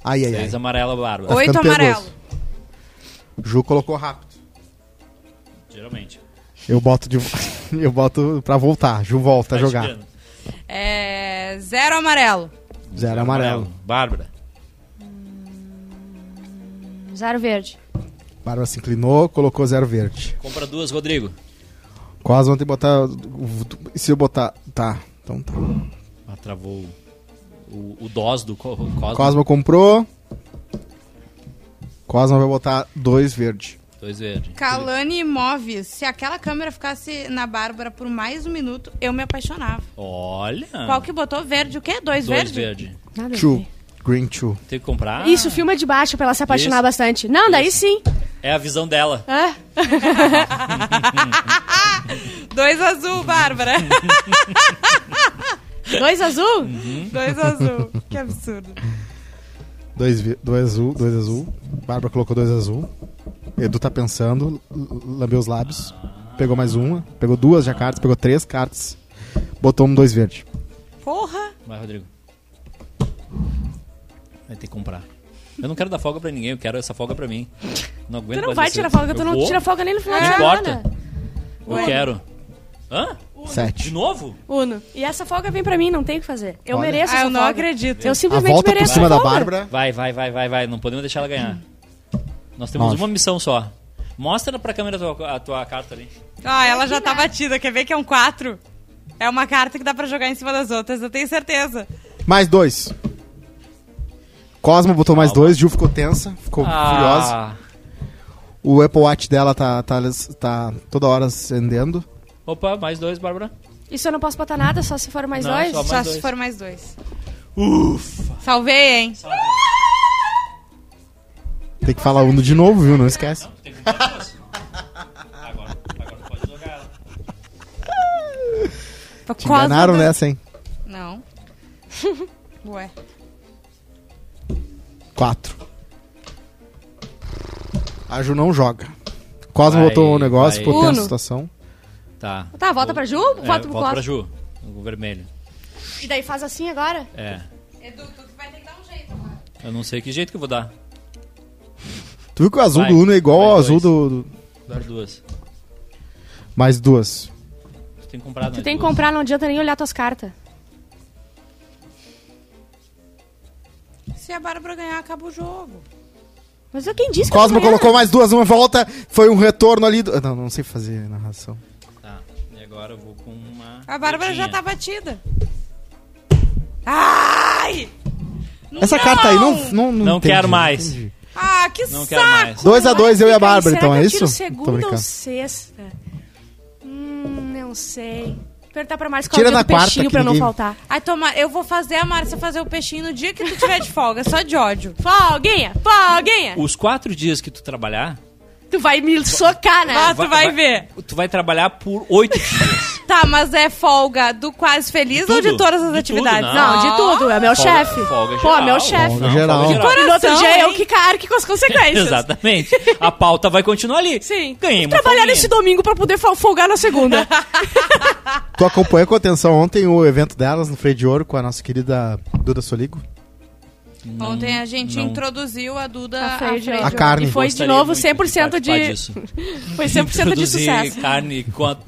Speaker 4: Ai, ai,
Speaker 1: Três
Speaker 4: ai.
Speaker 1: amarelo, Bárbaro.
Speaker 4: Tá
Speaker 2: Oito
Speaker 4: ficando
Speaker 2: amarelo.
Speaker 4: perigoso. Ju colocou rápido.
Speaker 1: Geralmente.
Speaker 4: Eu boto de eu boto pra voltar. Ju volta a
Speaker 1: Vai
Speaker 4: jogar.
Speaker 1: Tá tirando.
Speaker 2: É... Zero amarelo.
Speaker 4: Zero amarelo.
Speaker 1: Bárbara.
Speaker 3: Zero verde.
Speaker 4: Bárbara se inclinou, colocou zero verde.
Speaker 1: Compra duas, Rodrigo.
Speaker 4: Quase ontem botar. Se eu botar. Tá, então tá.
Speaker 1: Ah, travou o- o, o DOS do Co- Cosmo.
Speaker 4: Cosma comprou. Cosma vai botar dois verde.
Speaker 1: Dois verdes.
Speaker 2: Calani Imóveis. Se aquela câmera ficasse na Bárbara por mais um minuto, eu me apaixonava.
Speaker 1: Olha.
Speaker 2: Ah. Qual que botou verde? O quê? Dois,
Speaker 1: Dois
Speaker 2: verdes?
Speaker 1: verde.
Speaker 3: Nada a
Speaker 4: Chu.
Speaker 3: ver.
Speaker 4: Green Chu.
Speaker 1: Tem que comprar.
Speaker 3: Isso, filma de baixo pra ela se apaixonar
Speaker 1: Isso.
Speaker 3: bastante. Não, daí sim.
Speaker 1: É a visão dela.
Speaker 3: Hã?
Speaker 2: Dois azul, Bárbara.
Speaker 3: Dois azul?
Speaker 2: Dois azul. Que absurdo.
Speaker 4: Dois, vi- dois azul, dois azul. Bárbara colocou dois azul. Edu tá pensando, l- l- lambeu os lábios. Pegou mais uma. Pegou duas já cartas, pegou três cartas. Botou um dois verde.
Speaker 2: Porra.
Speaker 1: Vai, Rodrigo. Vai ter que comprar. Eu não quero dar folga pra ninguém, eu quero essa folga pra mim. Não aguento
Speaker 3: Tu não
Speaker 1: mais
Speaker 3: vai
Speaker 1: esse-
Speaker 3: tirar folga, tu
Speaker 1: Eu
Speaker 3: não
Speaker 1: vou,
Speaker 3: tira folga nem no final
Speaker 1: Não
Speaker 3: de semana.
Speaker 1: importa. Eu quero. Hã? De
Speaker 4: Sete.
Speaker 1: novo?
Speaker 3: Uno. E essa folga vem pra mim, não tem o que fazer. Eu
Speaker 4: Olha.
Speaker 3: mereço
Speaker 2: Ah,
Speaker 3: essa
Speaker 2: eu não
Speaker 3: folga.
Speaker 2: acredito.
Speaker 3: Eu
Speaker 4: A
Speaker 3: simplesmente
Speaker 4: volta por
Speaker 3: mereço
Speaker 4: cima
Speaker 3: essa
Speaker 4: da
Speaker 3: folga.
Speaker 4: Bárbara.
Speaker 1: Vai, vai, vai, vai, vai. Não podemos deixar ela ganhar. Nós temos
Speaker 4: Nove.
Speaker 1: uma missão só. Mostra pra câmera a tua, a tua carta ali.
Speaker 2: Ah, ela já tá batida. Quer ver que é um quatro? É uma carta que dá pra jogar em cima das outras, eu tenho certeza.
Speaker 4: Mais dois. Cosmo botou mais dois, Ju ficou tensa, ficou
Speaker 1: Ah.
Speaker 4: Ah. furiosa. O Apple Watch dela tá, tá, tá toda hora acendendo.
Speaker 1: Opa, mais dois, Bárbara.
Speaker 3: Isso eu não posso botar nada, só se for mais
Speaker 1: Não,
Speaker 3: dois.
Speaker 1: só mais
Speaker 2: Só
Speaker 1: dois.
Speaker 2: se for mais dois.
Speaker 1: Ufa!
Speaker 2: Salvei, hein?
Speaker 4: Tem que falar Uno de novo, viu? Não esquece.
Speaker 1: Tem que comprar duas. Agora, agora pode jogar ela.
Speaker 4: Te enganaram
Speaker 1: né?
Speaker 4: nessa, hein?
Speaker 2: Não. Ué.
Speaker 4: Quatro. A Ju não joga. Cosmo
Speaker 1: Vai,
Speaker 4: botou um negócio,
Speaker 1: vai.
Speaker 4: ficou tensa
Speaker 3: Uno.
Speaker 4: a situação.
Speaker 1: Tá.
Speaker 3: Tá, volta pra Ju,
Speaker 1: É,
Speaker 3: volta pro
Speaker 1: volta pra
Speaker 3: Cosmo.
Speaker 1: Ju. O vermelho.
Speaker 3: E daí faz assim agora?
Speaker 1: É.
Speaker 2: Edu, tu que vai ter que dar um jeito agora.
Speaker 1: Eu não sei que jeito que eu vou dar.
Speaker 4: Tu viu que o azul
Speaker 1: Vai,
Speaker 4: do Uno é igual
Speaker 1: vai
Speaker 4: ao
Speaker 1: dois.
Speaker 4: azul do, do-
Speaker 1: Dar duas.
Speaker 4: Mais duas.
Speaker 1: Tu tem que comprar, né?
Speaker 3: Tu tem que comprar, não adianta nem olhar tuas cartas.
Speaker 2: Se a Bárbara ganhar, acaba o jogo.
Speaker 3: Mas eu quem disse que
Speaker 4: Cosmo
Speaker 3: eu vou ganhar?
Speaker 4: colocou mais duas, uma volta. Foi um retorno ali. Do... Não, não sei fazer narração.
Speaker 1: Tá. E agora eu vou com uma.
Speaker 2: A Bárbara
Speaker 1: pretinha.
Speaker 2: já tá batida. Ai!
Speaker 4: Essa
Speaker 2: Não!
Speaker 4: carta aí não. Não, não
Speaker 1: Não
Speaker 4: entendi,
Speaker 1: quero mais.
Speaker 4: entendi.
Speaker 2: Ah, que
Speaker 1: Não quero mais.
Speaker 2: saco!
Speaker 4: 2 um a
Speaker 3: Ai,
Speaker 4: 2 eu e a
Speaker 3: fica aí,
Speaker 4: Bárbara,
Speaker 3: será
Speaker 4: então
Speaker 3: que
Speaker 4: é
Speaker 3: eu
Speaker 4: isso?
Speaker 3: Tiro
Speaker 4: Tô
Speaker 3: segunda ou
Speaker 4: brincando.
Speaker 3: sexta? Hum, não sei. Perguntar pra Márcia
Speaker 4: Tira
Speaker 3: qual é o
Speaker 4: na
Speaker 3: dia do
Speaker 4: quarta
Speaker 3: peixinho
Speaker 4: que
Speaker 3: pra não
Speaker 4: ninguém-
Speaker 3: faltar.
Speaker 2: Ai, toma, eu vou fazer a Márcia fazer o peixinho no dia que tu tiver de folga, só de ódio.
Speaker 3: Folguinha, folguinha.
Speaker 1: Os quatro dias que tu trabalhar,
Speaker 3: Tu vai me socar, né?
Speaker 2: Ah, tu
Speaker 1: Vai-
Speaker 2: vai,
Speaker 1: vai-
Speaker 2: ver.
Speaker 1: tu vai trabalhar por oito dias.
Speaker 2: Tá, mas é folga do quase feliz
Speaker 1: De
Speaker 2: ou de
Speaker 1: tudo?
Speaker 2: todas as
Speaker 1: De
Speaker 2: atividades?
Speaker 1: tudo,
Speaker 3: Não, de tudo. É meu
Speaker 1: ah. Folga-
Speaker 3: chefe.
Speaker 1: Folga
Speaker 3: Pô,
Speaker 1: geral.
Speaker 3: meu chefe.
Speaker 4: Folga geral.
Speaker 3: E no outro
Speaker 2: Coração,
Speaker 3: dia eu
Speaker 2: hein?
Speaker 3: que carque com as consequências.
Speaker 1: Exatamente. A pauta vai continuar ali.
Speaker 3: é Sim.
Speaker 1: Ganhei uma
Speaker 3: Trabalhar
Speaker 1: folguinha.
Speaker 3: nesse domingo pra poder fol- folgar na segunda.
Speaker 4: Tu acompanhou com atenção ontem o evento delas no Freio de Ouro com a nossa querida Duda Soligo?
Speaker 1: Não-
Speaker 2: Ontem a gente
Speaker 1: não
Speaker 2: introduziu a Duda
Speaker 3: A
Speaker 2: à
Speaker 3: Freio Tá de
Speaker 2: Freio
Speaker 3: Ouro.
Speaker 2: de
Speaker 4: A
Speaker 2: Ouro.
Speaker 4: carne.
Speaker 3: E foi de
Speaker 1: Gostaria
Speaker 3: novo
Speaker 1: muito
Speaker 3: 100% de,
Speaker 1: participar disso.
Speaker 3: foi 100% de
Speaker 1: Produzir
Speaker 3: sucesso.
Speaker 1: carne quanto.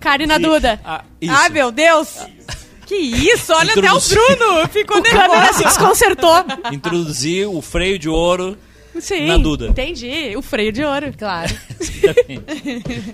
Speaker 3: Carne na Duda.
Speaker 1: Ah, isso.
Speaker 2: Ai, meu Deus! Que isso? Olha até o
Speaker 1: Introduzi-
Speaker 2: Bruno! Ficou
Speaker 3: O câmera se
Speaker 2: nervoso.
Speaker 3: desconcertou.
Speaker 1: Introduzir o freio de ouro.
Speaker 3: Sim.
Speaker 1: Na Duda.
Speaker 3: Entendi. O freio de ouro. Claro.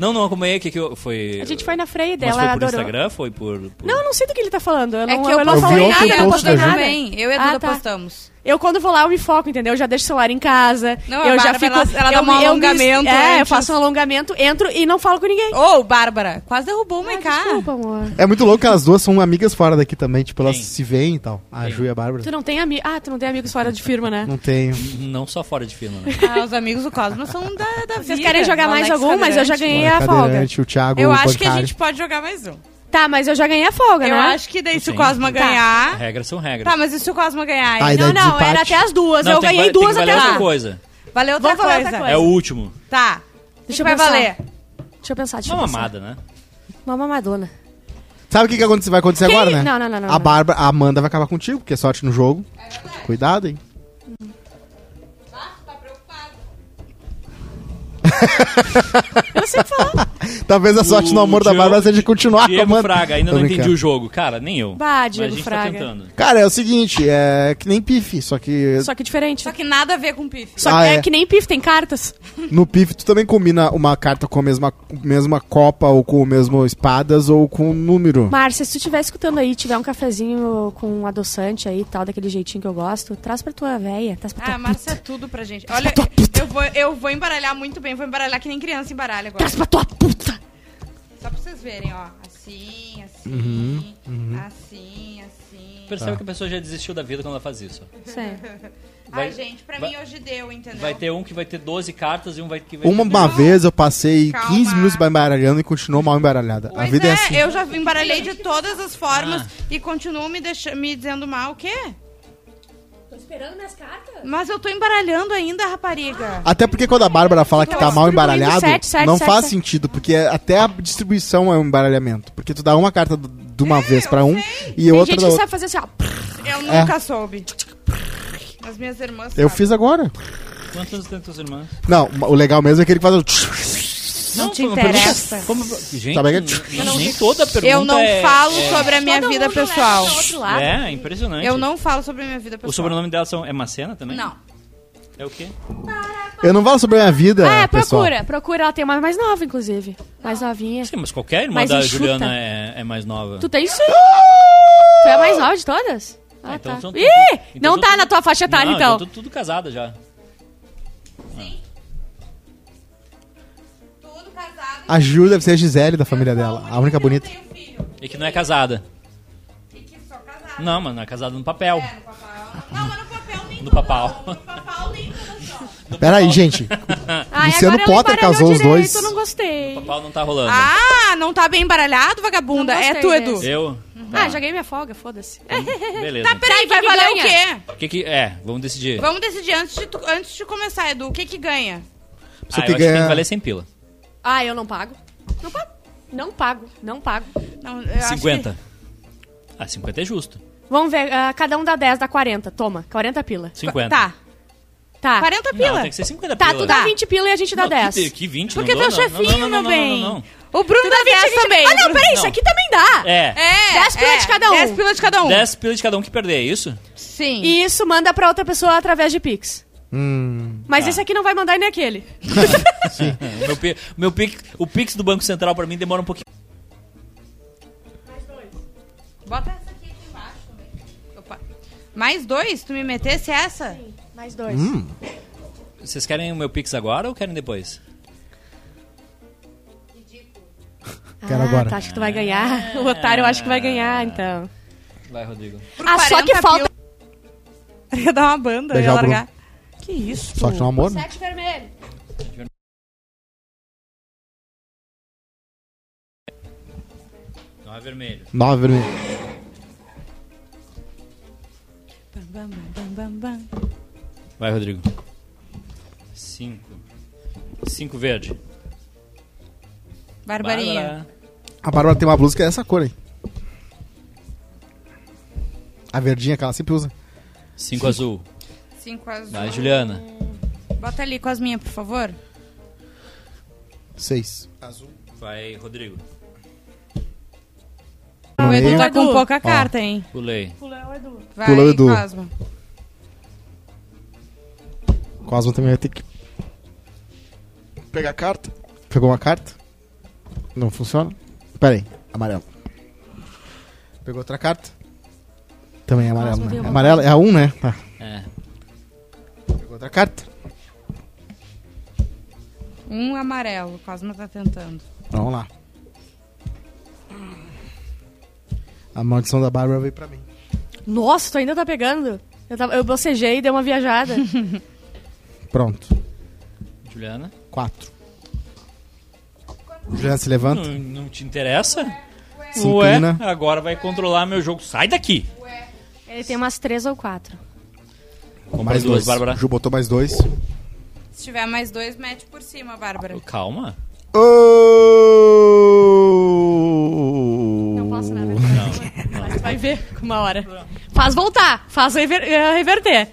Speaker 1: não, não acompanhei. O que que eu. Foi.
Speaker 3: A gente foi na freia
Speaker 1: Mas
Speaker 3: dela,
Speaker 1: foi por
Speaker 3: ela adorou.
Speaker 1: Instagram? Foi por. por-
Speaker 3: Não, eu não sei do que ele tá falando. Eu não,
Speaker 2: É que eu,
Speaker 3: não
Speaker 4: postei
Speaker 3: falei
Speaker 4: ontem
Speaker 3: nada,
Speaker 4: o
Speaker 3: eu não
Speaker 4: post
Speaker 3: postei
Speaker 4: da Ju.
Speaker 3: nada.
Speaker 2: também. Eu e a
Speaker 3: Ah,
Speaker 2: Duda
Speaker 3: tá.
Speaker 2: postamos.
Speaker 3: Eu, quando vou lá, eu me foco, entendeu? Eu já deixo o celular em casa.
Speaker 2: Não, a
Speaker 3: eu já
Speaker 2: Bárbara,
Speaker 3: fico.
Speaker 2: ela- ela
Speaker 3: eu
Speaker 2: dá um
Speaker 3: me- eu me-
Speaker 2: alongamento
Speaker 3: É, eu
Speaker 2: antes.
Speaker 3: faço um alongamento, entro e não falo com ninguém.
Speaker 2: Ô, Bárbara, quase derrubou o Maiká.
Speaker 3: Ah, Desculpa, amor.
Speaker 4: É muito louco que elas duas são amigas fora daqui também. Tipo, elas
Speaker 1: Sim.
Speaker 4: se veem e tal. A Ju e a Bárbara.
Speaker 3: Tu não tem amigos. Ah, tu não tem amigos fora de firma, né?
Speaker 4: Não tenho.
Speaker 1: Não só fora de firma, né?
Speaker 2: Ah, os amigos do Cosmo são da, da vida.
Speaker 3: Vocês querem jogar
Speaker 2: O
Speaker 3: mais
Speaker 2: Alex
Speaker 3: algum? Mas eu já
Speaker 2: Cadeirante.
Speaker 3: ganhei é
Speaker 4: Bora,
Speaker 3: a folga.
Speaker 4: cadeirante, O Thiago,
Speaker 2: Eu
Speaker 4: o
Speaker 2: acho que a
Speaker 4: bancário.
Speaker 2: gente pode jogar mais um.
Speaker 3: Tá, mas eu já ganhei a folga,
Speaker 2: Eu
Speaker 3: né?
Speaker 2: acho que daí se o
Speaker 1: Sim. É.
Speaker 2: Cosma ganhar.
Speaker 1: Ah. Regras são regras.
Speaker 2: Tá, mas e se o Cosma ganhar?
Speaker 4: Ai,
Speaker 2: hein?
Speaker 3: Tá. Não,
Speaker 4: Ideia de
Speaker 3: não, era
Speaker 4: empate.
Speaker 3: até as duas.
Speaker 1: Não,
Speaker 3: eu
Speaker 1: tem que
Speaker 3: ganhei
Speaker 1: va- tem
Speaker 3: duas
Speaker 1: que
Speaker 3: até
Speaker 1: valer outra
Speaker 3: lá.
Speaker 1: coisa.
Speaker 2: Valeu outra
Speaker 3: Vamos valer
Speaker 2: coisa.
Speaker 3: outra
Speaker 1: É o último.
Speaker 2: Tá.
Speaker 3: Deixa
Speaker 2: Deixa
Speaker 3: eu
Speaker 2: vai
Speaker 3: pensar.
Speaker 2: valer.
Speaker 3: Deixa eu pensar,
Speaker 2: Tipo
Speaker 3: deixa
Speaker 1: Uma
Speaker 3: eu
Speaker 2: assim.
Speaker 1: mamada,
Speaker 3: pensar.
Speaker 1: né?
Speaker 3: Uma mamadona.
Speaker 4: Sabe o que, que aconte- vai acontecer
Speaker 3: Quem?
Speaker 4: agora, né?
Speaker 3: Não, não, não, não,
Speaker 4: A
Speaker 3: não.
Speaker 4: Bárbara, a Amanda vai acabar contigo, porque é sorte no jogo. Cuidado, hein?
Speaker 3: Eu sei falar.
Speaker 4: Talvez a sorte no amor da
Speaker 1: Diego-
Speaker 4: Bárbara seja continuar com a
Speaker 1: Diego
Speaker 4: Amanda.
Speaker 1: Fraga, ainda
Speaker 4: Tô
Speaker 1: não
Speaker 4: brincando.
Speaker 1: entendi o jogo. Cara, nem eu.
Speaker 3: Bah,
Speaker 1: Mas a
Speaker 3: Diego
Speaker 1: gente
Speaker 3: Fraga.
Speaker 1: tá tentando.
Speaker 4: Cara, é o seguinte, é que nem pife, só que
Speaker 3: Só que diferente.
Speaker 2: Só que nada a ver com pife.
Speaker 3: Só que
Speaker 4: Ah,
Speaker 3: é.
Speaker 4: é.
Speaker 3: que nem pif, tem cartas.
Speaker 4: no pife tu também combina uma carta com a mesma, com a mesma copa ou com o mesmo espadas ou com um número.
Speaker 3: Márcia, se tu estiver escutando aí, tiver um cafezinho com um adoçante aí e tal, daquele jeitinho que eu gosto, traz pra tua véia, traz pra tua
Speaker 2: Ah,
Speaker 3: puta,
Speaker 2: Márcia é tudo pra gente. Olha, eu vou, eu vou embaralhar muito bem. Vou embaralhar que nem criança embaralha agora.
Speaker 3: traz pra tua puta.
Speaker 2: Só pra vocês verem, ó. Assim, assim,
Speaker 4: Uhum,
Speaker 2: assim, assim.
Speaker 4: Tá.
Speaker 1: Percebe que a pessoa já desistiu da vida quando ela faz isso.
Speaker 3: Isso aí.
Speaker 1: Vai-
Speaker 2: Ai, gente, pra
Speaker 1: vai-
Speaker 2: mim hoje deu, entendeu?
Speaker 1: Vai ter um que vai ter 12 cartas e um vai que vai
Speaker 4: Uma,
Speaker 1: ter...
Speaker 4: uma vez eu passei
Speaker 2: Calma.
Speaker 4: 15 minutos embaralhando e continuou mal embaralhada. a
Speaker 2: Pois
Speaker 4: vida é,
Speaker 2: é,
Speaker 4: assim.
Speaker 2: eu já embaralhei de todas as formas
Speaker 1: Ah.
Speaker 2: e continuo me, deixa, me dizendo mal. O quê?
Speaker 3: Tô esperando minhas cartas?
Speaker 2: Mas eu tô embaralhando ainda, rapariga.
Speaker 4: Até porque quando a Bárbara fala que tá mal
Speaker 3: distribuindo
Speaker 4: embaralhado,
Speaker 3: sete, sete,
Speaker 4: não
Speaker 3: sete,
Speaker 4: faz
Speaker 3: sete.
Speaker 4: sentido, porque é até a distribuição é um embaralhamento. Porque tu dá uma carta do- de uma vez pra um e
Speaker 3: É, Tem
Speaker 4: outra
Speaker 3: gente
Speaker 4: da
Speaker 3: que
Speaker 4: outra.
Speaker 3: sabe fazer assim, ó.
Speaker 2: Eu nunca soube. As minhas irmãs
Speaker 4: Ah. É. Eu
Speaker 2: sabem.
Speaker 4: fiz agora.
Speaker 1: Quantos tem teus irmãos?
Speaker 4: Não, o legal mesmo é aquele que faz o...
Speaker 2: Não te
Speaker 1: foi uma pergunta-
Speaker 2: interessa.
Speaker 1: Como... Gente,
Speaker 4: Sabe que- é
Speaker 1: nem, nem toda pergunta
Speaker 2: Eu não
Speaker 1: é-
Speaker 2: falo
Speaker 1: é-
Speaker 2: sobre a minha
Speaker 3: Todo
Speaker 2: vida
Speaker 3: mundo leva
Speaker 2: pessoal.
Speaker 3: pra outro lado.
Speaker 1: É, impressionante.
Speaker 2: Eu não falo sobre a minha vida pessoal.
Speaker 1: O sobrenome dela são... é Macena também?
Speaker 2: Não.
Speaker 1: É o quê?
Speaker 4: Eu não falo sobre a minha vida,
Speaker 3: Ah, é,
Speaker 4: pessoal.
Speaker 3: procura. Procura, ela tem uma mais nova, inclusive. Mais novinha.
Speaker 1: Sim, mas qualquer irmã
Speaker 3: Mas
Speaker 1: da
Speaker 3: enxuta.
Speaker 1: Juliana é, é mais nova.
Speaker 3: Tu tem sim. Tu é a mais nova de todas? Ah,
Speaker 1: então
Speaker 3: tá.
Speaker 1: são-
Speaker 3: Ih!
Speaker 1: então
Speaker 3: não
Speaker 1: são
Speaker 3: tá
Speaker 1: tudo-
Speaker 3: na tua faixa etária,
Speaker 1: Não,
Speaker 3: então.
Speaker 1: então tu- tudo casada já.
Speaker 2: Tudo casado.
Speaker 4: A Ju deve ser a Gisele da família dela, a única bonita.
Speaker 2: tenho filho.
Speaker 1: E que não é casada.
Speaker 2: E que sou casada.
Speaker 1: Não, mas não é casada no papel.
Speaker 2: É, no papel. Não, mas no papel nem
Speaker 1: No
Speaker 2: todas
Speaker 1: papau.
Speaker 2: são. No papau nem todas são.
Speaker 4: Peraí, gente.
Speaker 1: Ah,
Speaker 3: Ai,
Speaker 4: Luciano
Speaker 3: agora ela
Speaker 4: Potter
Speaker 3: embaralhou
Speaker 4: casou os
Speaker 3: direito,
Speaker 4: dois.
Speaker 3: Eu não gostei.
Speaker 1: O papel não tá rolando.
Speaker 2: Ah, não tá bem embaralhado, vagabunda?
Speaker 3: Não
Speaker 2: É
Speaker 3: gostei
Speaker 2: tu, Edu.
Speaker 3: desse.
Speaker 1: Eu?
Speaker 3: Ah, joguei minha folga, foda-se.
Speaker 1: Beleza.
Speaker 2: Tá, peraí,
Speaker 3: Tá,
Speaker 2: vai
Speaker 3: e quem
Speaker 2: valer
Speaker 3: ganha?
Speaker 2: o quê?
Speaker 1: O que que... É, vamos decidir.
Speaker 2: Vamos decidir antes de, tu- antes de começar, Edu. O que que ganha?
Speaker 1: Ah, eu
Speaker 4: Só que
Speaker 1: acho que tem
Speaker 4: ganha-
Speaker 1: que valer 100 pila.
Speaker 3: Ah, eu não pago. Não pago. Não pago, não pago.
Speaker 2: Não, eu acho
Speaker 1: 50. Ah, 50 é justo.
Speaker 3: Vamos ver, ah, cada um dá 10, dá 40. Toma, 40 pila.
Speaker 2: que-
Speaker 1: 50.
Speaker 2: Tá,
Speaker 3: Tá.
Speaker 2: 40
Speaker 1: Não,
Speaker 2: pila.
Speaker 1: tem que ser 50
Speaker 3: Tá,
Speaker 1: pila.
Speaker 3: tu dá
Speaker 2: Tá.
Speaker 3: 20 pila e a gente dá
Speaker 1: Não,
Speaker 3: 10.
Speaker 1: Que, que 20
Speaker 2: Porque
Speaker 1: não
Speaker 2: tu é
Speaker 1: dou,
Speaker 2: o chefinho,
Speaker 1: não, não, não, não, não,
Speaker 2: meu bem.
Speaker 1: não, não.
Speaker 2: O Bruno
Speaker 3: Tu
Speaker 2: dá 10 também.
Speaker 3: Ah, não,
Speaker 2: Bruno.
Speaker 3: peraí, isso aqui também dá.
Speaker 1: É.
Speaker 2: É,
Speaker 3: 10 pila de cada um.
Speaker 2: 10 pila de cada um.
Speaker 1: 10 pila de cada um que perder, é isso?
Speaker 2: Sim.
Speaker 3: E isso manda pra outra pessoa através de Pix.
Speaker 4: Hum,
Speaker 3: Mas esse aqui não vai mandar e nem aquele.
Speaker 1: O meu, pi- o meu pix, o Pix do Banco Central pra mim demora um pouquinho.
Speaker 2: Bota essa aqui aqui embaixo também. Opa. Mais dois? Tu me metesse essa?
Speaker 3: Mais dois.
Speaker 4: Hum.
Speaker 1: Vocês querem o meu Pix agora ou querem depois?
Speaker 4: Quero agora.
Speaker 3: Tá, acho que tu vai ganhar. O otário eu acho que vai ganhar, então.
Speaker 1: Vai, Rodrigo.
Speaker 2: Por
Speaker 3: Ah, só que
Speaker 2: 40
Speaker 3: falta-
Speaker 2: pila. Ia dar uma banda,
Speaker 4: Beijar
Speaker 2: ia
Speaker 4: o
Speaker 2: largar. Que isso?
Speaker 3: tipo,
Speaker 4: sorte no amor. né?
Speaker 3: 7 vermelho.
Speaker 1: Não é vermelho.
Speaker 4: Nove né? vermelho.
Speaker 2: Bam, bam, bam, bam, bam.
Speaker 1: Vai, Rodrigo. 5. 5 verde.
Speaker 2: Barbarinha.
Speaker 1: Bárbara.
Speaker 4: A Bárbara tem uma blusa que é essa cor aí. A verdinha que ela sempre usa.
Speaker 1: 5 azul.
Speaker 2: Cinco azul.
Speaker 1: Vai, Juliana.
Speaker 2: Bota ali com as minhas, por favor.
Speaker 4: Seis.
Speaker 1: Vai, Rodrigo.
Speaker 2: O Edu
Speaker 4: Meio.
Speaker 2: tá com
Speaker 3: Edu.
Speaker 2: pouca carta, hein?
Speaker 1: Pulei.
Speaker 2: Vai,
Speaker 4: Pula o Edu.
Speaker 2: Cosmo.
Speaker 4: Cosmo também vai ter que. Pegar a carta. Pegou uma carta. Não funciona. Pera aí. Amarelo. Pegou outra carta. Também é amarelo,
Speaker 3: Cosmo
Speaker 4: né?
Speaker 3: deu
Speaker 4: É
Speaker 3: uma
Speaker 4: amarelo? É a um, né? Tá.
Speaker 1: É.
Speaker 4: outra carta.
Speaker 2: Um amarelo, o Cosma tá tentando.
Speaker 4: Vamos lá. A maldição da Bárbara veio pra mim.
Speaker 3: Nossa, tu ainda tá pegando. Eu, tava, eu bocejei e dei uma viajada.
Speaker 4: Pronto.
Speaker 1: Juliana?
Speaker 4: Quatro. Juliana se levanta,
Speaker 1: Não, não te interessa?
Speaker 4: se inclina.
Speaker 1: Hum. Ué, agora vai controlar meu jogo. Sai daqui!
Speaker 3: Ele tem umas três ou quatro.
Speaker 1: Compra
Speaker 4: Mais
Speaker 1: duas,
Speaker 4: dois.
Speaker 1: Bárbara.
Speaker 4: Ju botou mais dois.
Speaker 2: Se tiver mais dois, mete por cima, Bárbara.
Speaker 1: Calma.
Speaker 4: Oh!
Speaker 3: Não posso nada. Mas tu vai ver uma hora. Faz voltar. Faz rever- eh, reverter.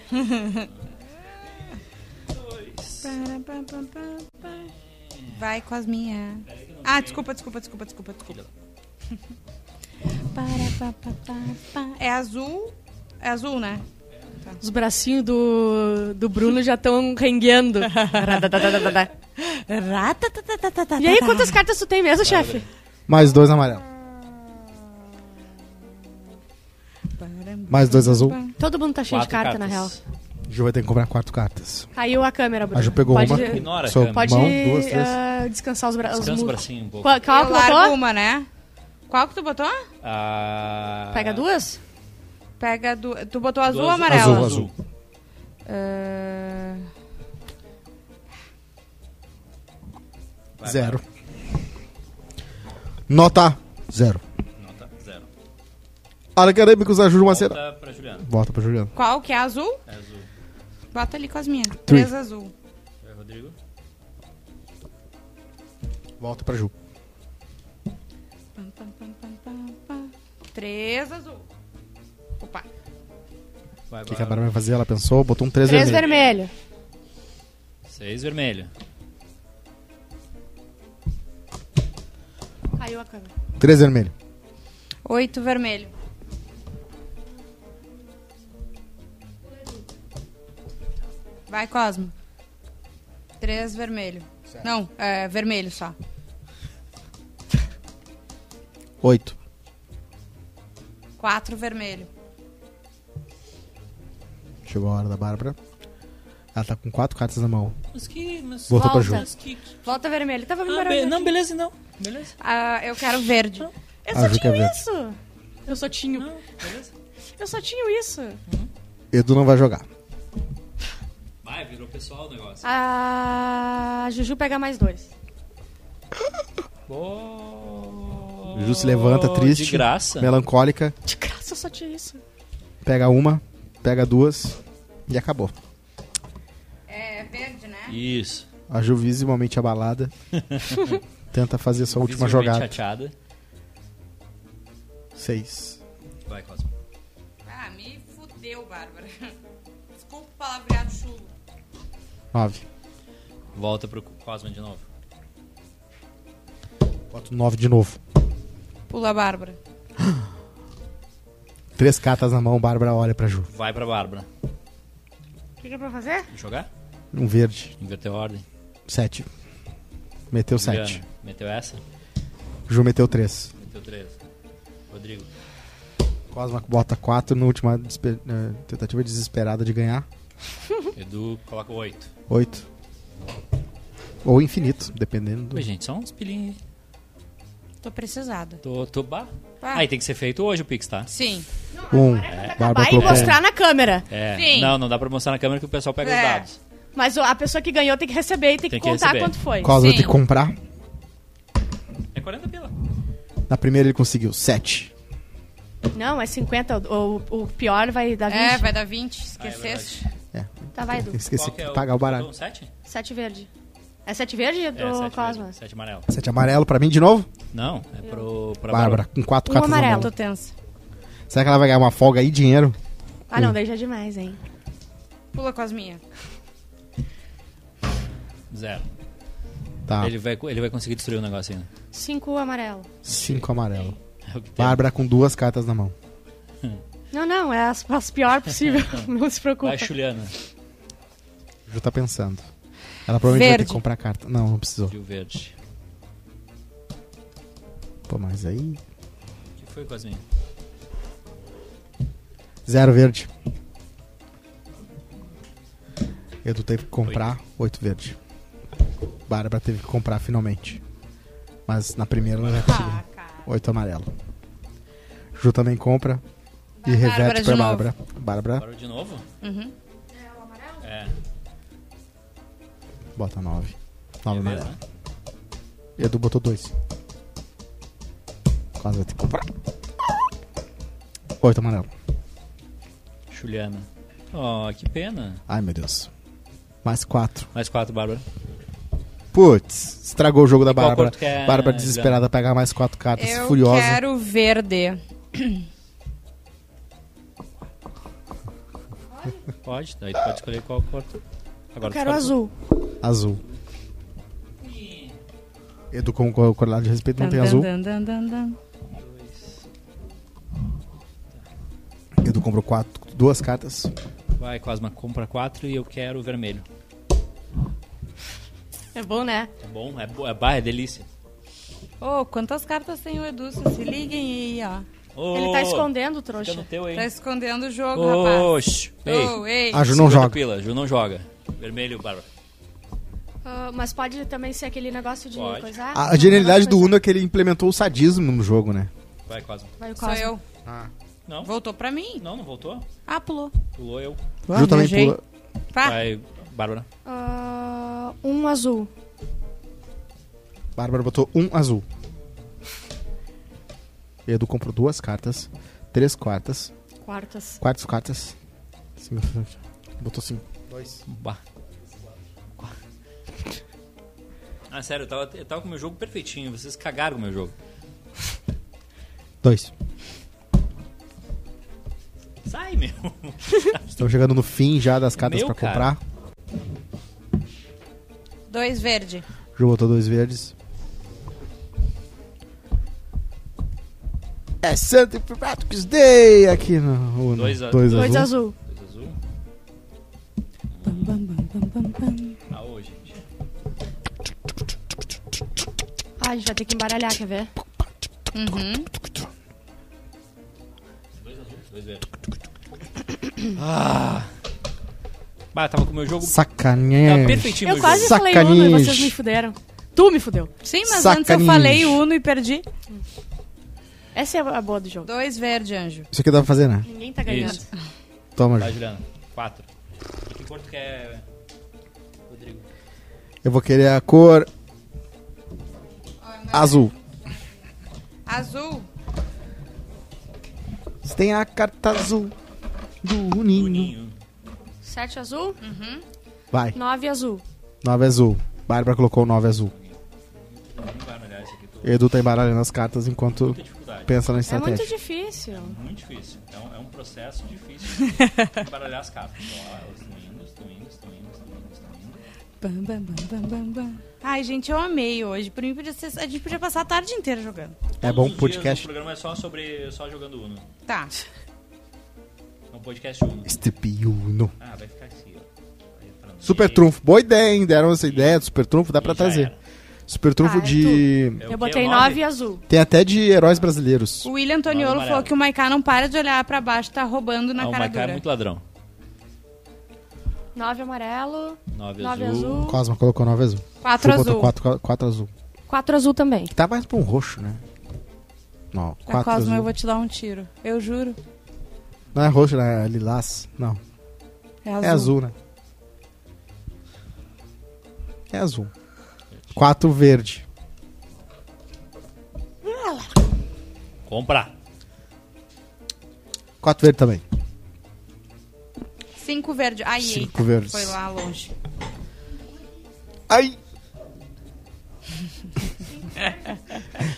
Speaker 2: Vai, Cosminha. Ah, desculpa, desculpa, desculpa, desculpa, desculpa. É azul. É azul, né?
Speaker 3: Os bracinhos do, do Bruno já estão rengueando. e aí, quantas cartas tu tem mesmo, chefe?
Speaker 4: Mais dois amarelo. Mais dois azul.
Speaker 3: Todo mundo tá cheio de carta, na real.
Speaker 4: Ju vai ter que comprar quatro cartas.
Speaker 3: Caiu a câmera, Bruno.
Speaker 4: A Ju Ah, pegou
Speaker 3: pode,
Speaker 4: uma.
Speaker 1: Ignora a câmera.
Speaker 4: Sua
Speaker 3: Pode
Speaker 4: mão, duas, três.
Speaker 3: eh, descansar os braços.
Speaker 1: Descansa o bracinho um pouco.
Speaker 3: Qual, qual
Speaker 2: Eu largo
Speaker 3: botou?
Speaker 2: uma, né? Qual que tu botou?
Speaker 1: Ah,
Speaker 3: Pega duas?
Speaker 2: Pega do... Tu botou azul ou
Speaker 1: duas-
Speaker 2: amarelo?
Speaker 4: Azul, azul.
Speaker 2: Ah,
Speaker 1: Vai,
Speaker 4: Zero. Nota zero.
Speaker 1: vai. Nota zero.
Speaker 4: Acadêmicos da Júlio Macedo.
Speaker 1: Volta pra Juliana.
Speaker 4: Volta pra Juliana.
Speaker 2: qual que é azul?
Speaker 1: É azul.
Speaker 2: Bota ali, Cosminha.
Speaker 4: Three.
Speaker 2: Três azul.
Speaker 1: Vai, Rodrigo.
Speaker 4: Volta pra Ju.
Speaker 2: Pam, pam, pam, pam, pam, pam. Três azul. Opa.
Speaker 1: Vai,
Speaker 4: O que, é que
Speaker 1: Bárbara.
Speaker 4: a Bárbara vai fazer? Ela pensou, botou um três
Speaker 3: Três
Speaker 4: vermelho.
Speaker 3: vermelho.
Speaker 1: Seis vermelho.
Speaker 3: Caiu a câmera.
Speaker 4: Três vermelho.
Speaker 2: Oito vermelho. Vai, Cosmo. Três vermelho. Não, é vermelho só.
Speaker 4: Oito.
Speaker 2: Quatro vermelho.
Speaker 4: Chegou a hora da Bárbara. Ela tá com quatro cartas na mão.
Speaker 1: Mas que. Mas,
Speaker 4: Voltou pra Ju.
Speaker 3: Volta.
Speaker 1: mas que. que-
Speaker 3: Volta vermelho. Tava me
Speaker 1: Ah, be- não, beleza, não. Beleza?
Speaker 2: Ah, eu quero verde.
Speaker 3: Eu
Speaker 4: Ah,
Speaker 3: só
Speaker 4: Ju
Speaker 3: tinha
Speaker 4: quer ver.
Speaker 3: isso. Eu só tinha.
Speaker 1: Não, beleza.
Speaker 3: Eu só tinha isso.
Speaker 4: Edu não vai jogar.
Speaker 1: Vai, virou pessoal o negócio.
Speaker 3: A Juju pega mais dois.
Speaker 1: Boa.
Speaker 4: Ju se levanta, triste.
Speaker 1: De graça.
Speaker 4: Melancólica.
Speaker 3: De graça, eu só tinha isso.
Speaker 4: Pega uma, pega duas e acabou.
Speaker 2: É verde, né?
Speaker 1: Isso.
Speaker 4: A Ju visivelmente abalada. Tenta fazer sua última
Speaker 1: Visivelmente
Speaker 4: jogada.
Speaker 1: chateada.
Speaker 4: Seis.
Speaker 1: Vai, Cosmo.
Speaker 2: Ah, me fudeu, Bárbara. Desculpa o palavreado chulo.
Speaker 4: Nove.
Speaker 1: Volta pro Cosmo de novo.
Speaker 4: Bota um nove de novo.
Speaker 2: Pula, Bárbara.
Speaker 4: Três cartas na mão, Bárbara olha pra Ju.
Speaker 1: Vai pra Bárbara.
Speaker 3: O que, que é pra fazer?
Speaker 1: Jogar?
Speaker 4: Um verde.
Speaker 1: Inverteu a ordem.
Speaker 4: Sete. Meteu sete.
Speaker 1: Juliana, meteu essa?
Speaker 4: Ju meteu três.
Speaker 1: Meteu três. Rodrigo.
Speaker 4: Cosma bota quatro na última despe- eh, tentativa desesperada de ganhar.
Speaker 1: Edu coloca oito.
Speaker 4: Oito. Ou infinito, dependendo
Speaker 1: Oi,
Speaker 4: do.
Speaker 1: gente, só uns pilinhos. aí.
Speaker 2: Tô precisada.
Speaker 1: Tô, tô bah.
Speaker 3: Ah.
Speaker 2: Tá.
Speaker 1: Aí tem que ser feito hoje o Pix, tá?
Speaker 2: Sim.
Speaker 3: é
Speaker 4: Um. Bárbara
Speaker 3: Vai
Speaker 4: colocou
Speaker 3: mostrar na câmera.
Speaker 1: É.
Speaker 2: Sim.
Speaker 1: Não, não dá pra mostrar na câmera que o pessoal pega
Speaker 2: É.
Speaker 1: os dados.
Speaker 3: Mas o- a pessoa que ganhou tem que receber e tem,
Speaker 1: Tem
Speaker 3: que
Speaker 1: que
Speaker 3: contar
Speaker 1: receber.
Speaker 3: quanto foi.
Speaker 4: um. Cosma
Speaker 2: Sim.
Speaker 4: tem que comprar.
Speaker 1: É 40 pila.
Speaker 4: Na primeira ele conseguiu sete.
Speaker 3: Não, é 50. O, o- o pior vai dar 20.
Speaker 2: É, vai dar 20, esquecesse.
Speaker 3: Tá, vai, Edu.
Speaker 4: Esqueci
Speaker 1: Qual
Speaker 4: de
Speaker 1: que é
Speaker 4: pagar o baralho.
Speaker 1: Edu, Sete?
Speaker 3: Sete verde. É sete verde,
Speaker 1: É,
Speaker 3: Edu
Speaker 1: sete,
Speaker 3: Cosma?
Speaker 1: mesmo, sete amarelo.
Speaker 4: Sete amarelo pra mim de novo?
Speaker 1: Não, é pro... Pra
Speaker 4: Bárbara, com
Speaker 3: Um
Speaker 4: quatro cartas na
Speaker 3: amarelo.
Speaker 2: Tô
Speaker 4: mão.
Speaker 2: tensa.
Speaker 4: Será que ela vai ganhar uma folga e dinheiro?
Speaker 3: Ah, não, daí já é demais, hein?
Speaker 2: Pula, Cosminha.
Speaker 1: Zero.
Speaker 4: Tá.
Speaker 1: Ele, vai, ele vai conseguir destruir o negócio ainda.
Speaker 3: Cinco amarelo.
Speaker 4: Cinco amarelo.
Speaker 1: É o que tem.
Speaker 4: Bárbara com duas cartas na mão.
Speaker 3: Não, não, é as, as pior possível. não se preocupa.
Speaker 1: Vai, Juliana.
Speaker 4: Ju tá pensando. Ela provavelmente vai ter
Speaker 2: Verde.
Speaker 4: que comprar carta. Não, não precisou.
Speaker 1: Rio Verde.
Speaker 4: Pô, mas aí.
Speaker 1: O que foi, Cosminha?
Speaker 4: Zero verde. Edu teve que comprar oito verde. Bárbara teve que comprar finalmente. Mas na primeira ela já tinha
Speaker 2: Ah, cara.
Speaker 4: oito amarelo. Ju também compra e
Speaker 2: Vai, Bárbara,
Speaker 4: reverte
Speaker 2: de
Speaker 4: pra
Speaker 2: novo.
Speaker 4: Bárbara. Bárbara
Speaker 1: Parou de novo?
Speaker 3: Uhum.
Speaker 1: É.
Speaker 4: bota nove. Nove
Speaker 1: Beleza.
Speaker 4: amarelo. Edu botou dois. Quase vai ter que comprar. Oito amarelo.
Speaker 1: Juliana. Oh, que pena.
Speaker 4: Ai meu Deus. Mais quatro.
Speaker 1: Mais quatro, Bárbara.
Speaker 4: Putz, estragou o jogo da
Speaker 1: qual
Speaker 4: Bárbara.
Speaker 1: cor tu quer,
Speaker 4: Bárbara desesperada pegar mais quatro cartas,
Speaker 2: Eu
Speaker 4: furiosa.
Speaker 2: quero verde.
Speaker 1: Pode, daí tu pode escolher qual cor. tu- Agora
Speaker 3: Eu
Speaker 1: tu
Speaker 3: quero
Speaker 1: pode-
Speaker 3: azul.
Speaker 4: Azul. Edu, como cor- correlado de respeito, não tem azul.
Speaker 2: Dan, dan, dan, dan.
Speaker 4: Edu comprou quatro, duas cartas.
Speaker 1: Vai, Cosma, compra quatro e eu quero vermelho.
Speaker 3: É bom, né?
Speaker 1: Tá bom? É, bo- é barra, é delícia.
Speaker 2: Ô, quantas cartas tem o Edu? Vocês se liguem aí, ó.
Speaker 1: Ô,
Speaker 3: Ele tá escondendo, trouxa.
Speaker 1: Fica no teu, hein?
Speaker 2: Tá escondendo o jogo, rapaz.
Speaker 1: Oxi. Ei.
Speaker 2: Ô, ei.
Speaker 4: A Ju não
Speaker 1: 50
Speaker 4: joga.
Speaker 1: Pila. Ju não joga. Vermelho, Bárbara.
Speaker 3: Ah, mas pode também ser aquele negócio de
Speaker 1: Pode.
Speaker 3: coisar?
Speaker 4: A
Speaker 2: Ah,
Speaker 4: a genialidade do
Speaker 3: Coisar.
Speaker 4: Uno é que ele implementou o sadismo no jogo, né?
Speaker 1: Vai, Cosma.
Speaker 3: Vai, o
Speaker 2: Sou
Speaker 3: Cosmo.
Speaker 2: eu.
Speaker 4: Ah.
Speaker 1: Não?
Speaker 2: Voltou pra mim.
Speaker 1: Não, não voltou?
Speaker 2: Ah, pulou.
Speaker 1: Pulou eu.
Speaker 4: Ju também
Speaker 2: arranjei.
Speaker 4: pula.
Speaker 2: Tá.
Speaker 1: Vai, Bárbara.
Speaker 3: Ah, um azul.
Speaker 4: Bárbara botou um azul. Edu comprou duas cartas, três quartas,
Speaker 3: Quartas.
Speaker 4: quartos cartas. Cinco. Botou cinco. Dois.
Speaker 1: Bah. Ah, sério, eu tava, eu tava com o meu jogo perfeitinho. Vocês cagaram o meu jogo.
Speaker 4: Dois.
Speaker 1: Sai, meu.
Speaker 4: Estamos chegando no fim já das cartas
Speaker 1: Meu,
Speaker 4: pra
Speaker 1: cara.
Speaker 4: comprar.
Speaker 2: Dois verde.
Speaker 4: Ju botou dois verdes. É Santo Patrick's Day aqui no Uno.
Speaker 1: Dois a-
Speaker 4: dois
Speaker 3: Dois
Speaker 4: azul.
Speaker 3: azul.
Speaker 1: Dois azul.
Speaker 2: Bam, bam, bam, bam, bam, bam.
Speaker 1: Ah, ô, gente.
Speaker 3: Ah, a gente vai ter que embaralhar, quer ver?
Speaker 1: Dois verdes. Ah. Bah, tava com o meu jogo
Speaker 4: Sacanagem.
Speaker 1: tava Tá perfeitinho.
Speaker 3: Eu
Speaker 1: meu
Speaker 3: quase
Speaker 1: jogo.
Speaker 3: falei Uno e
Speaker 4: Sacanagem.
Speaker 3: vocês me fuderam. Tu me fudeu.
Speaker 2: Sim, mas antes eu
Speaker 4: Sacaninho.
Speaker 2: falei Uno e perdi.
Speaker 3: Essa é a boa do jogo.
Speaker 2: Dois verde, anjo.
Speaker 4: Isso aqui dá pra fazer, né?
Speaker 3: Ninguém tá ganhando.
Speaker 1: Isso.
Speaker 4: Toma,
Speaker 1: Vai,
Speaker 4: Ju.
Speaker 1: Juliana. Quatro. E que é cor tu quer, Rodrigo?
Speaker 4: Eu vou querer a cor azul.
Speaker 2: Azul.
Speaker 4: Você tem a carta azul do Uninho.
Speaker 1: Boninho.
Speaker 3: Sete azul,
Speaker 4: Vai,
Speaker 3: nove azul.
Speaker 4: nove é azul. Bárbara colocou nove azul.
Speaker 1: Não vai melhor esse aqui. Tô com
Speaker 4: Edu tá embaralhando as cartas enquanto
Speaker 1: muita dificuldade.
Speaker 4: pensa na
Speaker 3: É muito
Speaker 4: estratégia.
Speaker 3: difícil.
Speaker 1: Muito difícil. É um, é um processo difícil embaralhar as cartas. Então, ah, elas estão indo, estão indo, estão indo, estão indo, estão indo.
Speaker 2: Bam, bam, bam, bam, bam, bam. Ai, gente, eu amei hoje. Por mim, podia ser- a gente podia passar a tarde inteira jogando.
Speaker 4: É
Speaker 1: Todos
Speaker 4: bom
Speaker 1: os dias O
Speaker 4: podcast.
Speaker 1: programa é só sobre. só jogando Uno.
Speaker 2: Tá.
Speaker 1: É um podcast Uno.
Speaker 4: Strip Uno.
Speaker 1: Ah, vai ficar assim, ó. Vai entrando.
Speaker 4: Super
Speaker 1: E-
Speaker 4: trunfo. Boa ideia, hein? Deram essa ideia do super trunfo, dá
Speaker 1: e
Speaker 4: pra
Speaker 1: já
Speaker 4: trazer.
Speaker 1: era.
Speaker 4: Super trunfo
Speaker 3: Ah, é
Speaker 4: de.
Speaker 1: É o quê?
Speaker 3: Eu botei
Speaker 1: Nove?
Speaker 3: nove azul.
Speaker 4: Tem até de heróis brasileiros.
Speaker 2: O William Antoniolo
Speaker 1: amarelo.
Speaker 2: falou que o Maiká não para de olhar pra baixo, tá roubando na
Speaker 1: Ah, o
Speaker 2: cara
Speaker 1: Maicá é
Speaker 2: dura.
Speaker 1: muito ladrão.
Speaker 3: Nove amarelo,
Speaker 1: Nove
Speaker 3: nove
Speaker 1: azul.
Speaker 3: azul.
Speaker 4: Cosma colocou nove azul.
Speaker 2: Quatro
Speaker 4: Ju botou
Speaker 2: azul.
Speaker 4: Quatro, quatro azul.
Speaker 3: Quatro azul também.
Speaker 4: Que tá mais pra um roxo, né? Não,
Speaker 2: Na
Speaker 4: quatro
Speaker 2: Cosmo,
Speaker 4: azul.
Speaker 2: Tá eu vou te dar um tiro. Eu juro.
Speaker 4: Não é roxo, né? É lilás. Não.
Speaker 2: É azul.
Speaker 4: É azul, né? É azul. Quatro verde.
Speaker 1: Comprar.
Speaker 4: Quatro verde também.
Speaker 2: Cinco verde. Ai,
Speaker 4: Cinco
Speaker 2: eita,
Speaker 4: verdes.
Speaker 2: Foi lá longe.
Speaker 4: Ai!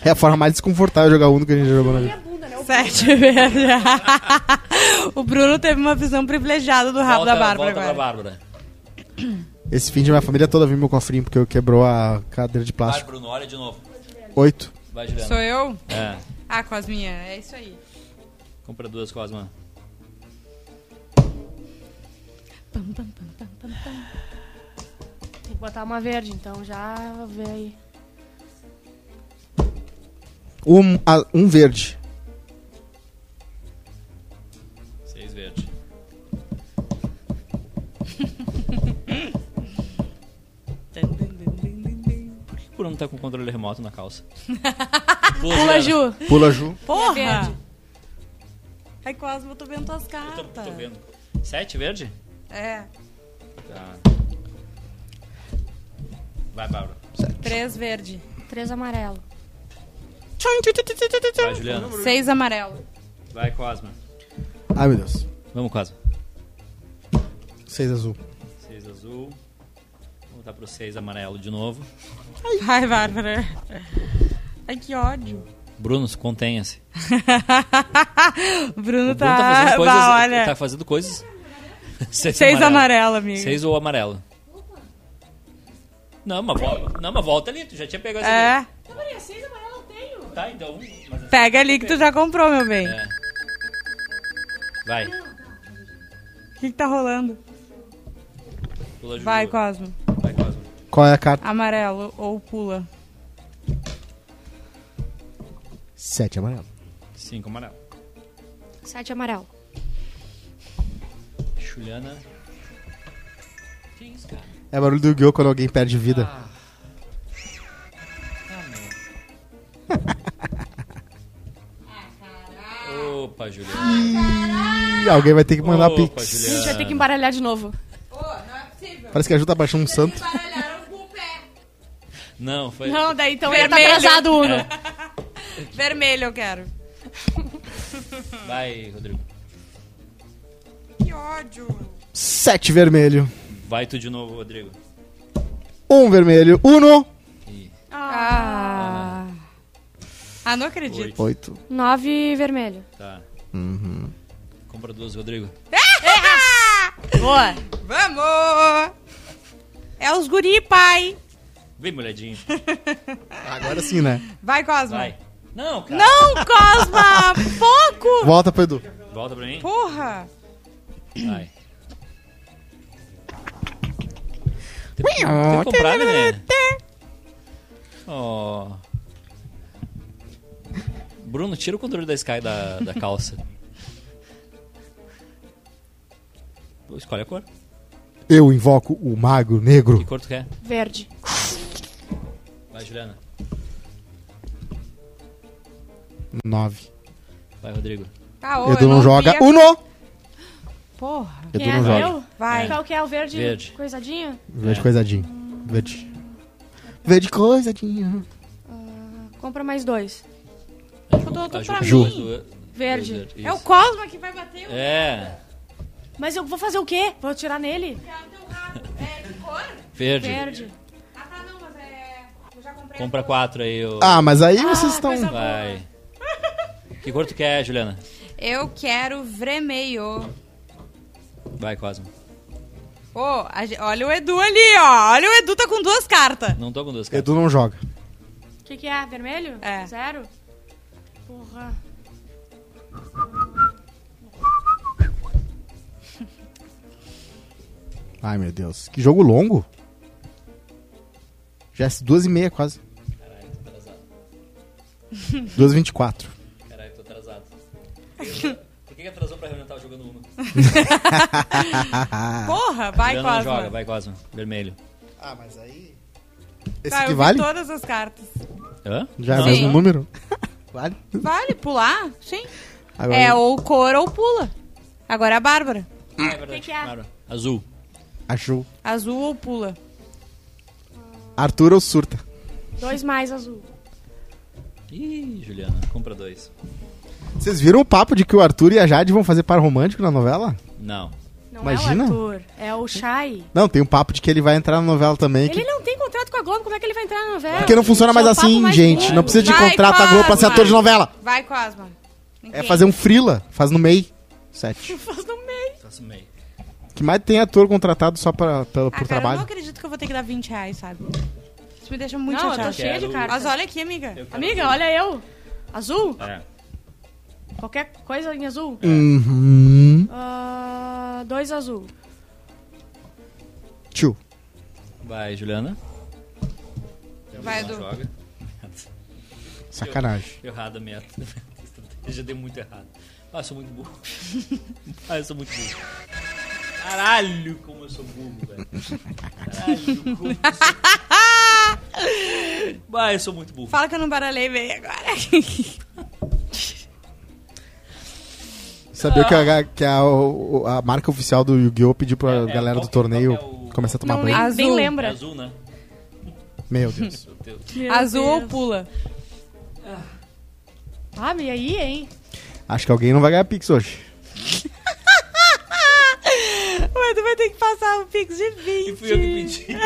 Speaker 4: é a forma mais desconfortável de jogar Uno que a gente já jogou na vida.
Speaker 2: Sete verde. o Bruno teve uma visão privilegiada do rabo
Speaker 1: volta,
Speaker 2: da Bárbara
Speaker 1: volta
Speaker 2: agora.
Speaker 1: pra Bárbara.
Speaker 4: Esse fim de minha família toda viu meu cofrinho porque eu quebrou a cadeira de
Speaker 1: Vai,
Speaker 4: plástico.
Speaker 1: Bruno, olha de novo.
Speaker 4: Oito.
Speaker 1: Vai, Juliana.
Speaker 2: Sou eu?
Speaker 1: É.
Speaker 2: Ah, Cosminha, é isso aí.
Speaker 1: Compra duas, Cosma.
Speaker 3: Pam, pam, pam, pam, pam, pam. Tem que botar uma verde, então já vê aí.
Speaker 4: Um, a- um verde.
Speaker 1: Seis verde. quando tá com o controle remoto na calça.
Speaker 3: Pula,
Speaker 1: Juliana.
Speaker 3: Ju.
Speaker 4: Pula, Ju.
Speaker 2: Porra! Ai, Cosmo, eu tô vendo tuas cartas.
Speaker 1: Ah. Tô, tô vendo. Sete verde?
Speaker 2: É.
Speaker 1: Tá. Vai, Bárbara.
Speaker 2: Três verde.
Speaker 3: Três amarelo.
Speaker 1: Vai, Juliana.
Speaker 2: Seis amarelo.
Speaker 1: Vai, Cosma.
Speaker 4: Ai, meu Deus.
Speaker 1: Vamos, Cosma.
Speaker 4: Seis azul.
Speaker 1: Seis azul. Vou voltar pro seis amarelo de novo.
Speaker 2: Ai, Bárbara. Ai, que ódio.
Speaker 1: Bruno, contenha-se.
Speaker 2: o Bruno
Speaker 1: O Bruno tá fazendo coisas.
Speaker 2: Bah, olha.
Speaker 1: Tá fazendo coisas. Seis,
Speaker 2: Seis
Speaker 1: amarelo.
Speaker 2: amarelo, amigo.
Speaker 1: Seis ou amarelo. Não, mas volta, não, mas volta ali, tu já tinha pegado
Speaker 2: É.
Speaker 3: É.
Speaker 1: ali. Tá, então. mas-
Speaker 2: Pega ali que tu já comprou, meu bem.
Speaker 1: É. Vai,
Speaker 2: O que, que tá rolando?
Speaker 1: pula Ju.
Speaker 2: Vai, Cosmo.
Speaker 1: Vai, Cosma.
Speaker 4: Qual é a carta?
Speaker 2: Amarelo ou pula.
Speaker 4: Sete amarelo.
Speaker 1: Cinco amarelo.
Speaker 3: Sete amarelo.
Speaker 1: Juliana. Que isso, cara?
Speaker 4: É barulho do Guiô quando alguém perde vida.
Speaker 1: Opa, Juliana.
Speaker 4: Ih, alguém vai ter que mandar
Speaker 1: Opa,
Speaker 3: A gente
Speaker 4: pix.
Speaker 3: vai ter que
Speaker 1: Juliana.
Speaker 3: embaralhar de novo.
Speaker 4: Parece que ajuda a baixar um santo.
Speaker 1: Não, foi. É.
Speaker 3: Não, daí então ele tá
Speaker 2: Vermelho.
Speaker 3: atrasado, Uno.
Speaker 2: Vermelho eu quero.
Speaker 1: Vai, Rodrigo.
Speaker 2: Que ódio.
Speaker 4: Sete vermelho.
Speaker 1: Vai tu de novo, Rodrigo.
Speaker 4: Um vermelho. Uno.
Speaker 1: Ih,
Speaker 2: Ah. Ah, não acredito.
Speaker 1: oito.
Speaker 4: Oito.
Speaker 3: É. Nove vermelho.
Speaker 1: Tá. Compra duas, Rodrigo.
Speaker 3: Boa.
Speaker 2: Vamos! É os guri, pai.
Speaker 1: Vem, molhadinho.
Speaker 4: Agora sim, né?
Speaker 2: Vai, Cosma.
Speaker 1: Vai. Não, cara.
Speaker 2: Não, Cosma! Pouco!
Speaker 4: Volta pro Edu.
Speaker 1: Volta pra mim.
Speaker 2: Porra!
Speaker 1: Vai. Tem que tem que comprar, né? Ó. Bruno, tira o controle da Sky da, da calça. Pô, Escolhe a cor.
Speaker 4: Eu invoco o Mago
Speaker 1: Que
Speaker 4: Negro.
Speaker 1: cor tu quer?
Speaker 3: Verde.
Speaker 1: Vai, Juliana.
Speaker 4: Nove.
Speaker 1: Vai, Rodrigo.
Speaker 2: Ah, ô,
Speaker 4: Edu
Speaker 2: eu
Speaker 4: não joga.
Speaker 2: vi a-
Speaker 4: Uno.
Speaker 2: Porra!
Speaker 4: Edu
Speaker 3: Quem é?
Speaker 4: não joga.
Speaker 3: Eu?
Speaker 2: Vai.
Speaker 3: Qual que é o verde?
Speaker 1: Verde.
Speaker 3: Coisadinho?
Speaker 4: Verde coisadinho. Verde. Verde coisadinho.
Speaker 3: Compra mais dois.
Speaker 2: Faltou
Speaker 1: A
Speaker 2: tudo pra
Speaker 1: Ju.
Speaker 2: mim.
Speaker 3: Verde.
Speaker 2: É o
Speaker 1: Isso.
Speaker 2: Cosma que vai bater o
Speaker 1: É.
Speaker 3: Mas eu vou fazer o quê? Vou atirar nele?
Speaker 2: teu rabo. É de cor?
Speaker 1: Verde.
Speaker 3: Verde.
Speaker 2: Ah, tá, não, mas é. Eu já comprei.
Speaker 1: Compra quatro aí. ô.
Speaker 4: Ah, mas aí vocês estão.
Speaker 3: coisa boa.
Speaker 1: Vai. Que cor tu quer, Juliana?
Speaker 2: Eu quero vermelho.
Speaker 1: Vai, Cosmo.
Speaker 2: Ô, a ge- olha o Edu ali, ó. Olha o Edu tá com duas cartas.
Speaker 1: Não tô com duas cartas.
Speaker 4: Edu não joga.
Speaker 3: O que, que é? Vermelho?
Speaker 2: É.
Speaker 3: Zero? Porra.
Speaker 4: Ai, meu Deus. Que jogo longo. Já é duas e meia quase.
Speaker 1: Caralho, tô atrasado.
Speaker 4: Duas e vinte e quatro.
Speaker 1: Caralho, tô atrasado. Por que, que atrasou pra reunião? Tava jogando uma.
Speaker 2: Porra, vai,
Speaker 1: Juliana
Speaker 2: Cosma.
Speaker 1: não joga, vai, Cosmo. Vermelho.
Speaker 4: Ah, mas aí...
Speaker 2: Tá,
Speaker 4: Esse
Speaker 2: eu
Speaker 4: que
Speaker 2: vi
Speaker 4: vale?
Speaker 2: todas as cartas.
Speaker 1: Hã?
Speaker 4: Já é o
Speaker 1: Não.
Speaker 4: mesmo número? Vale.
Speaker 2: Vale, pular? Sim.
Speaker 4: Agora,
Speaker 2: É ou cor ou pula. Agora é a Bárbara.
Speaker 1: Ah, é verdade.
Speaker 3: Que que é?
Speaker 1: Claro. Azul.
Speaker 4: Achou.
Speaker 2: Azul ou pula.
Speaker 4: Arthur ou surta?
Speaker 3: Dois mais azul.
Speaker 1: Ih, Juliana, compra dois.
Speaker 4: Vocês viram o papo de que o Arthur e a Jade vão fazer par romântico na novela?
Speaker 1: Não.
Speaker 3: Não
Speaker 4: Imagina.
Speaker 3: é o Arthur, é o Shai.
Speaker 4: Não, tem um papo de que ele vai entrar na novela também. que-
Speaker 3: Ele não tem contrato com a Globo, como é que ele vai entrar na novela?
Speaker 4: Porque não funciona mais
Speaker 3: Isso é o papo
Speaker 4: assim,
Speaker 3: mais
Speaker 4: gente.
Speaker 3: louco.
Speaker 4: Não precisa de
Speaker 2: Vai,
Speaker 4: contrato da
Speaker 2: faz,
Speaker 4: Globo pra ser
Speaker 2: vai.
Speaker 4: ator de novela.
Speaker 2: Vai, Cosma. Em
Speaker 4: É
Speaker 2: quem?
Speaker 4: fazer um frila, faz no MEI. Sete.
Speaker 3: Faz no meio.
Speaker 1: Faço Tá assim meio.
Speaker 4: Que mais tem ator contratado só pra, pelo,
Speaker 2: Ah,
Speaker 4: por
Speaker 2: cara, eu não
Speaker 4: trabalho?
Speaker 2: acredito que eu vou ter que dar 20 reais, sabe? Isso me deixa muito
Speaker 3: Não, eu tô
Speaker 2: chateado.
Speaker 3: cheia de
Speaker 1: Quero-
Speaker 3: carta.
Speaker 2: Mas olha aqui, amiga.
Speaker 1: Eu quero
Speaker 3: Amiga, olha eu. Azul?
Speaker 1: É.
Speaker 3: Qualquer coisa em azul?
Speaker 4: Hum. Uhum.
Speaker 3: Ah, dois azul.
Speaker 4: Tio.
Speaker 1: Vai, Juliana.
Speaker 2: Vai,
Speaker 1: Não
Speaker 2: Edu.
Speaker 1: Joga.
Speaker 4: Sacanagem.
Speaker 1: Errado a minha minha estratégia, deu muito errado. Ah, eu sou muito burro. Ah, eu sou muito burro. Caralho, como eu sou burro, velho. Caralho, como eu sou Bah, eu sou muito burro.
Speaker 2: Fala que eu não baralhei bem agora.
Speaker 4: Sabia que, a, que a, o- a marca oficial do Yu-Gi-Oh! pediu pra
Speaker 1: É, é, qual
Speaker 4: galera do
Speaker 1: que- qual
Speaker 4: torneio
Speaker 1: que é o-
Speaker 4: começar a tomar
Speaker 3: Não, nem,
Speaker 4: banho.
Speaker 2: lembro.
Speaker 3: nem
Speaker 2: Azul.
Speaker 1: É
Speaker 3: lembra.
Speaker 1: azul, né?
Speaker 4: Meu Deus.
Speaker 1: Meu Deus.
Speaker 2: Azul
Speaker 3: Meu
Speaker 2: ou
Speaker 3: Deus.
Speaker 2: pula?
Speaker 3: Ah, e aí, hein?
Speaker 4: Acho que alguém não vai ganhar Pix hoje.
Speaker 2: Mas tu vai ter que passar o Pix de
Speaker 1: E fui eu que
Speaker 2: 20.
Speaker 1: pedi.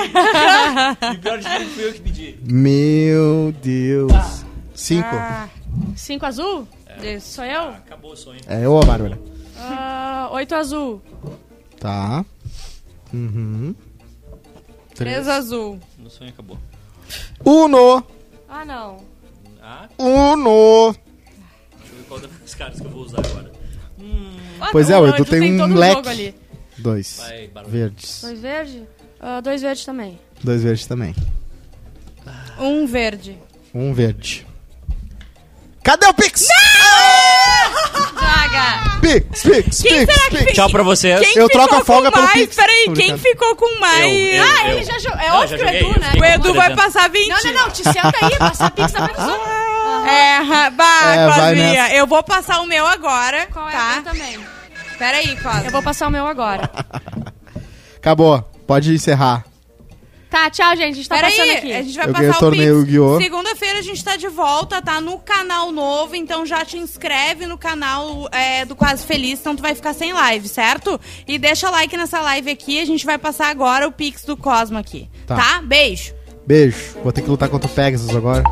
Speaker 1: e pior de tudo, fui eu que pedi.
Speaker 4: Meu Deus. Cinco.
Speaker 2: Ah,
Speaker 3: Cinco azul?
Speaker 2: isso.
Speaker 3: Sou eu?
Speaker 1: Acabou o sonho.
Speaker 4: É eu, a Bárbara.
Speaker 3: Ah, oito azul.
Speaker 4: Tá. Uhum.
Speaker 2: Três azul.
Speaker 1: Meu sonho acabou.
Speaker 4: Uno.
Speaker 3: Ah, não.
Speaker 1: Ah,
Speaker 4: Uno.
Speaker 1: deixa eu ver qual das caras que eu vou usar agora.
Speaker 3: Ah,
Speaker 4: Pois
Speaker 3: não,
Speaker 4: é, o
Speaker 3: não,
Speaker 4: Edu tem um
Speaker 3: todo o
Speaker 4: leque.
Speaker 3: jogo ali.
Speaker 4: Dois.
Speaker 1: Vai, barulho.
Speaker 4: Verdes.
Speaker 3: Dois verde? Ah, dois verdes também.
Speaker 4: Dois verdes também.
Speaker 2: Um verde.
Speaker 4: Um verde. Cadê o Pix?
Speaker 2: Draga!
Speaker 4: Pix, Pix,
Speaker 2: Quem
Speaker 4: Pix,
Speaker 2: será que
Speaker 4: Pix.
Speaker 2: fez?
Speaker 1: Tchau pra vocês.
Speaker 2: Quem
Speaker 4: Eu troco
Speaker 2: ficou
Speaker 4: a folga
Speaker 2: com
Speaker 4: pelo
Speaker 2: mais?
Speaker 4: Pix.
Speaker 2: Peraí,
Speaker 4: Tô
Speaker 2: quem
Speaker 4: brincando.
Speaker 2: ficou com mais?
Speaker 1: Eu, eu,
Speaker 3: Ah,
Speaker 1: eu.
Speaker 3: ele já jogou. É
Speaker 1: Não,
Speaker 3: óbvio
Speaker 1: já
Speaker 3: que o
Speaker 1: joguei, eu
Speaker 3: Edu, né?
Speaker 1: fiquei
Speaker 2: O Edu vai
Speaker 1: Apresenta.
Speaker 2: passar 20.
Speaker 3: Não, não, não. Te senta aí. Passar pix na menos um.
Speaker 2: É, ra- bah,
Speaker 4: É, vai
Speaker 2: Cosminha,
Speaker 4: nessa.
Speaker 2: eu vou passar o meu agora,
Speaker 3: Qual é? então? Eu
Speaker 2: tá?
Speaker 3: também.
Speaker 2: Peraí, Cosme.
Speaker 3: Eu vou passar o meu agora.
Speaker 4: Acabou. Pode encerrar.
Speaker 3: Tá, tchau, gente. A gente tá passando aqui.
Speaker 2: Peraí, a gente vai
Speaker 4: Eu ganhei o
Speaker 2: passar o
Speaker 4: torneio
Speaker 2: Pix.
Speaker 4: Yu-Gi-Oh!
Speaker 2: Segunda-feira a gente tá de volta, tá? No canal novo, então já te inscreve no canal é, do Quase Feliz, senão tu vai ficar sem live, certo? E deixa like nessa live aqui, a gente vai passar agora o Pix do Cosmo aqui,
Speaker 4: Tá.
Speaker 2: tá? Beijo!
Speaker 4: Beijo. Vou ter que lutar contra o Pegasus agora.